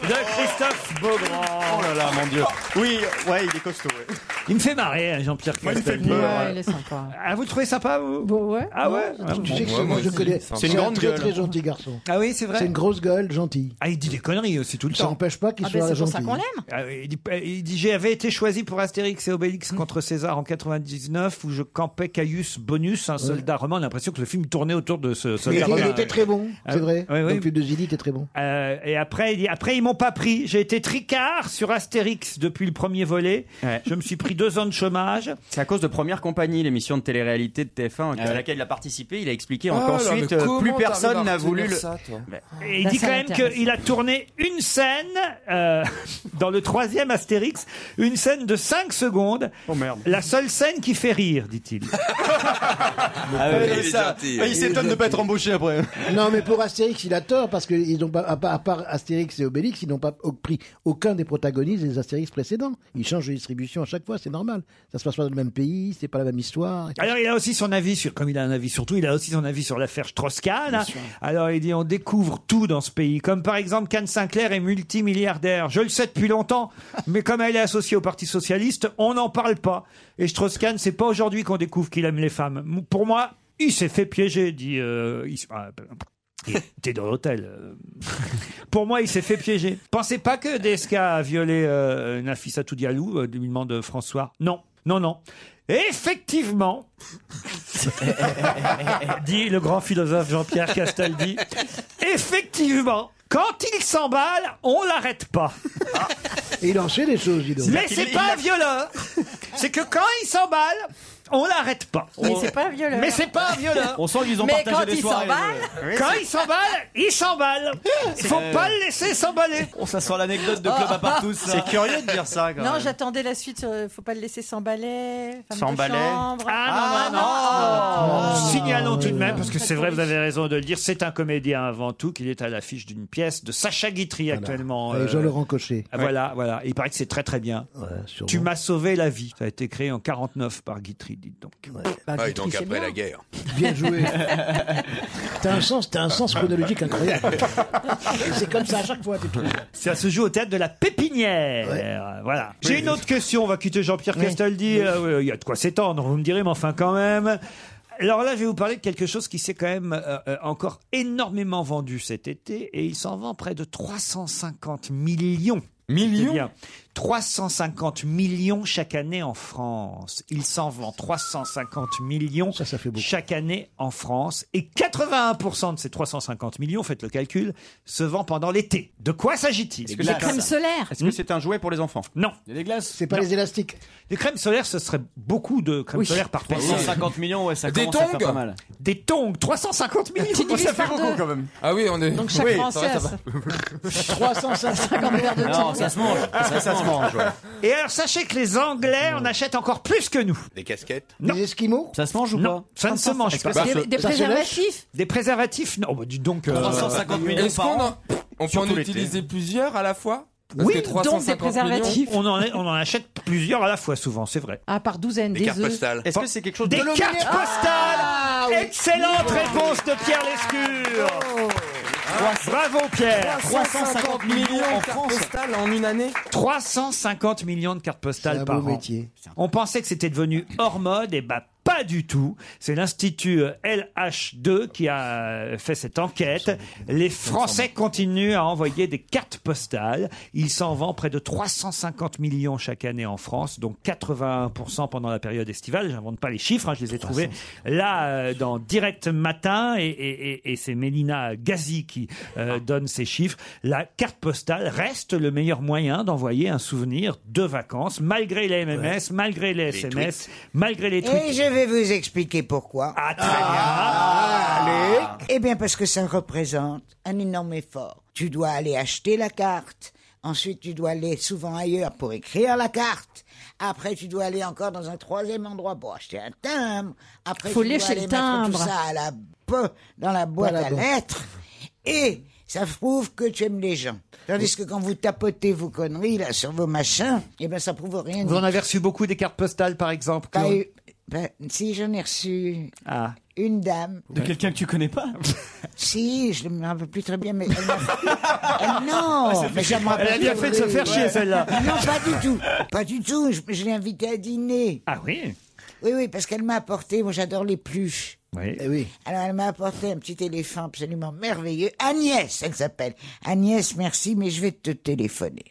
de Christophe Beaugrand.
Oh là là, mon Dieu. Oui, ouais, il est costaud. ouais.
Il me fait marrer, hein, Jean-Pierre
Moi, il me fait
Castaldi.
peur, ouais.
Ouais, il est sympa.
Ah, vous le trouvez sympa, vous Ah ouais
Tu sais que c'est- moi, je connais. C'est un très, très gentil garçon.
Ah oui, c'est vrai.
C'est une grosse gueule, gentille.
Ah, il dit des conneries aussi tout le
Ça
temps.
n'empêche pas qu'il Ah, ben, soit c'est pour gentil. ça qu'on l'aime.
Ah, il dit, il dit, J'avais été choisi pour Astérix et
Mm.
Obélix contre César en 99 où je campais Caius Bonus, un soldat romain. On a l'impression que le film tournait autour de ce
Mais
soldat
il
romain.
était très bon,
Ah,
c'est vrai.
oui, oui.
Donc, de Zili était très bon.
Euh, et après, il dit, après ils m'ont pas pris. J'ai été tricard sur Astérix depuis le premier volet. Je me suis pris deux ans de chômage.
C'est à cause de Première Compagnie, l'émission de télé-réalité de TF1
À
à
laquelle
laquelle il a participé. Il a expliqué
Euh, Ah là,
qu'ensuite
mais
euh,
comment
plus
t'arrives à
personne n'a voulu
retenir
le. Bah.
ça, toi Ah.
Mais-
Et il dit quand même qu'il a tourné une scène euh, dans le troisième Astérix, une scène de 5 secondes.
Oh,
La seule scène qui fait rire, dit-il.
Ah ouais, il est ça. Ah, il s'étonne de pas être embauché après.
Non, mais pour Astérix, il a tort parce que ils n'ont pas, à part à part Astérix et Obélix, ils n'ont pas au- pris aucun des protagonistes des Astérix précédents. Ils changent de distribution à chaque fois, c'est normal. Ça se passe pas dans le même pays, c'est pas la même histoire.
Alors il a aussi son avis sur, comme il a un avis sur tout, il a aussi son avis sur l'affaire Strauss-Kahn. hein. Alors il dit on découvre tout dans ce pays, comme par exemple Kahn Sinclair est multimilliardaire. Je le sais depuis longtemps, mais comme elle est associée au Parti socialiste, on n'en parle pas. Et Strauss-Kahn, c'est pas aujourd'hui qu'on découvre qu'il aime les femmes. M- Pour moi, il s'est fait piéger, dit. euh, il s- ah, ben, il était dans l'hôtel. euh. Pour moi, il s'est fait piéger. Pensez pas que Desca a violé euh, Nafissa Toudialou, euh, du mouvement de François. Non, non, non. Effectivement, dit le grand philosophe Jean-Pierre Castaldi. Effectivement, quand il s'emballe, on l'arrête pas.
Et il en sait des choses, dis donc.
Mais c'est pas un violeur. C'est que quand il s'emballe, on l'arrête pas.
Mais
On-
c'est pas un violeur.
Mais c'est pas un violeur.
On sent qu'ils ont
Mais
partagé
quand
des
il
soirées,
s'emballe,
ouais.
Quand
Oui, c'est-
il s'emballe, il s'emballe. Il faut
C'est- euh,
pas le laisser s'emballer.
On ça sent l'anecdote de club à hein. partout. ça. C'est curieux de dire ça. Quand
Non,
même.
j'attendais la suite. euh, faut pas le laisser s'emballer. femme de
S'emballer.
chambre.
Ah, non, non. Oh. Signalons tout de même, parce que c'est vrai, vous avez raison de le dire, c'est un comédien avant tout, qu'il est à l'affiche d'une pièce de Sacha Guitry actuellement.
Et
euh,
Jean-Laurent Cochet.
Ah, Voilà, voilà. Il paraît que c'est très très bien. tu m'as sauvé la vie. Ça a été créé en 49 par Guitry, dites donc.
Ah, et donc après la guerre.
Bah, Bien joué. T'as un sens, t'as un sens chronologique incroyable. Et c'est comme ça à chaque fois. t'es tout.
Ça se joue au théâtre de la Pépinière. Euh, Voilà. J'ai une autre question. On va quitter Jean-Pierre Castaldi. Euh, ouais, il y a de quoi s'étendre, vous me direz, mais enfin quand même. Alors là, je vais vous parler de quelque chose qui s'est quand même euh, euh, encore énormément vendu cet été et il s'en vend près de 350 millions. Millions 350 millions chaque année en France. Il s'en vend 350 millions chaque année en France. Et 81% de ces 350 millions, faites le calcul, se vend pendant l'été. De quoi s'agit-il
Est-ce que c'est crème solaire Est-ce que c'est un jouet pour les enfants
Non.
Des glaces
C'est pas
Non.
les élastiques.
Des crèmes solaires, ce serait beaucoup de crèmes
Oui.
solaires par personne.
350 millions, ouais, ça
Des
commence à faire
tongs
pas mal.
Des tongs, 350 millions
Petit
Oh, Ça fait
diviseur
beaucoup
de-
quand même.
Ah oui, on est.
Donc chaque
oui,
Français
ça va,
a
ça
ça.
va.
350
Ah
millions de
Non, ça se mange. Ça, ça se mange. ouais.
Et alors, sachez que les Anglais en achètent encore plus que nous.
Des casquettes
Des esquimaux
Ça se mange ou pas Ça ne se mange
Est-ce
pas.
que c'est Des- des ça se lèche préservatifs
Des préservatifs Non, bah, dis donc. euh,
Est-ce qu'on en- on peut en utiliser plusieurs à la fois Parce
Oui,
que 350 millions-
On en, on en achète plusieurs à la fois, souvent, c'est vrai.
Ah, par douzaine.
Des
des
cartes
œufs.
postales. Est-ce que c'est quelque chose de- Ah
Des
Des
cartes
cartes
postales
Ah,
postales Excellente réponse de Pierre Lescure
Oh.
Bravo Pierre
350 millions en France postales en une année
350 millions de cartes postales
C'est un
par
beau
an.
métier.
On pensait que c'était devenu hors mode, et bah pas du tout. C'est l'Institut euh, LH2 qui a euh, fait cette enquête. Les Français continuent à envoyer des cartes postales. Il s'en vend près de 350 millions chaque année en France, donc 81% pendant la période estivale. J'invente pas les chiffres, hein, je les ai trouvés là euh, dans Direct Matin et, et- et- et c'est Mélina Gazi qui
Ah.
euh, donne ces chiffres. La carte postale reste le meilleur moyen d'envoyer un souvenir de vacances, malgré les MMS, malgré les SMS, malgré les tweets.
Et je vais vous expliquer pourquoi.
Ah, très
Ah.
bien. Eh bien, parce que ça représente un énorme effort. Tu dois aller acheter la carte. Ensuite, tu dois aller souvent ailleurs pour écrire la carte. Après, tu dois aller encore dans un troisième endroit pour acheter un timbre. Après,
Faut
tu dois
lécher
aller
le
mettre
timbre.
tout ça à la po- dans la boîte
Voilà,
à
donc.
lettres. Et ça prouve que tu aimes les gens. Tandis que quand vous tapotez vos conneries là sur vos machins, eh ben ça prouve rien.
Vous en
du
avez reçu beaucoup des cartes postales, par exemple
Pas
Claude
eu- ben, si, j'en ai reçu
Ah.
une dame.
De quelqu'un que tu connais pas
Si, je ne me rappelle plus très bien, mais elle m'a Elle- non,
Ah, ça fait
mais je
chier.
me rappelle
Elle a bien
plus.
fait de se faire chier, celle-là.
Non, pas du tout, pas du tout. Je, je l'ai invitée à dîner.
Ah oui.
Oui, oui, parce qu'elle m'a apporté. Moi, j'adore les pluches.
Oui.
Alors, elle m'a apporté un petit éléphant absolument merveilleux. Agnès, elle s'appelle. Agnès, merci, mais je vais te téléphoner.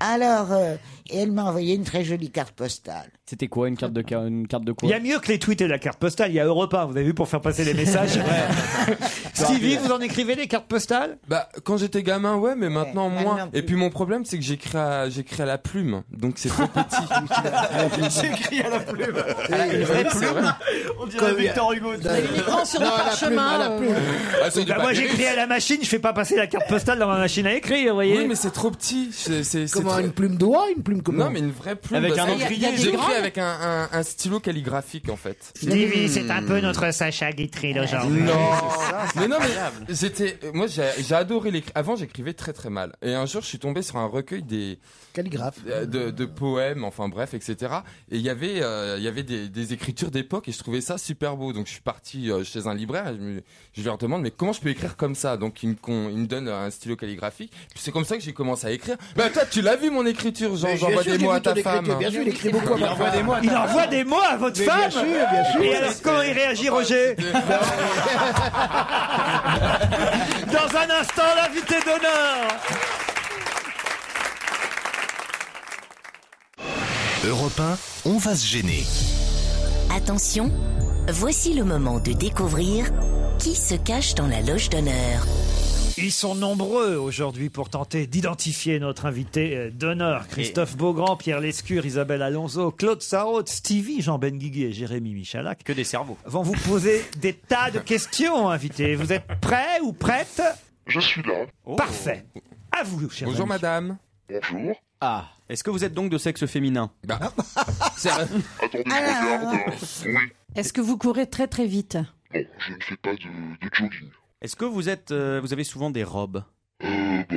Alors, euh, et elle m'a envoyé une très jolie carte postale.
C'était quoi une carte de ca- une carte de quoi
Il y a mieux que les tweets et la carte postale. Il y a Europa, vous avez vu, pour faire passer les messages. Stevie, vous en écrivez des cartes postales
Bah, quand j'étais gamin, ouais, mais maintenant,
maintenant,
moins. Et puis, mon problème, c'est que j'écris à, j'écris à la plume. Donc, c'est trop petit.
J'écris à la plume.
Une vraie plume
On dirait Victor Hugo.
ah,
Bah, moi j'écris à la machine, je fais pas passer la carte postale dans ma machine à écrire, vous voyez.
Oui, mais c'est trop petit. C'est- c'est- c'est
Comment
très-
une plume d'oie, une plume comment
Non, mais une vraie plume.
Avec
parce
un
que
encrier. Il y a- il y a des grandes.
J'écris avec un, un- un stylo calligraphique, en fait.
Stevie, c'est un peu notre Sacha Guitry aujourd'hui.
Non, mais non, mais j'étais, moi j'ai j'ai adoré l'écrit. Avant j'écrivais très très mal. Et un jour je suis tombé sur un recueil des Euh,
calligraphes,
de, de poèmes, enfin bref, etc. Et il y avait, euh, il y avait des, des écritures d'époque et je trouvais ça super beau. Donc je suis parti euh, chez un libraire. Et je, me- je leur demande mais comment je peux écrire comme ça Donc ils me, con- ils me donnent un stylo calligraphique. Puis c'est comme ça que j'ai commencé à écrire. Bah toi tu l'as vu mon écriture, Jean,
Mais bien
j'envoie
sûr,
des
j'ai
mots
vu
à ta
ton écriture,
femme.
bien sûr, il écrit beaucoup à Il ma envoie femme. des mots à ta
Il envoie
femme.
des mots à votre
Mais bien
femme
sûr, bien sûr.
Et alors comment il réagit Roger Dans un instant, l'invité d'honneur
Europe 1, on va se gêner.
Attention, voici le moment de découvrir qui se cache dans la loge d'honneur.
Ils sont nombreux aujourd'hui pour tenter d'identifier notre invité euh, d'honneur. Christophe Beaugrand, Pierre Lescure, Isabelle Alonso, Claude Sarraute, Stevie, Jean Benguigui et Jérémy Michalak. Que des cerveaux. Vont vous poser des tas de questions, invités. Vous êtes prêts ou prêtes
Je suis là.
Oh.
Parfait. À vous, cher
Bonjour
ami.
madame.
Bonjour. Ah, est-ce que vous êtes donc de sexe féminin Ah.
Bah,
euh,
Est-ce que vous courez très très vite
Je ne fais pas de, de jogging.
Est-ce que vous êtes, euh, vous avez souvent des robes
Euh, bah,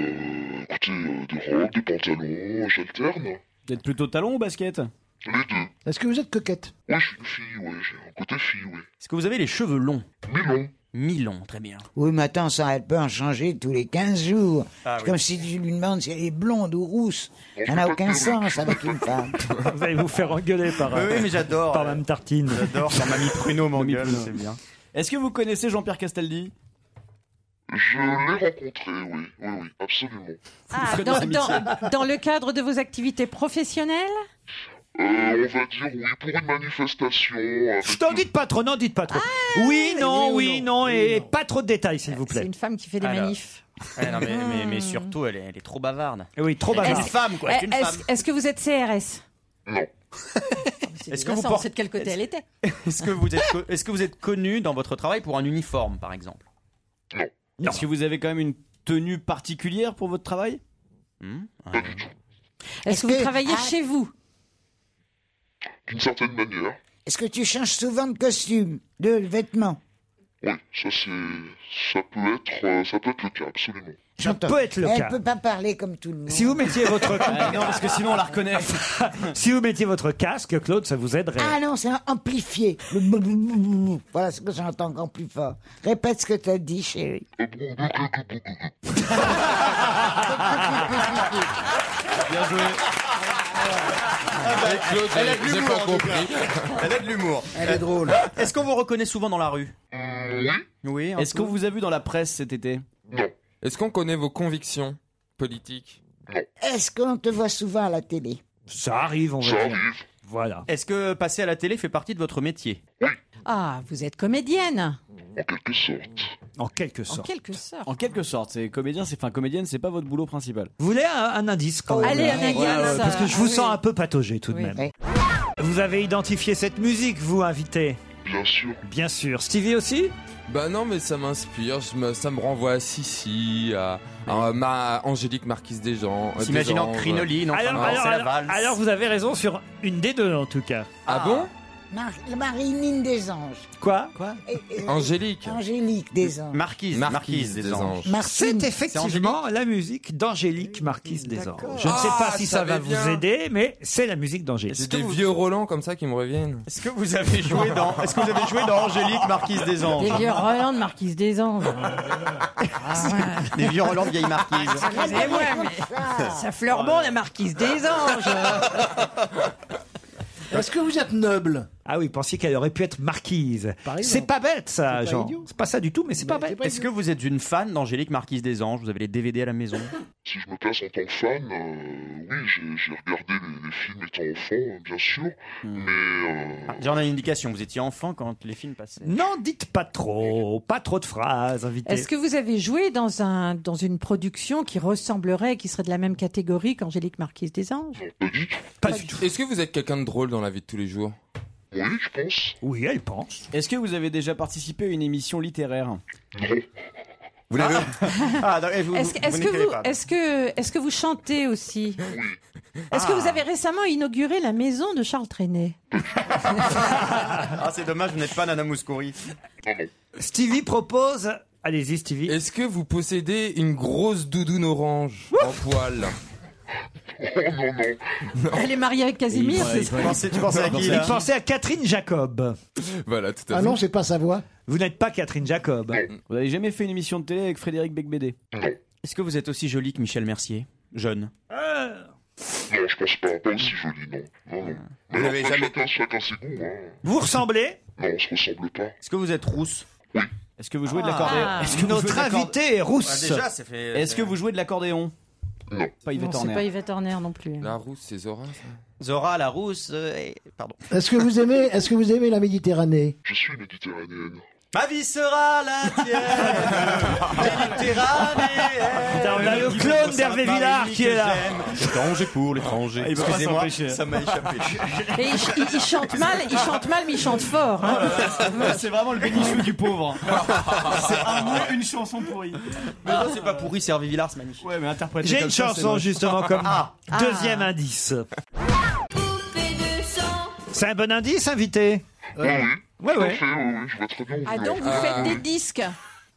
écoutez, euh, des robes, des pantalons, j'alterne.
Vous êtes plutôt talon ou basket
Les deux.
Est-ce que vous êtes coquette
Ouais, je suis une fille, ouais, j'ai un côté fille, ouais.
Est-ce que vous avez les cheveux longs
Milon.
Milon, très bien.
Oui, mais attends, ça, elle peut en changer tous les 15 jours.
Ah
C'est
oui.
comme si tu lui demandes si elle est blonde ou rousse. Ça n'a aucun sens avec une femme.
Vous allez vous faire engueuler par, euh,
Oui, mais j'adore.
par Mme Tartine.
J'adore quand Mamie Pruneau m'engueule, c'est
bien.
Est-ce que vous connaissez Jean-Pierre Castaldi
Je l'ai rencontré, oui, oui, oui, absolument.
Ah,
ferez
dans,
des amitiés.
dans- dans le cadre de vos activités professionnelles
Euh, on va dire oui pour une manifestation. avec-
N'en dites pas trop, n'en dites pas trop. oui, non, oui, non, et pas trop de détails, s'il vous plaît.
C'est une femme qui fait des
Alors.
manifs.
Ah non, mais, mais, mais surtout, elle est, elle est trop bavarde.
Oui, trop
bavarde.
Est-ce-
Une femme, quoi,
est-
une
Est-ce
femme.
est-ce que vous êtes CRS
Eh, Non.
Est-ce que,
Vincent,
vous
on
portez-
hein,
sait de quel côté elle était.
est-ce que vous êtes, co- est-ce que vous êtes connu dans votre travail pour un uniforme, par exemple Est-ce que vous avez quand même une tenue particulière pour votre travail Hmm Ah.
Est-ce que vous travaillez
Ah.
chez vous
D'une certaine manière.
Est-ce que tu changes souvent de costume, de vêtements
Oui, ça c'est, ça peut être, euh, ça peut être le cas, absolument.
Ça
peut être le
Elle
cas.
peut pas parler comme tout le monde.
Si vous mettiez votre
Ah, non, parce que sinon, on la
reconnaît. si vous mettiez votre casque, Claude, ça vous aiderait.
Ah non, c'est amplifié. Le bou- bou- bou- bou- bou. Voilà ce que j'entends encore plus fort. Répète ce que t'as dit, chérie.
Bien joué.
Ah, bah, Elle a de l'humour. en tout cas.
Elle a de l'humour. Euh,
Elle est drôle.
Est-ce qu'on vous reconnaît souvent dans la rue
Oui.
Est-ce qu'on
vous a vu dans la presse cet été
Est-ce qu'on connaît vos convictions politiques
Est-ce qu'on te voit souvent à la télé
Ça arrive, on
va Ça dire.
Voilà.
Est-ce que passer à la télé fait partie de votre métier
Ah, vous êtes comédienne
En quelque sorte.
En quelque
En quelque sorte.
En quelque sorte, c'est comédien, c'est enfin comédienne, c'est pas votre boulot principal.
Vous voulez un, un indice quand
Oh,
même hein
Allez, un indice.
Parce que je vous
Ah,
sens
oui.
un peu patauger tout de
Oui.
même. Vous avez identifié cette musique, vous, invité
Bien sûr.
Bien sûr. Stevie aussi
Bah non, mais ça m'inspire, je me- ça me renvoie à Sissi, à, à ma- Angélique Marquise des gens.
S'imagine en
crinoline,
alors, alors, alors- alors, vous avez raison sur une des deux en tout cas.
Ah bon
Mar- la Marinine des Anges.
Quoi
Quoi
Angélique.
Angélique des Anges.
Marquise.
Marquise des Anges.
C'est effectivement la musique d'Angélique Marquise des Anges. Je ne sais
Ah,
pas si
ça
ça va
va bien.
vous aider, mais c'est la musique d'Angélique.
C'est des vieux Roland comme ça qui me reviennent.
Est-ce que vous avez joué dans, est-ce que vous avez joué dans Angélique Marquise des Anges
Des vieux Roland de Marquise des Anges.
Des vieux Roland, vieille Marquise.
Excusez-moi, mais
Ah.
ça fleure bon la Marquise des Anges.
Est-ce que vous êtes noble Ah oui, pensiez qu'elle aurait pu être marquise. C'est pas bête ça,
C'est pas
Jean.
idiot.
C'est pas ça du tout, mais c'est pas bête.
Est-ce que vous êtes une fan d'Angélique Marquise des Anges Vous avez les DVD à la maison
Si je me place en tant que fan, euh, oui, j'ai- j'ai regardé les, les films étant enfant, euh, bien sûr, mais euh,
Ah, J'en ai une indication, vous étiez enfant quand les films passaient.
Non, dites pas trop, pas trop de phrases, invité.
Est-ce que vous avez joué dans, un, dans une production qui ressemblerait, qui serait de la même catégorie qu'Angélique Marquise des Anges
Est-ce que vous êtes quelqu'un de drôle dans la vie de tous les jours
oui, je pense.
Oui, elle pense.
Est-ce que vous avez déjà participé à une émission littéraire
Vous l'avez
Ah, non, eh, vous-
Est-ce
vous-
que- est-ce
vous
que,
n'écrivez
vous-
pas,
est-ce que, est-ce que vous chantez aussi Est-ce que
Ah.
vous avez récemment inauguré la maison de Charles Trenet
Ah, c'est dommage, vous n'êtes pas Nana Mouskouri.
Stevie propose. Allez-y, Stevie.
Est-ce que vous possédez une grosse doudoune orange en poil
non, non.
Elle est mariée avec Casimir. c'est ça
Il pensait à Catherine Jacob.
Voilà, tout
Ah non, c'est pas sa voix.
Vous n'êtes pas Catherine Jacob.
Vous n'avez jamais fait une émission de télé avec Frédéric Becbédé Est-ce que vous êtes aussi jolie que Michel Mercier Jeune.
Non, je pense pas. Pas aussi joli, non. Non, non. Mais
Vous n'avez
après,
jamais-
chacun, chacun ses goûts. Hein.
Vous ressemblez
Non, on se ressemble pas.
Est-ce que vous êtes rousse Est-ce que vous jouez de
Ah.
l'accordéon
Ah.
Est-ce que vous
Notre
jouez de l'accordé-
invité est rousse.
Ah, déjà, ça fait- Est-ce que vous jouez de l'accordéon
Non.
Pas Yvette
Non, c'est
Horner.
pas Yvette Horner non plus.
La rousse, c'est Zora,
Zora, la rousse, euh, et- pardon.
Est-ce que vous aimez, est-ce que vous aimez la Méditerranée
Je suis méditerranéenne.
Ma vie sera la tienne,
Putain, on a le clone d'Hervé Villard qui est là.
L'étranger pour l'étranger.
il peut pas
Excusez-moi,
s'empêcher.
ça m'a échappé.
Et il, ch- il- il chante mal, il chante mal, mais il chante fort. hein.
C'est vraiment le bénichou du pauvre. c'est un mot, une chanson pourrie. Mais non, c'est pas pourri, c'est Hervé Villard, c'est magnifique. Ouais, mais interprété
J'ai une chanson justement comme
Ah.
deuxième indice. C'est un bon indice, invité
Ouais,
Ouais,
Tout à
ouais.
fait, oui, oui, je vois très bien. où
Ah
vous
donc
voulez
vous
en venir.
faites des disques.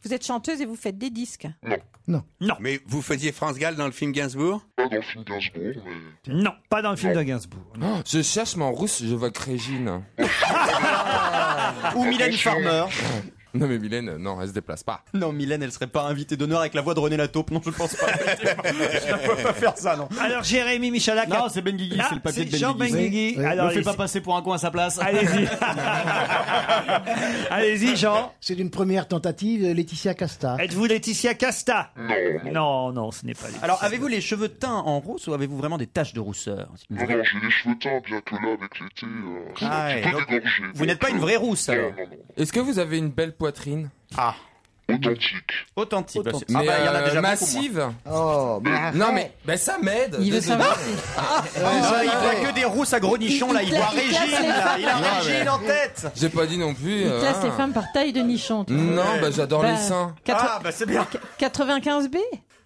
Vous êtes chanteuse et vous faites des disques.
Non.
Non.
Mais vous faisiez France Gall dans le film Gainsbourg
Pas dans le film Gainsbourg, mais.
Non, pas dans le film de Gainsbourg.
Oh, je cherche, mais en rousse, je vois que Régine.
Ou Mylène Farmer.
Non, mais Mylène, euh, non, elle se déplace pas.
Non, Mylène, elle serait pas invitée d'honneur avec la voix de René Lataupe. Non, je pense pas. Je ne peux pas faire ça, non.
Alors Jérémy Michalak.
Non, c'est Ben Guigui,
Ah,
c'est le papier de Ben
Jean
Guigui.
Benguigui.
Oui, oui.
Alors,
Me fais
allez-y.
pas passer pour un con à sa place.
Allez-y. Allez-y, Jean.
C'est une première tentative, euh, Laetitia Casta.
Êtes-vous Laetitia Casta
Non.
Non, non, ce n'est pas Laetitia.
Alors, avez-vous les cheveux teints en rousse ou avez-vous vraiment des taches de rousseur
Non, non, j'ai les cheveux teints, bien que là, avec l'été, euh, c'est
Ah,
un
ouais,
petit peu
donc,
dégorgé.
vous n'êtes pas une vraie rousse, alors.
Est-ce que vous avez une belle poitrine
Ah.
Authentique.
Authentique.
Mais,
Ah bah, il y en a
euh,
déjà beaucoup
massive
Oh, mais
Non,
arrête.
mais bah, ça m'aide.
Il veut
désolé.
savoir.
Ah,
Ah, ah, il voit que des rousses à gros nichons, là. Il voit Régine, là. Il a
Non,
Régine
mais-
en tête.
J'ai pas dit non plus.
Il
euh,
classe
hein.
les femmes par taille de nichon. tu vois.
Non, bah, j'adore les seins.
quatre-
Ah, bah, c'est bien.
95B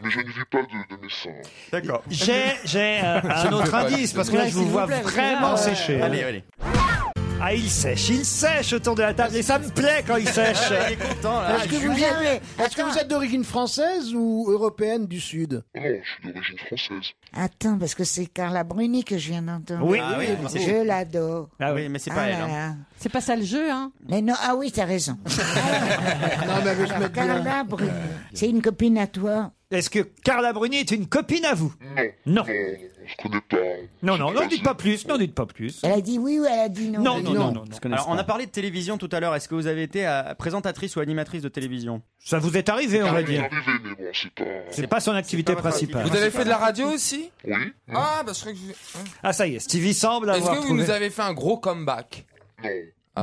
Mais je ne vis pas de, de mes seins.
D'accord.
J'ai, j'ai euh, un
me
autre
plaît pas,
indice
s'il
parce
te
que là,
plaît.
je vous
S'il vous
vois
plaît,
vraiment
parce que là,
sécher.
euh, Allez,
hein.
allez.
Ah, il sèche, il sèche autour de la table et ça me plaît quand il sèche.
Il est content, là.
Est-ce que, vous
Julien,
êtes,
mais
est-ce que vous êtes d'origine française ou européenne du Sud
Oh Non, je suis d'origine française.
Attends, parce que c'est Carla Bruni que je viens d'entendre.
Oui, Ah oui, oui, bravo.
je l'adore.
Ah
oui, mais c'est
Ah
pas elle.
là
hein.
là.
C'est pas ça le jeu, hein
Mais non, ah oui, t'as raison.
Non, mais elle veut se
Alors,
mettre bien.
Carla Bruni, c'est une copine à toi.
Est-ce que Carla Bruni est une copine à vous Non.
Euh, je connais pas.
Non, non, non, dites pas plus, non, dites pas plus.
Elle a dit oui ou elle a dit non
Non, non, non, non, non.
Alors, on a parlé de télévision tout à l'heure. Est-ce que vous avez été euh, présentatrice ou animatrice de télévision
Ça vous est arrivé, on va dire.
mais bon, c'est pas.
C'est pas son activité principale.
Vous avez fait de la radio aussi
Oui.
Ah, bah je crois que je...
Ah, ça y est, Stevie semble
Est-ce
avoir
que vous
trouvé.
nous avez fait un gros comeback Ah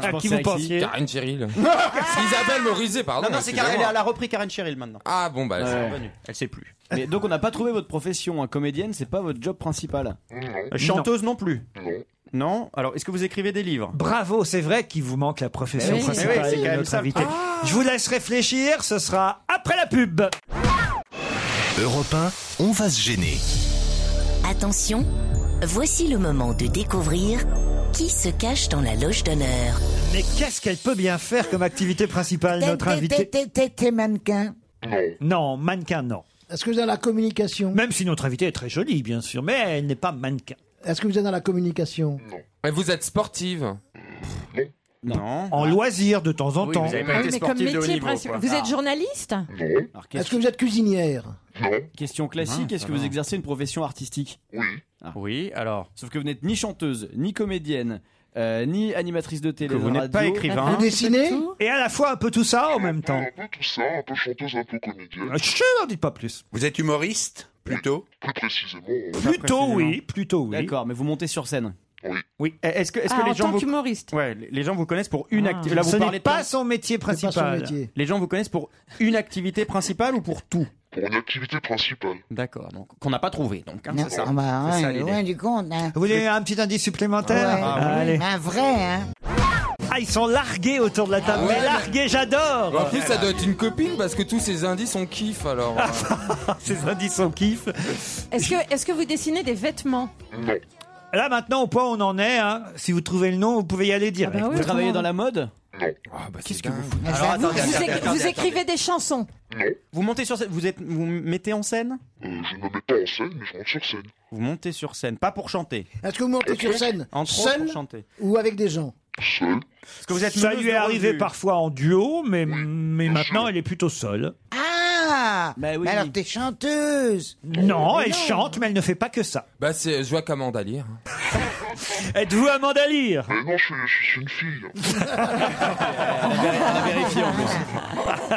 Je
bon.
pensais Qui vous à qui pensiez
Karine Cheryl. Isabelle Morizet, pardon.
Non, non, c'est Karen-
excusez-moi.
elle, a- elle a repris Karen Cheryl maintenant.
Ah bon, bah.
Elle
c'est
est
revenu.
revenue. Elle sait plus.
Mais donc on n'a pas trouvé votre profession, hein. comédienne, c'est pas votre job principal.
Euh, Chanteuse non plus. Non. Alors, est-ce que vous écrivez des livres
Bravo, c'est vrai qu'il vous manque la profession
Eh oui.
principale
Eh oui, c'est
de
quand même
notre
ça.
invité. Je vous laisse réfléchir, ce sera après la pub.
Europe 1, on va se gêner.
Attention, voici le moment de découvrir qui se cache dans la loge d'honneur.
Mais qu'est-ce qu'elle peut bien faire comme activité principale,
T'es-
notre
t'es-
invitée
t'es- t'es- T'es mannequin.
Non, mannequin, non.
Est-ce que vous êtes dans la communication
Même si notre invitée est très jolie, bien sûr, mais elle n'est pas mannequin.
Est-ce que vous êtes dans la communication
Mais vous êtes sportive
Non.
En loisir, de temps en temps.
Oui, Ah, mais comme métier principal. Vous êtes journaliste
Est-ce que vous êtes cuisinière
Question classique,
Ah,
est-ce
ça
que vous
va.
exercez une profession artistique
Oui.
Oui, alors. Sauf que vous n'êtes ni chanteuse, ni comédienne, euh, ni animatrice de télé.
Que vous
de
n'êtes pas
radio.
écrivain. Vous
dessinez
Et à la fois un peu tout ça en même temps.
Un peu tout ça, un peu chanteuse, un peu comédienne.
Ah, Je n'en dites pas plus.
Vous êtes humoriste plutôt
Plus précisément. euh,
Plutôt oui, plutôt oui.
D'accord, mais vous montez sur scène
Oui.
Oui.
Eh, Est-ce que, est-ce que
Ah, en
les gens
tant
vous...
qu'humoriste.
Ouais, les- les gens vous connaissent pour une
Ah.
activité. Là, vous
Ce
parlez
n'est
de-
pas son métier
C'est pas son
principal.
métier.
Les gens vous connaissent pour une activité principale ou pour tout
Pour une activité principale.
D'accord. Donc qu'on n'a pas trouvé. Donc hein,
Non,
c'est ça.
ah bah,
C'est ça,
ouais,
l'idée.
loin du compte. hein.
Vous voulez un petit indice supplémentaire
Ouais,
Ah, Allez.
Un vrai, hein.
Ah, ils sont largués autour de la
Ah
table. mais largués, j'adore
En plus, ça doit être une copine parce que tous ces indices, on kiffe alors.
Ah,
euh.
Ces indices, on kiffe.
Est-ce que, est que vous dessinez des vêtements
Là, maintenant, au point où on en est, hein, si vous trouvez le nom, vous pouvez y aller direct.
Ah bah oui,
Vous travaillez dans la mode
Ah, bah, Qu'est-ce que vous faites
Ah,
Alors,
j'avoue,
attendez,
vous,
attendez,
éc-
attendez,
vous écrivez des chansons
Vous montez sur scène, vous, êtes, vous mettez en scène
Euh, je ne me mets pas en scène, mais je monte sur scène.
Vous montez sur scène, pas pour chanter.
Ah,
Est-ce que vous montez sur scène
Entre autres,
seul
pour chanter.
ou avec des gens
Seul.
Parce que vous êtes
Ça
meneuse
lui est
de
arrivé
revue.
parfois en duo, mais, mais maintenant, elle est plutôt seule.
Ah
Bah oui.
Mais alors, t'es chanteuse
Non,
Mais
elle
non.
chante, mais elle ne fait pas que ça.
Bah, c'est, je vois qu'à Mandalire.
Êtes-vous Amanda Lear
Mais Euh, non, je, suis- je suis une fille.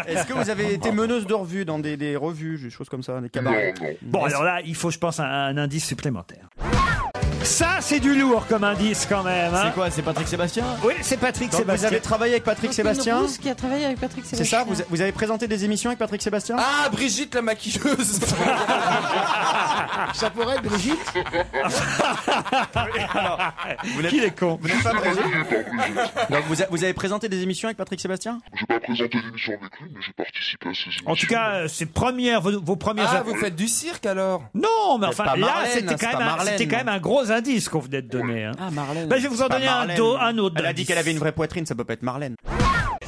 Est-ce que vous avez été meneuse de revue dans des, des revues, des choses comme ça, des cabarets
Bon, alors là, il faut, je pense, un, un indice supplémentaire. Ça, c'est du lourd comme indice quand même. hein.
C'est quoi C'est Patrick Sébastien
Oui, c'est Patrick
Donc, Vous
Sébastien.
avez travaillé avec Patrick
Donc, Une
Sébastien
rousse qui a travaillé avec Patrick
C'est
Sébastien.
ça vous, vous avez présenté des émissions avec Patrick Sébastien
Ah, Brigitte la maquilleuse
Ah.
Ça pourrait être Brigitte
Qu'il est con.
Vous n'êtes pas
Je
présent
n'ai pas obligé.
Donc, vous, a- vous avez présenté des émissions avec Patrick Sébastien
J'ai pas présenté d'émission avec lui, mais j'ai participé à ses émissions.
En tout cas, euh, c'est premières, vos, vos premières.
Ah,
app-
vous faites du cirque alors
Non, mais
C'est
enfin,
pas
là,
Marlène, hein,
c'était
c'est
quand,
pas
même un-
Marlène.
c'était quand même un gros indice qu'on venait de donner. hein.
Ah, Marlène.
Bah, je vais vous en
Pas
donner un,
Marlène.
do- un autre.
Elle a dit
indice.
qu'elle avait une vraie poitrine, ça peut pas être Marlène.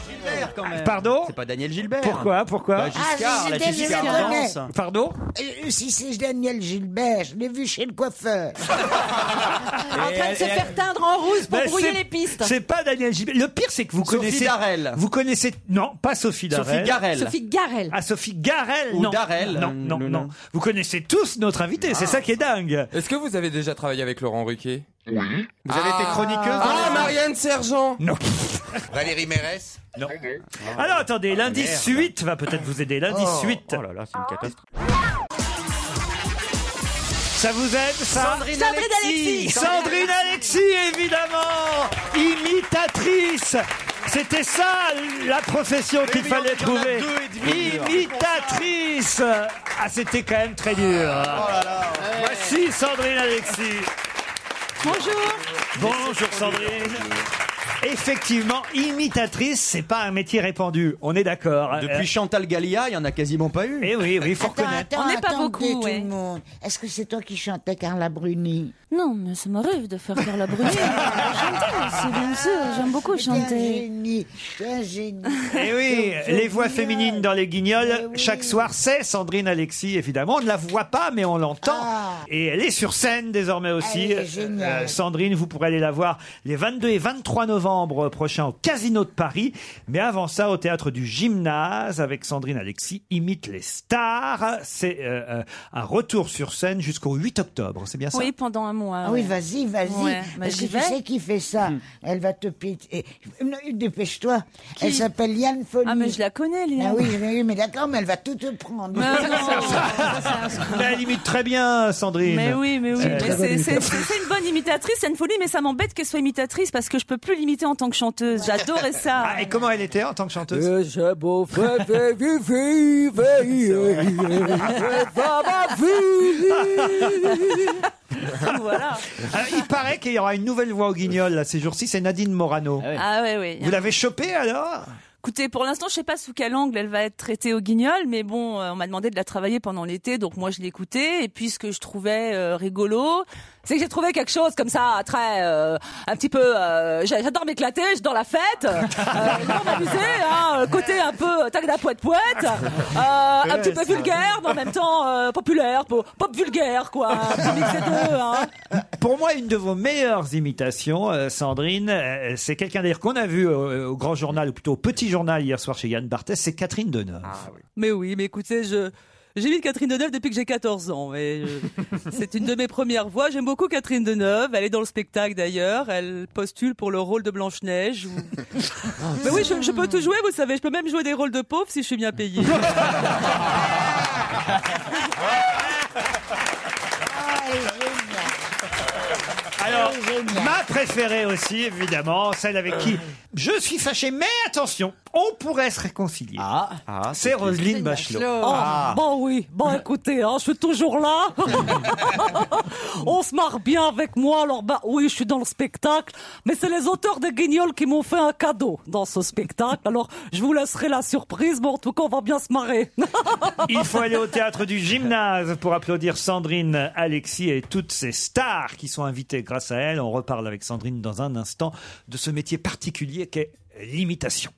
Gilbert quand même.
Pardon
C'est pas Daniel Gilbert.
Pourquoi Pourquoi
Bah, Giscard,
Ah,
la
Giscard,
Giscard
je le
danse.
Pardon
Euh, Si c'est Daniel Gilbert, je l'ai vu chez le coiffeur.
Ah, En train de se faire teindre en rousse pour
Bah,
brouiller
c'est-
les pistes.
C'est pas Daniel Gilbert. Le pire, c'est que vous
Sophie
connaissez.
Darel.
Vous connaissez. Non, pas Sophie Darel.
Sophie Garel.
Sophie Garel.
Ah, Sophie Garel
Ou
non.
Darel.
Non,
Euh,
non,
le
non.
nom.
Vous connaissez tous notre invité, c'est ça qui est dingue.
Est-ce que vous avez déjà travaillé avec Laurent Ruquier
Oui.
Vous avez été chroniqueuse dans
Ah, Marianne Sergent
Non.
Valérie Mérès
Ah. Alors attendez, l'indice 8 va peut-être vous aider. L'indice 8.
Ah, Oh là là, c'est une catastrophe.
Ça vous aide, ça
Sandrine Alexis.
Sandrine Alexis, évidemment Imitatrice C'était ça la profession qu'il fallait
il y en a
trouver.
deux, Edwin.
Imitatrice Ah, c'était quand même très
Oh
dur. Voici Sandrine Alexis.
Bonjour.
Bonjour Sandrine. Effectivement, imitatrice, c'est pas un métier répandu. On est d'accord. Euh,
Depuis Chantal Gallia, il y en a quasiment pas eu.
Eh oui, oui, il faut reconnaître.
attends,
On n'est pas
attendez,
beaucoup,
tout
ouais.
le monde. Est-ce que c'est toi qui chantais Carla Bruni
Non, mais ça m'arrive de faire Carla Bruni. Chanter aussi, bien sûr. J'aime beaucoup
Mais t'es un
chanter. Ah
génie, t'es un génie.
Eh oui,
T'es un
les voix
génial.
féminines dans les guignols,
Eh oui.
chaque soir, c'est Sandrine Alexis, évidemment. On ne la voit pas, mais on l'entend.
Ah.
Et elle est sur scène désormais aussi. Euh,
Elle est géniale.
Sandrine, vous pourrez aller la voir les 22 et 23 novembre prochain au Casino de Paris. Mais avant ça, au Théâtre du Gymnase, avec Sandrine Alexis, imite les stars. C'est euh, euh, un retour sur scène jusqu'au 8 octobre. C'est bien ça
Oui, pendant un mois.
Ah oui, vas-y, vas-y.
Ouais, bah,
parce que
j'y
tu
vais. Hmm.
sais qui fait ça. Elle va te piter. Non, Dépêche-toi. Elle s'appelle Liane Folie. Ah, mais je
la connais, Liane.
Ah oui, oui, mais d'accord, mais elle va tout te prendre.
Mais elle imite très bien, Sandrine.
Mais oui, mais oui.
Euh,
Mais c'est- c'est c'est une bonne imitatrice, c'est une folie, mais ça m'embête qu'elle soit imitatrice parce que je peux plus l'imiter en tant que chanteuse. J'adorais ça.
Ah, et comment elle était en tant que chanteuse
voilà.
Alors, il paraît qu'il y aura une nouvelle voix au guignol là, ces jours-ci, c'est Nadine Morano.
Ah ouais, ouais.
Vous l'avez chopée alors
Écoutez, pour l'instant, je sais pas sous quel angle elle va être traitée au guignol, mais bon, euh, on m'a demandé de la travailler pendant l'été, donc moi je l'ai écoutée. Et puis ce que je trouvais euh, rigolo, c'est que j'ai trouvé quelque chose comme ça, très euh, un petit peu. euh, j'a- j'adore m'éclater, j'adore la fête, euh, j'adore m'amuser, hein, euh, côté un peu euh, tac d'un poète poète, euh, un petit peu vulgaire, mais en même temps euh, populaire, po- pop vulgaire quoi. Un petit mix des deux, hein.
Euh, Pour moi, une de vos meilleures imitations, euh, Sandrine, euh, c'est quelqu'un d'ailleurs qu'on a vu euh, au, au grand journal, ou plutôt au petit journal hier soir chez Yann Barthès, c'est Catherine Deneuve.
Ah
Mais oui, mais écoutez, je j'imite Catherine Deneuve depuis que j'ai 14 ans. Et je- c'est une de mes premières voix. J'aime beaucoup Catherine Deneuve. Elle est dans le spectacle d'ailleurs. Elle postule pour le rôle de Blanche Neige. mais oui, je, je peux tout jouer. Vous savez, je peux même jouer des rôles de pauvres si je suis bien payée.
Alors, ma préférée aussi, évidemment, celle avec qui je suis fâché, mais attention, on pourrait se réconcilier. Ah, c'est Roselyne Bachelot.
Oh,
Ah,
Bon oui, bon écoutez, hein, je suis toujours là. On se marre bien avec moi, alors bah oui, je suis dans le spectacle, mais c'est les auteurs de Guignol qui m'ont fait un cadeau dans ce spectacle, alors je vous laisserai la surprise, mais en tout cas on va bien se marrer.
Il faut aller au théâtre du gymnase pour applaudir Sandrine, Alexis et toutes ces stars qui sont invitées grâce à elle. On reparle avec Sandrine dans un instant de ce métier particulier qu'est l'imitation.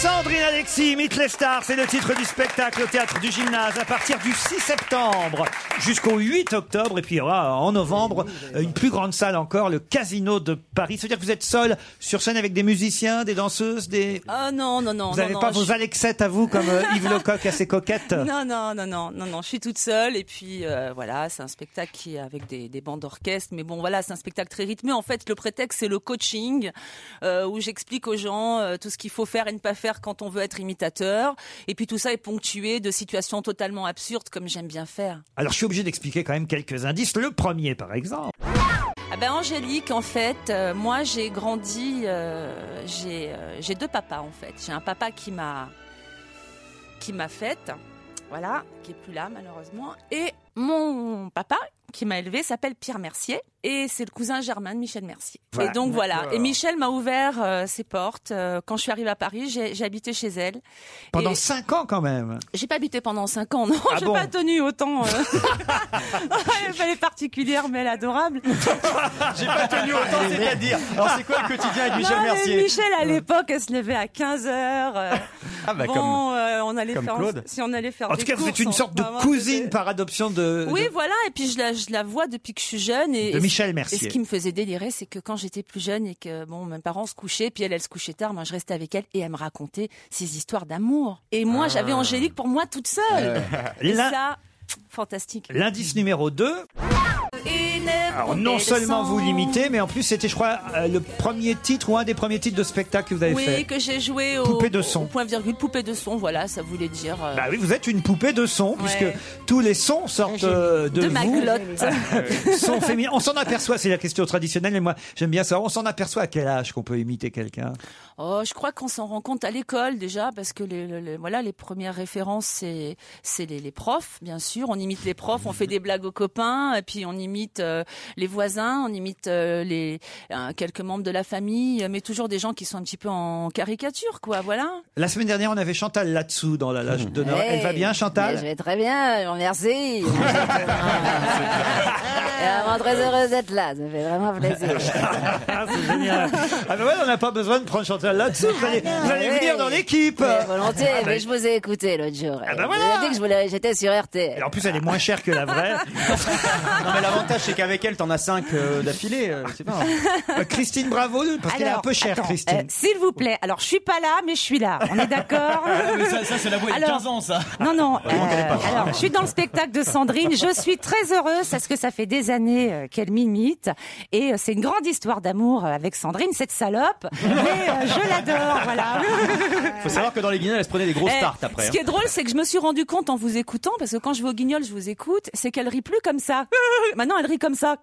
Sandrine Alexis imite les stars, c'est le titre du spectacle au théâtre du gymnase à partir du 6 septembre jusqu'au 8 octobre et puis il y aura en novembre une plus grande salle encore, le Casino de Paris. Ça veut dire que vous êtes seul sur scène avec des musiciens, des danseuses, des...
Ah non, non, non.
vous
non,
n'avez
non,
pas
je-
vos Alexettes à vous comme euh, Yves Lecoq à ses coquettes
Non, non, non, non, non, non, je suis toute seule et puis euh, voilà, c'est un spectacle qui est avec des, des bandes d'orchestre, mais bon voilà, c'est un spectacle très rythmé. En fait, le prétexte c'est le coaching euh, où j'explique aux gens euh, tout ce qu'il faut faire et ne pas faire quand on veut être imitateur. Et puis tout ça est ponctué de situations totalement absurdes comme j'aime bien faire.
Alors je suis obligé d'expliquer quand même quelques indices. Le premier par exemple.
Ah ben Angélique, en fait, euh, moi j'ai grandi, euh, j'ai euh, j'ai deux papas en fait. J'ai un papa qui m'a qui m'a faite, voilà, qui est plus là malheureusement, et mon papa qui m'a élevée s'appelle Pierre Mercier et c'est le cousin germain de Michel Mercier.
Voilà.
Et donc voilà,
D'accord.
et Michel m'a ouvert euh, ses portes euh, quand je suis arrivée à Paris, j'ai j'ai habité chez elle.
Pendant
Et-
cinq ans quand même.
j'ai pas habité pendant 5 ans, non.
Ah
J'ai
bon
pas tenu autant. euh. elle est particulière, mais elle est adorable.
J'ai pas tenu
Ah,
autant, c'est-à-dire. Alors, c'est quoi le quotidien avec Michel
Non, mais
Mercier Euh.
Michel,
Euh.
à l'époque, elle se levait à 15h.
Ah, bah,
bon,
comme-
euh, on allait
comme
faire,
Claude.
Si on allait faire
En tout
des
cas, vous êtes
courses,
une
on-
sorte de
maman,
cousine par adoption de...
oui,
Euh, de-
voilà, et puis je la, je la vois depuis que je suis jeune. Et,
De
et-
Michel Mercier.
Et ce qui me faisait délirer, c'est que quand j'étais plus jeune et que bon, mes parents se couchaient, puis elle, elle se couchait tard, moi je restais avec elle et elle me racontait ses histoires d'amour. Et moi,
Ah.
j'avais Angélique pour moi toute seule.
Euh,
Et
l'un-
ça, fantastique.
L'indice numéro 2, Alors non seulement vous l'imitez, mais en plus c'était, je crois, euh, le premier titre ou un des premiers titres de spectacle que vous avez
Oui,
fait.
que j'ai joué au,
Poupée de son.
au point virgule, poupée de son, voilà, ça voulait dire. euh,
Bah oui, vous êtes une poupée de son, puisque tous les sons sortent euh, de,
De
vous.
ma glotte.
Sont féminins. On s'en aperçoit, c'est la question traditionnelle, et moi j'aime bien ça. On s'en aperçoit à quel âge qu'on peut imiter quelqu'un.
Oh, je crois qu'on s'en rend compte à l'école déjà, parce que les, les- les- voilà, les premières références, c'est c'est les, les profs, bien sûr. On imite les profs, on fait des blagues aux copains, et puis on imite euh, les voisins, on imite euh, les euh, quelques membres de la famille, mais toujours des gens qui sont un petit peu en caricature, quoi. Voilà.
La semaine dernière, on avait Chantal là-dessous dans la l'âge d'honneur. Elle va
Eh,
bien, Chantal
Je vais très bien, je vous remercie. Et vraiment très heureuse d'être là, ça me fait vraiment plaisir.
Génial. Ah ben ouais, on n'a pas besoin de prendre Chantal là-dessous. Vous allez, vous allez venir dans l'équipe.
Mais volontiers,
Ah ben,
mais je vous ai écouté l'autre jour.
ben
Vous
voilà.
avez dit que je voulais- j'étais sur RT.
En plus, elle est moins chère que la vraie.
Non, mais l'avantage, c'est qu'avec elle, t'en as 5 d'affilée. euh, c'est pas grave.
Christine Bravo, parce qu'elle est un peu chère,
attends,
Christine.
Euh, S'il vous plaît, alors je suis pas là, mais je suis là. On est d'accord
Ah, mais ça- ça, c'est la voix il y a
Alors,
15 ans, ça.
Non, non. Euh,
Ouais, on connaît pas.
alors, je suis dans le spectacle de Sandrine. Je suis très heureuse parce que ça fait des années euh, qu'elle m'imite. Et euh, c'est une grande histoire d'amour euh, avec Sandrine, cette salope. Mais euh, je l'adore, voilà.
Faut savoir que dans les Guinées, elle se prenait des grosses
euh, Eh,
tartes après.
Ce qui
hein.
est drôle, c'est que je me suis rendu compte en vous écoutant, parce que quand je vais au guignol, je vous écoute, c'est qu'elle rit plus comme ça. Maintenant, elle rit comme ça.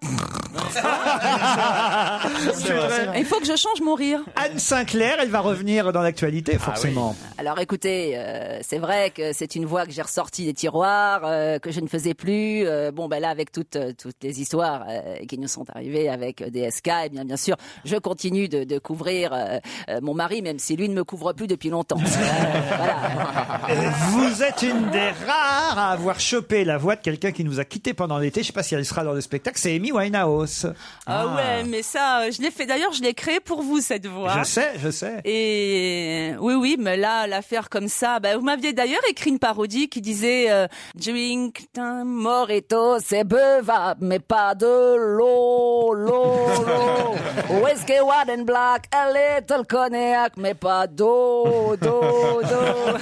C'est vrai.
Il faut que je change mon rire.
Anne Sinclair, elle va revenir dans l'actualité, forcément.
Alors écoutez, euh, c'est vrai que c'est une voix que j'ai ressortie des tiroirs, euh, que je ne faisais plus. Euh, bon, ben là, avec toutes euh, toutes les histoires euh, qui nous sont arrivées avec euh, DSK, eh bien bien sûr, je continue de, de couvrir euh, euh, mon mari, même si lui ne me couvre plus depuis longtemps.
Ah. Vous êtes une des rares à avoir chopé la voix de quelqu'un qui nous a quittés pendant l'été. Je sais pas si elle sera dans le spectacle. C'est Amy Winehouse.
Ah, ouais, mais ça, euh, je l'ai fait. D'ailleurs, je l'ai créé pour vous cette voix.
Je sais, je sais.
Et oui, oui, mais là, l'affaire comme ça, bah, vous m'aviez d'ailleurs écrit une parodie qui disait euh, Drink un
Morito, c'est buvable, mais pas de l'eau, l'eau, l'eau. Whiskey, white and black, a little cognac, mais pas d'eau, d'eau, d'eau.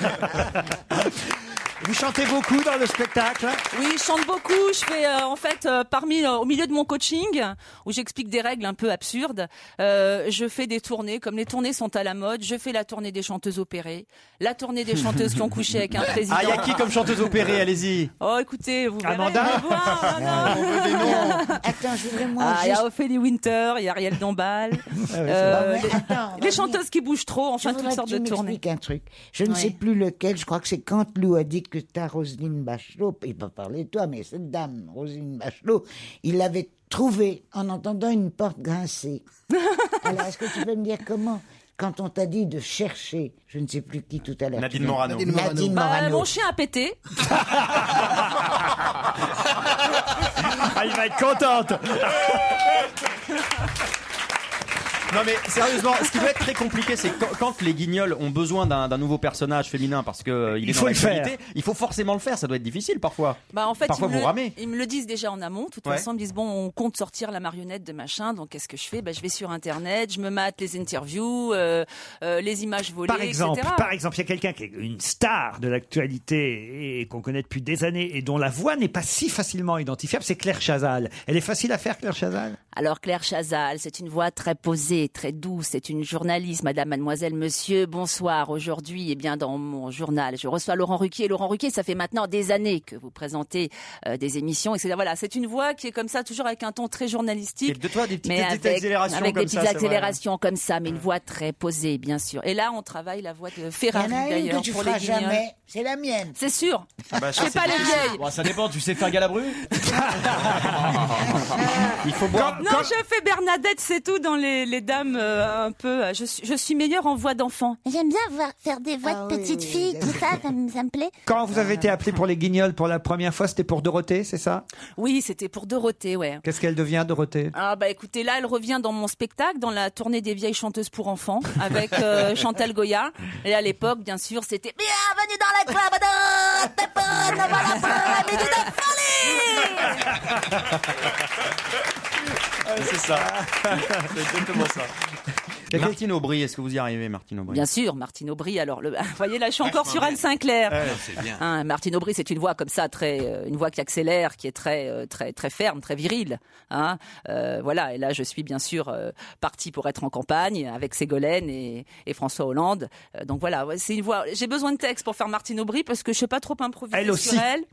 Vous chantez beaucoup dans le spectacle hein
Oui, je chante beaucoup. Je fais euh, en fait euh, parmi euh, au milieu de mon coaching où j'explique des règles un peu absurdes. euh, je fais des tournées, comme les tournées sont à la mode. Je fais la tournée des chanteuses opérées, la tournée des chanteuses qui ont couché avec un président.
Ah, y a qui comme chanteuse opérée Allez-y.
Oh, écoutez, vous verrez,
Amanda
vous allez voir, non, non.
Attends, je voudrais moi
Ah, il y
juste-
a Ophélie Winter, il y a Ariel Dombal,
c'est
euh,
vrai.
les, les chanteuses qui bougent trop,
Je
enfin toutes
voudrais
sortes
que tu
de tournées.
m'expliques un truc. Je ne
Oui.
sais plus lequel, je crois que c'est quand Lou a dit que ta Roselyne Bachelot, il peut parler de toi, mais cette dame, Roselyne Bachelot, il l'avait trouvée en entendant une porte grincer. Alors, est-ce que tu peux me dire comment quand on t'a dit de chercher, je ne sais plus qui tout à l'heure.
Nadine
tu m'as-
Morano.
Nadine Morano.
Bah, mon chien a pété.
Ah, il va être contente.
Non mais sérieusement, ce qui peut être très compliqué, c'est quand, quand les guignols ont besoin d'un d'un nouveau personnage féminin parce que euh, il est
Il faut
dans
le
l'actualité,
faire.
il faut forcément le faire. Ça doit être difficile parfois.
Bah en fait,
parfois
ils,
vous
me le,
ramez.
ils me le disent déjà en amont. De toute
Ouais.
façon, ils me disent bon, on compte sortir la marionnette de machin. Donc qu'est-ce que je fais Bah je vais sur internet, je me mate les interviews, euh, euh, les images volées,
Par exemple,
etc.
par exemple, il y a quelqu'un qui est une star de l'actualité et qu'on connaît depuis des années et dont la voix n'est pas si facilement identifiable, c'est Claire Chazal. Elle est facile à faire, Claire Chazal
Alors Claire Chazal, c'est une voix très posée, très douce, c'est une journaliste, madame, mademoiselle, monsieur, bonsoir. Aujourd'hui, eh bien dans mon journal, je reçois Laurent Ruquier. Laurent Ruquier, ça fait maintenant des années que vous présentez euh, des émissions, etc. Voilà, c'est une voix qui est comme ça, toujours avec un ton très journalistique.
Et de toi, des petites-
mais
des petites
avec-
accélérations
Avec
comme
des
ça,
petites
c'est vrai.
accélérations comme ça, mais une voix très posée, bien sûr. Et là, on travaille la voix de Ferrari,
Il y en a une
d'ailleurs,
que tu
pour
feras
les guignols.
jamais, c'est la mienne.
C'est sûr.
Bah,
Je fais
c'est
pas les
difficile.
vieilles.
Bon, ça dépend, tu sais faire galabru
Euh,
Il faut boire.
Non, je fais Bernadette, c'est tout dans les, les dames euh, un peu. euh, Je, suis- je suis meilleure en voix d'enfant.
J'aime bien voir- faire des voix
Ah
de petites filles, tout ça, ça me, ça me plaît.
Quand vous avez été appelé pour les Guignols pour la première fois, c'était pour Dorothée, c'est ça
Oui, c'était pour Dorothée, ouais.
Qu'est-ce qu'elle devient, Dorothée
Ah bah écoutez, là elle revient dans mon spectacle, dans la tournée des vieilles chanteuses pour enfants, avec euh, Chantal Goya. Et à l'époque, bien sûr, c'était
Bienvenue dans la club de tes potes, voilà pour
Ah,
la minute de folie
c'est ça. c'est exactement ça. Martine Aubry, est-ce que vous y arrivez, Martine Aubry
Bien sûr, Martine Aubry. Alors, le- vous voyez, là, je suis encore sur Anne
Ouais,
Sinclair.
c'est bien.
Hein, Martine Aubry, c'est une voix comme ça, très, euh, une voix qui accélère, qui est très, euh, très, très ferme, très virile. Hein. Euh, voilà. Et là, je suis bien sûr euh, partie pour être en campagne avec Ségolène et, et François Hollande. Euh, donc voilà, ouais, c'est une voix. J'ai besoin de texte pour faire Martine Aubry parce que je sais pas trop improviser
Elle aussi.
sur elle.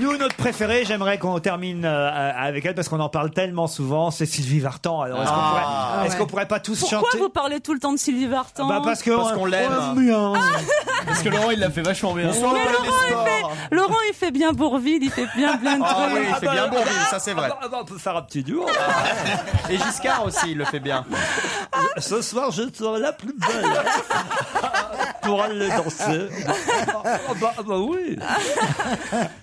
Nous, notre préférée, j'aimerais qu'on termine euh, avec elle parce qu'on en parle tellement souvent, c'est Sylvie Vartan. Alors, est-ce qu'on pourrait,
Ah.
est-ce qu'on pourrait pas tous
Pourquoi
chanter
vous parlez tout le temps de Sylvie Vartan
Bah, parce que on- on l'aime bien.
Ah.
Parce que Laurent, il l'a fait vachement bien.
Mais Laurent il, fait, Laurent, il fait bien Bourville, il fait bien plein de
Ah
trucs.
oui, il fait bien
bah,
Ah,
Bourville, ça c'est vrai.
bah,
Ah,
on peut faire un petit duo.
Et Giscard aussi, il le fait bien.
Ce soir, je serai la plus belle pour aller danser. Ah, bah, ah, bah oui.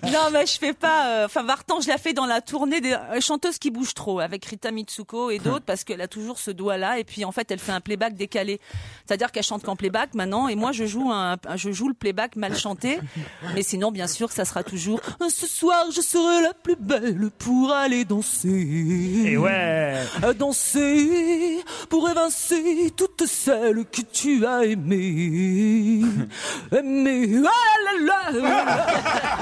Non, mais je fais pas. euh, Enfin, Vartan, je la fais dans la tournée des euh, chanteuses qui bougent trop avec Rita Mitsuko et d'autres parce qu'elle a toujours ce doigt-là. Et puis, en fait, elle fait un playback décalé. C'est-à-dire qu'elle chante qu'en playback maintenant. Et moi, je joue, un, un- je joue le playback mal chanté. Mais sinon, bien sûr, ça sera toujours euh, Ce soir, je serai la plus belle pour aller danser.
Et ouais.
À danser pour évincer toutes celles que tu as aimées. Aimées. Ah là là là là.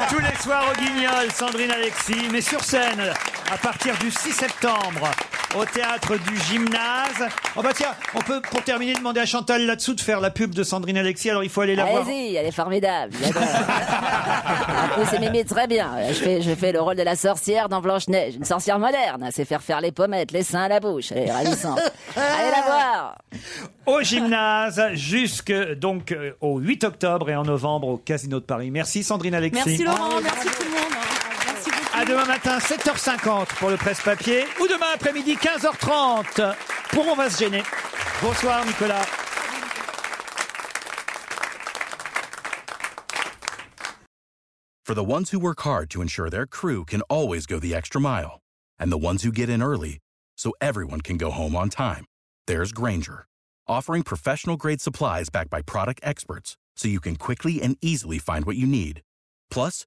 Tous les soirs au Guignol, Sandrine Alexis, mais sur scène, à partir du 6 septembre, au théâtre du gymnase. Oh bah tiens, on peut pour terminer demander à Chantal là-dessous de faire la pub de Sandrine Alexis, alors il faut aller la voir.
Allez-y, elle est formidable. j'adore. en plus, c'est Mimi très bien. Je fais, je fais le rôle de la sorcière dans Blanche-Neige, une sorcière moderne. C'est faire faire les pommettes, les seins à la bouche. Elle est ravissante.
Ah.
Allez la voir.
Au gymnase, jusque donc euh, au 8 octobre et en novembre au Casino de Paris. Merci Sandrine Alexis.
Merci Laurent, merci tout le monde. Merci beaucoup.
À demain matin, 7h50 pour le presse-papier ou demain après-midi, 15h30 pour On va se gêner. Bonsoir Nicolas.
For the ones who work hard to ensure their crew can always go the extra mile, and the ones who get in early so everyone can go home on time, there's Granger, offering professional grade supplies backed by product experts so you can quickly and easily find what you need. Plus,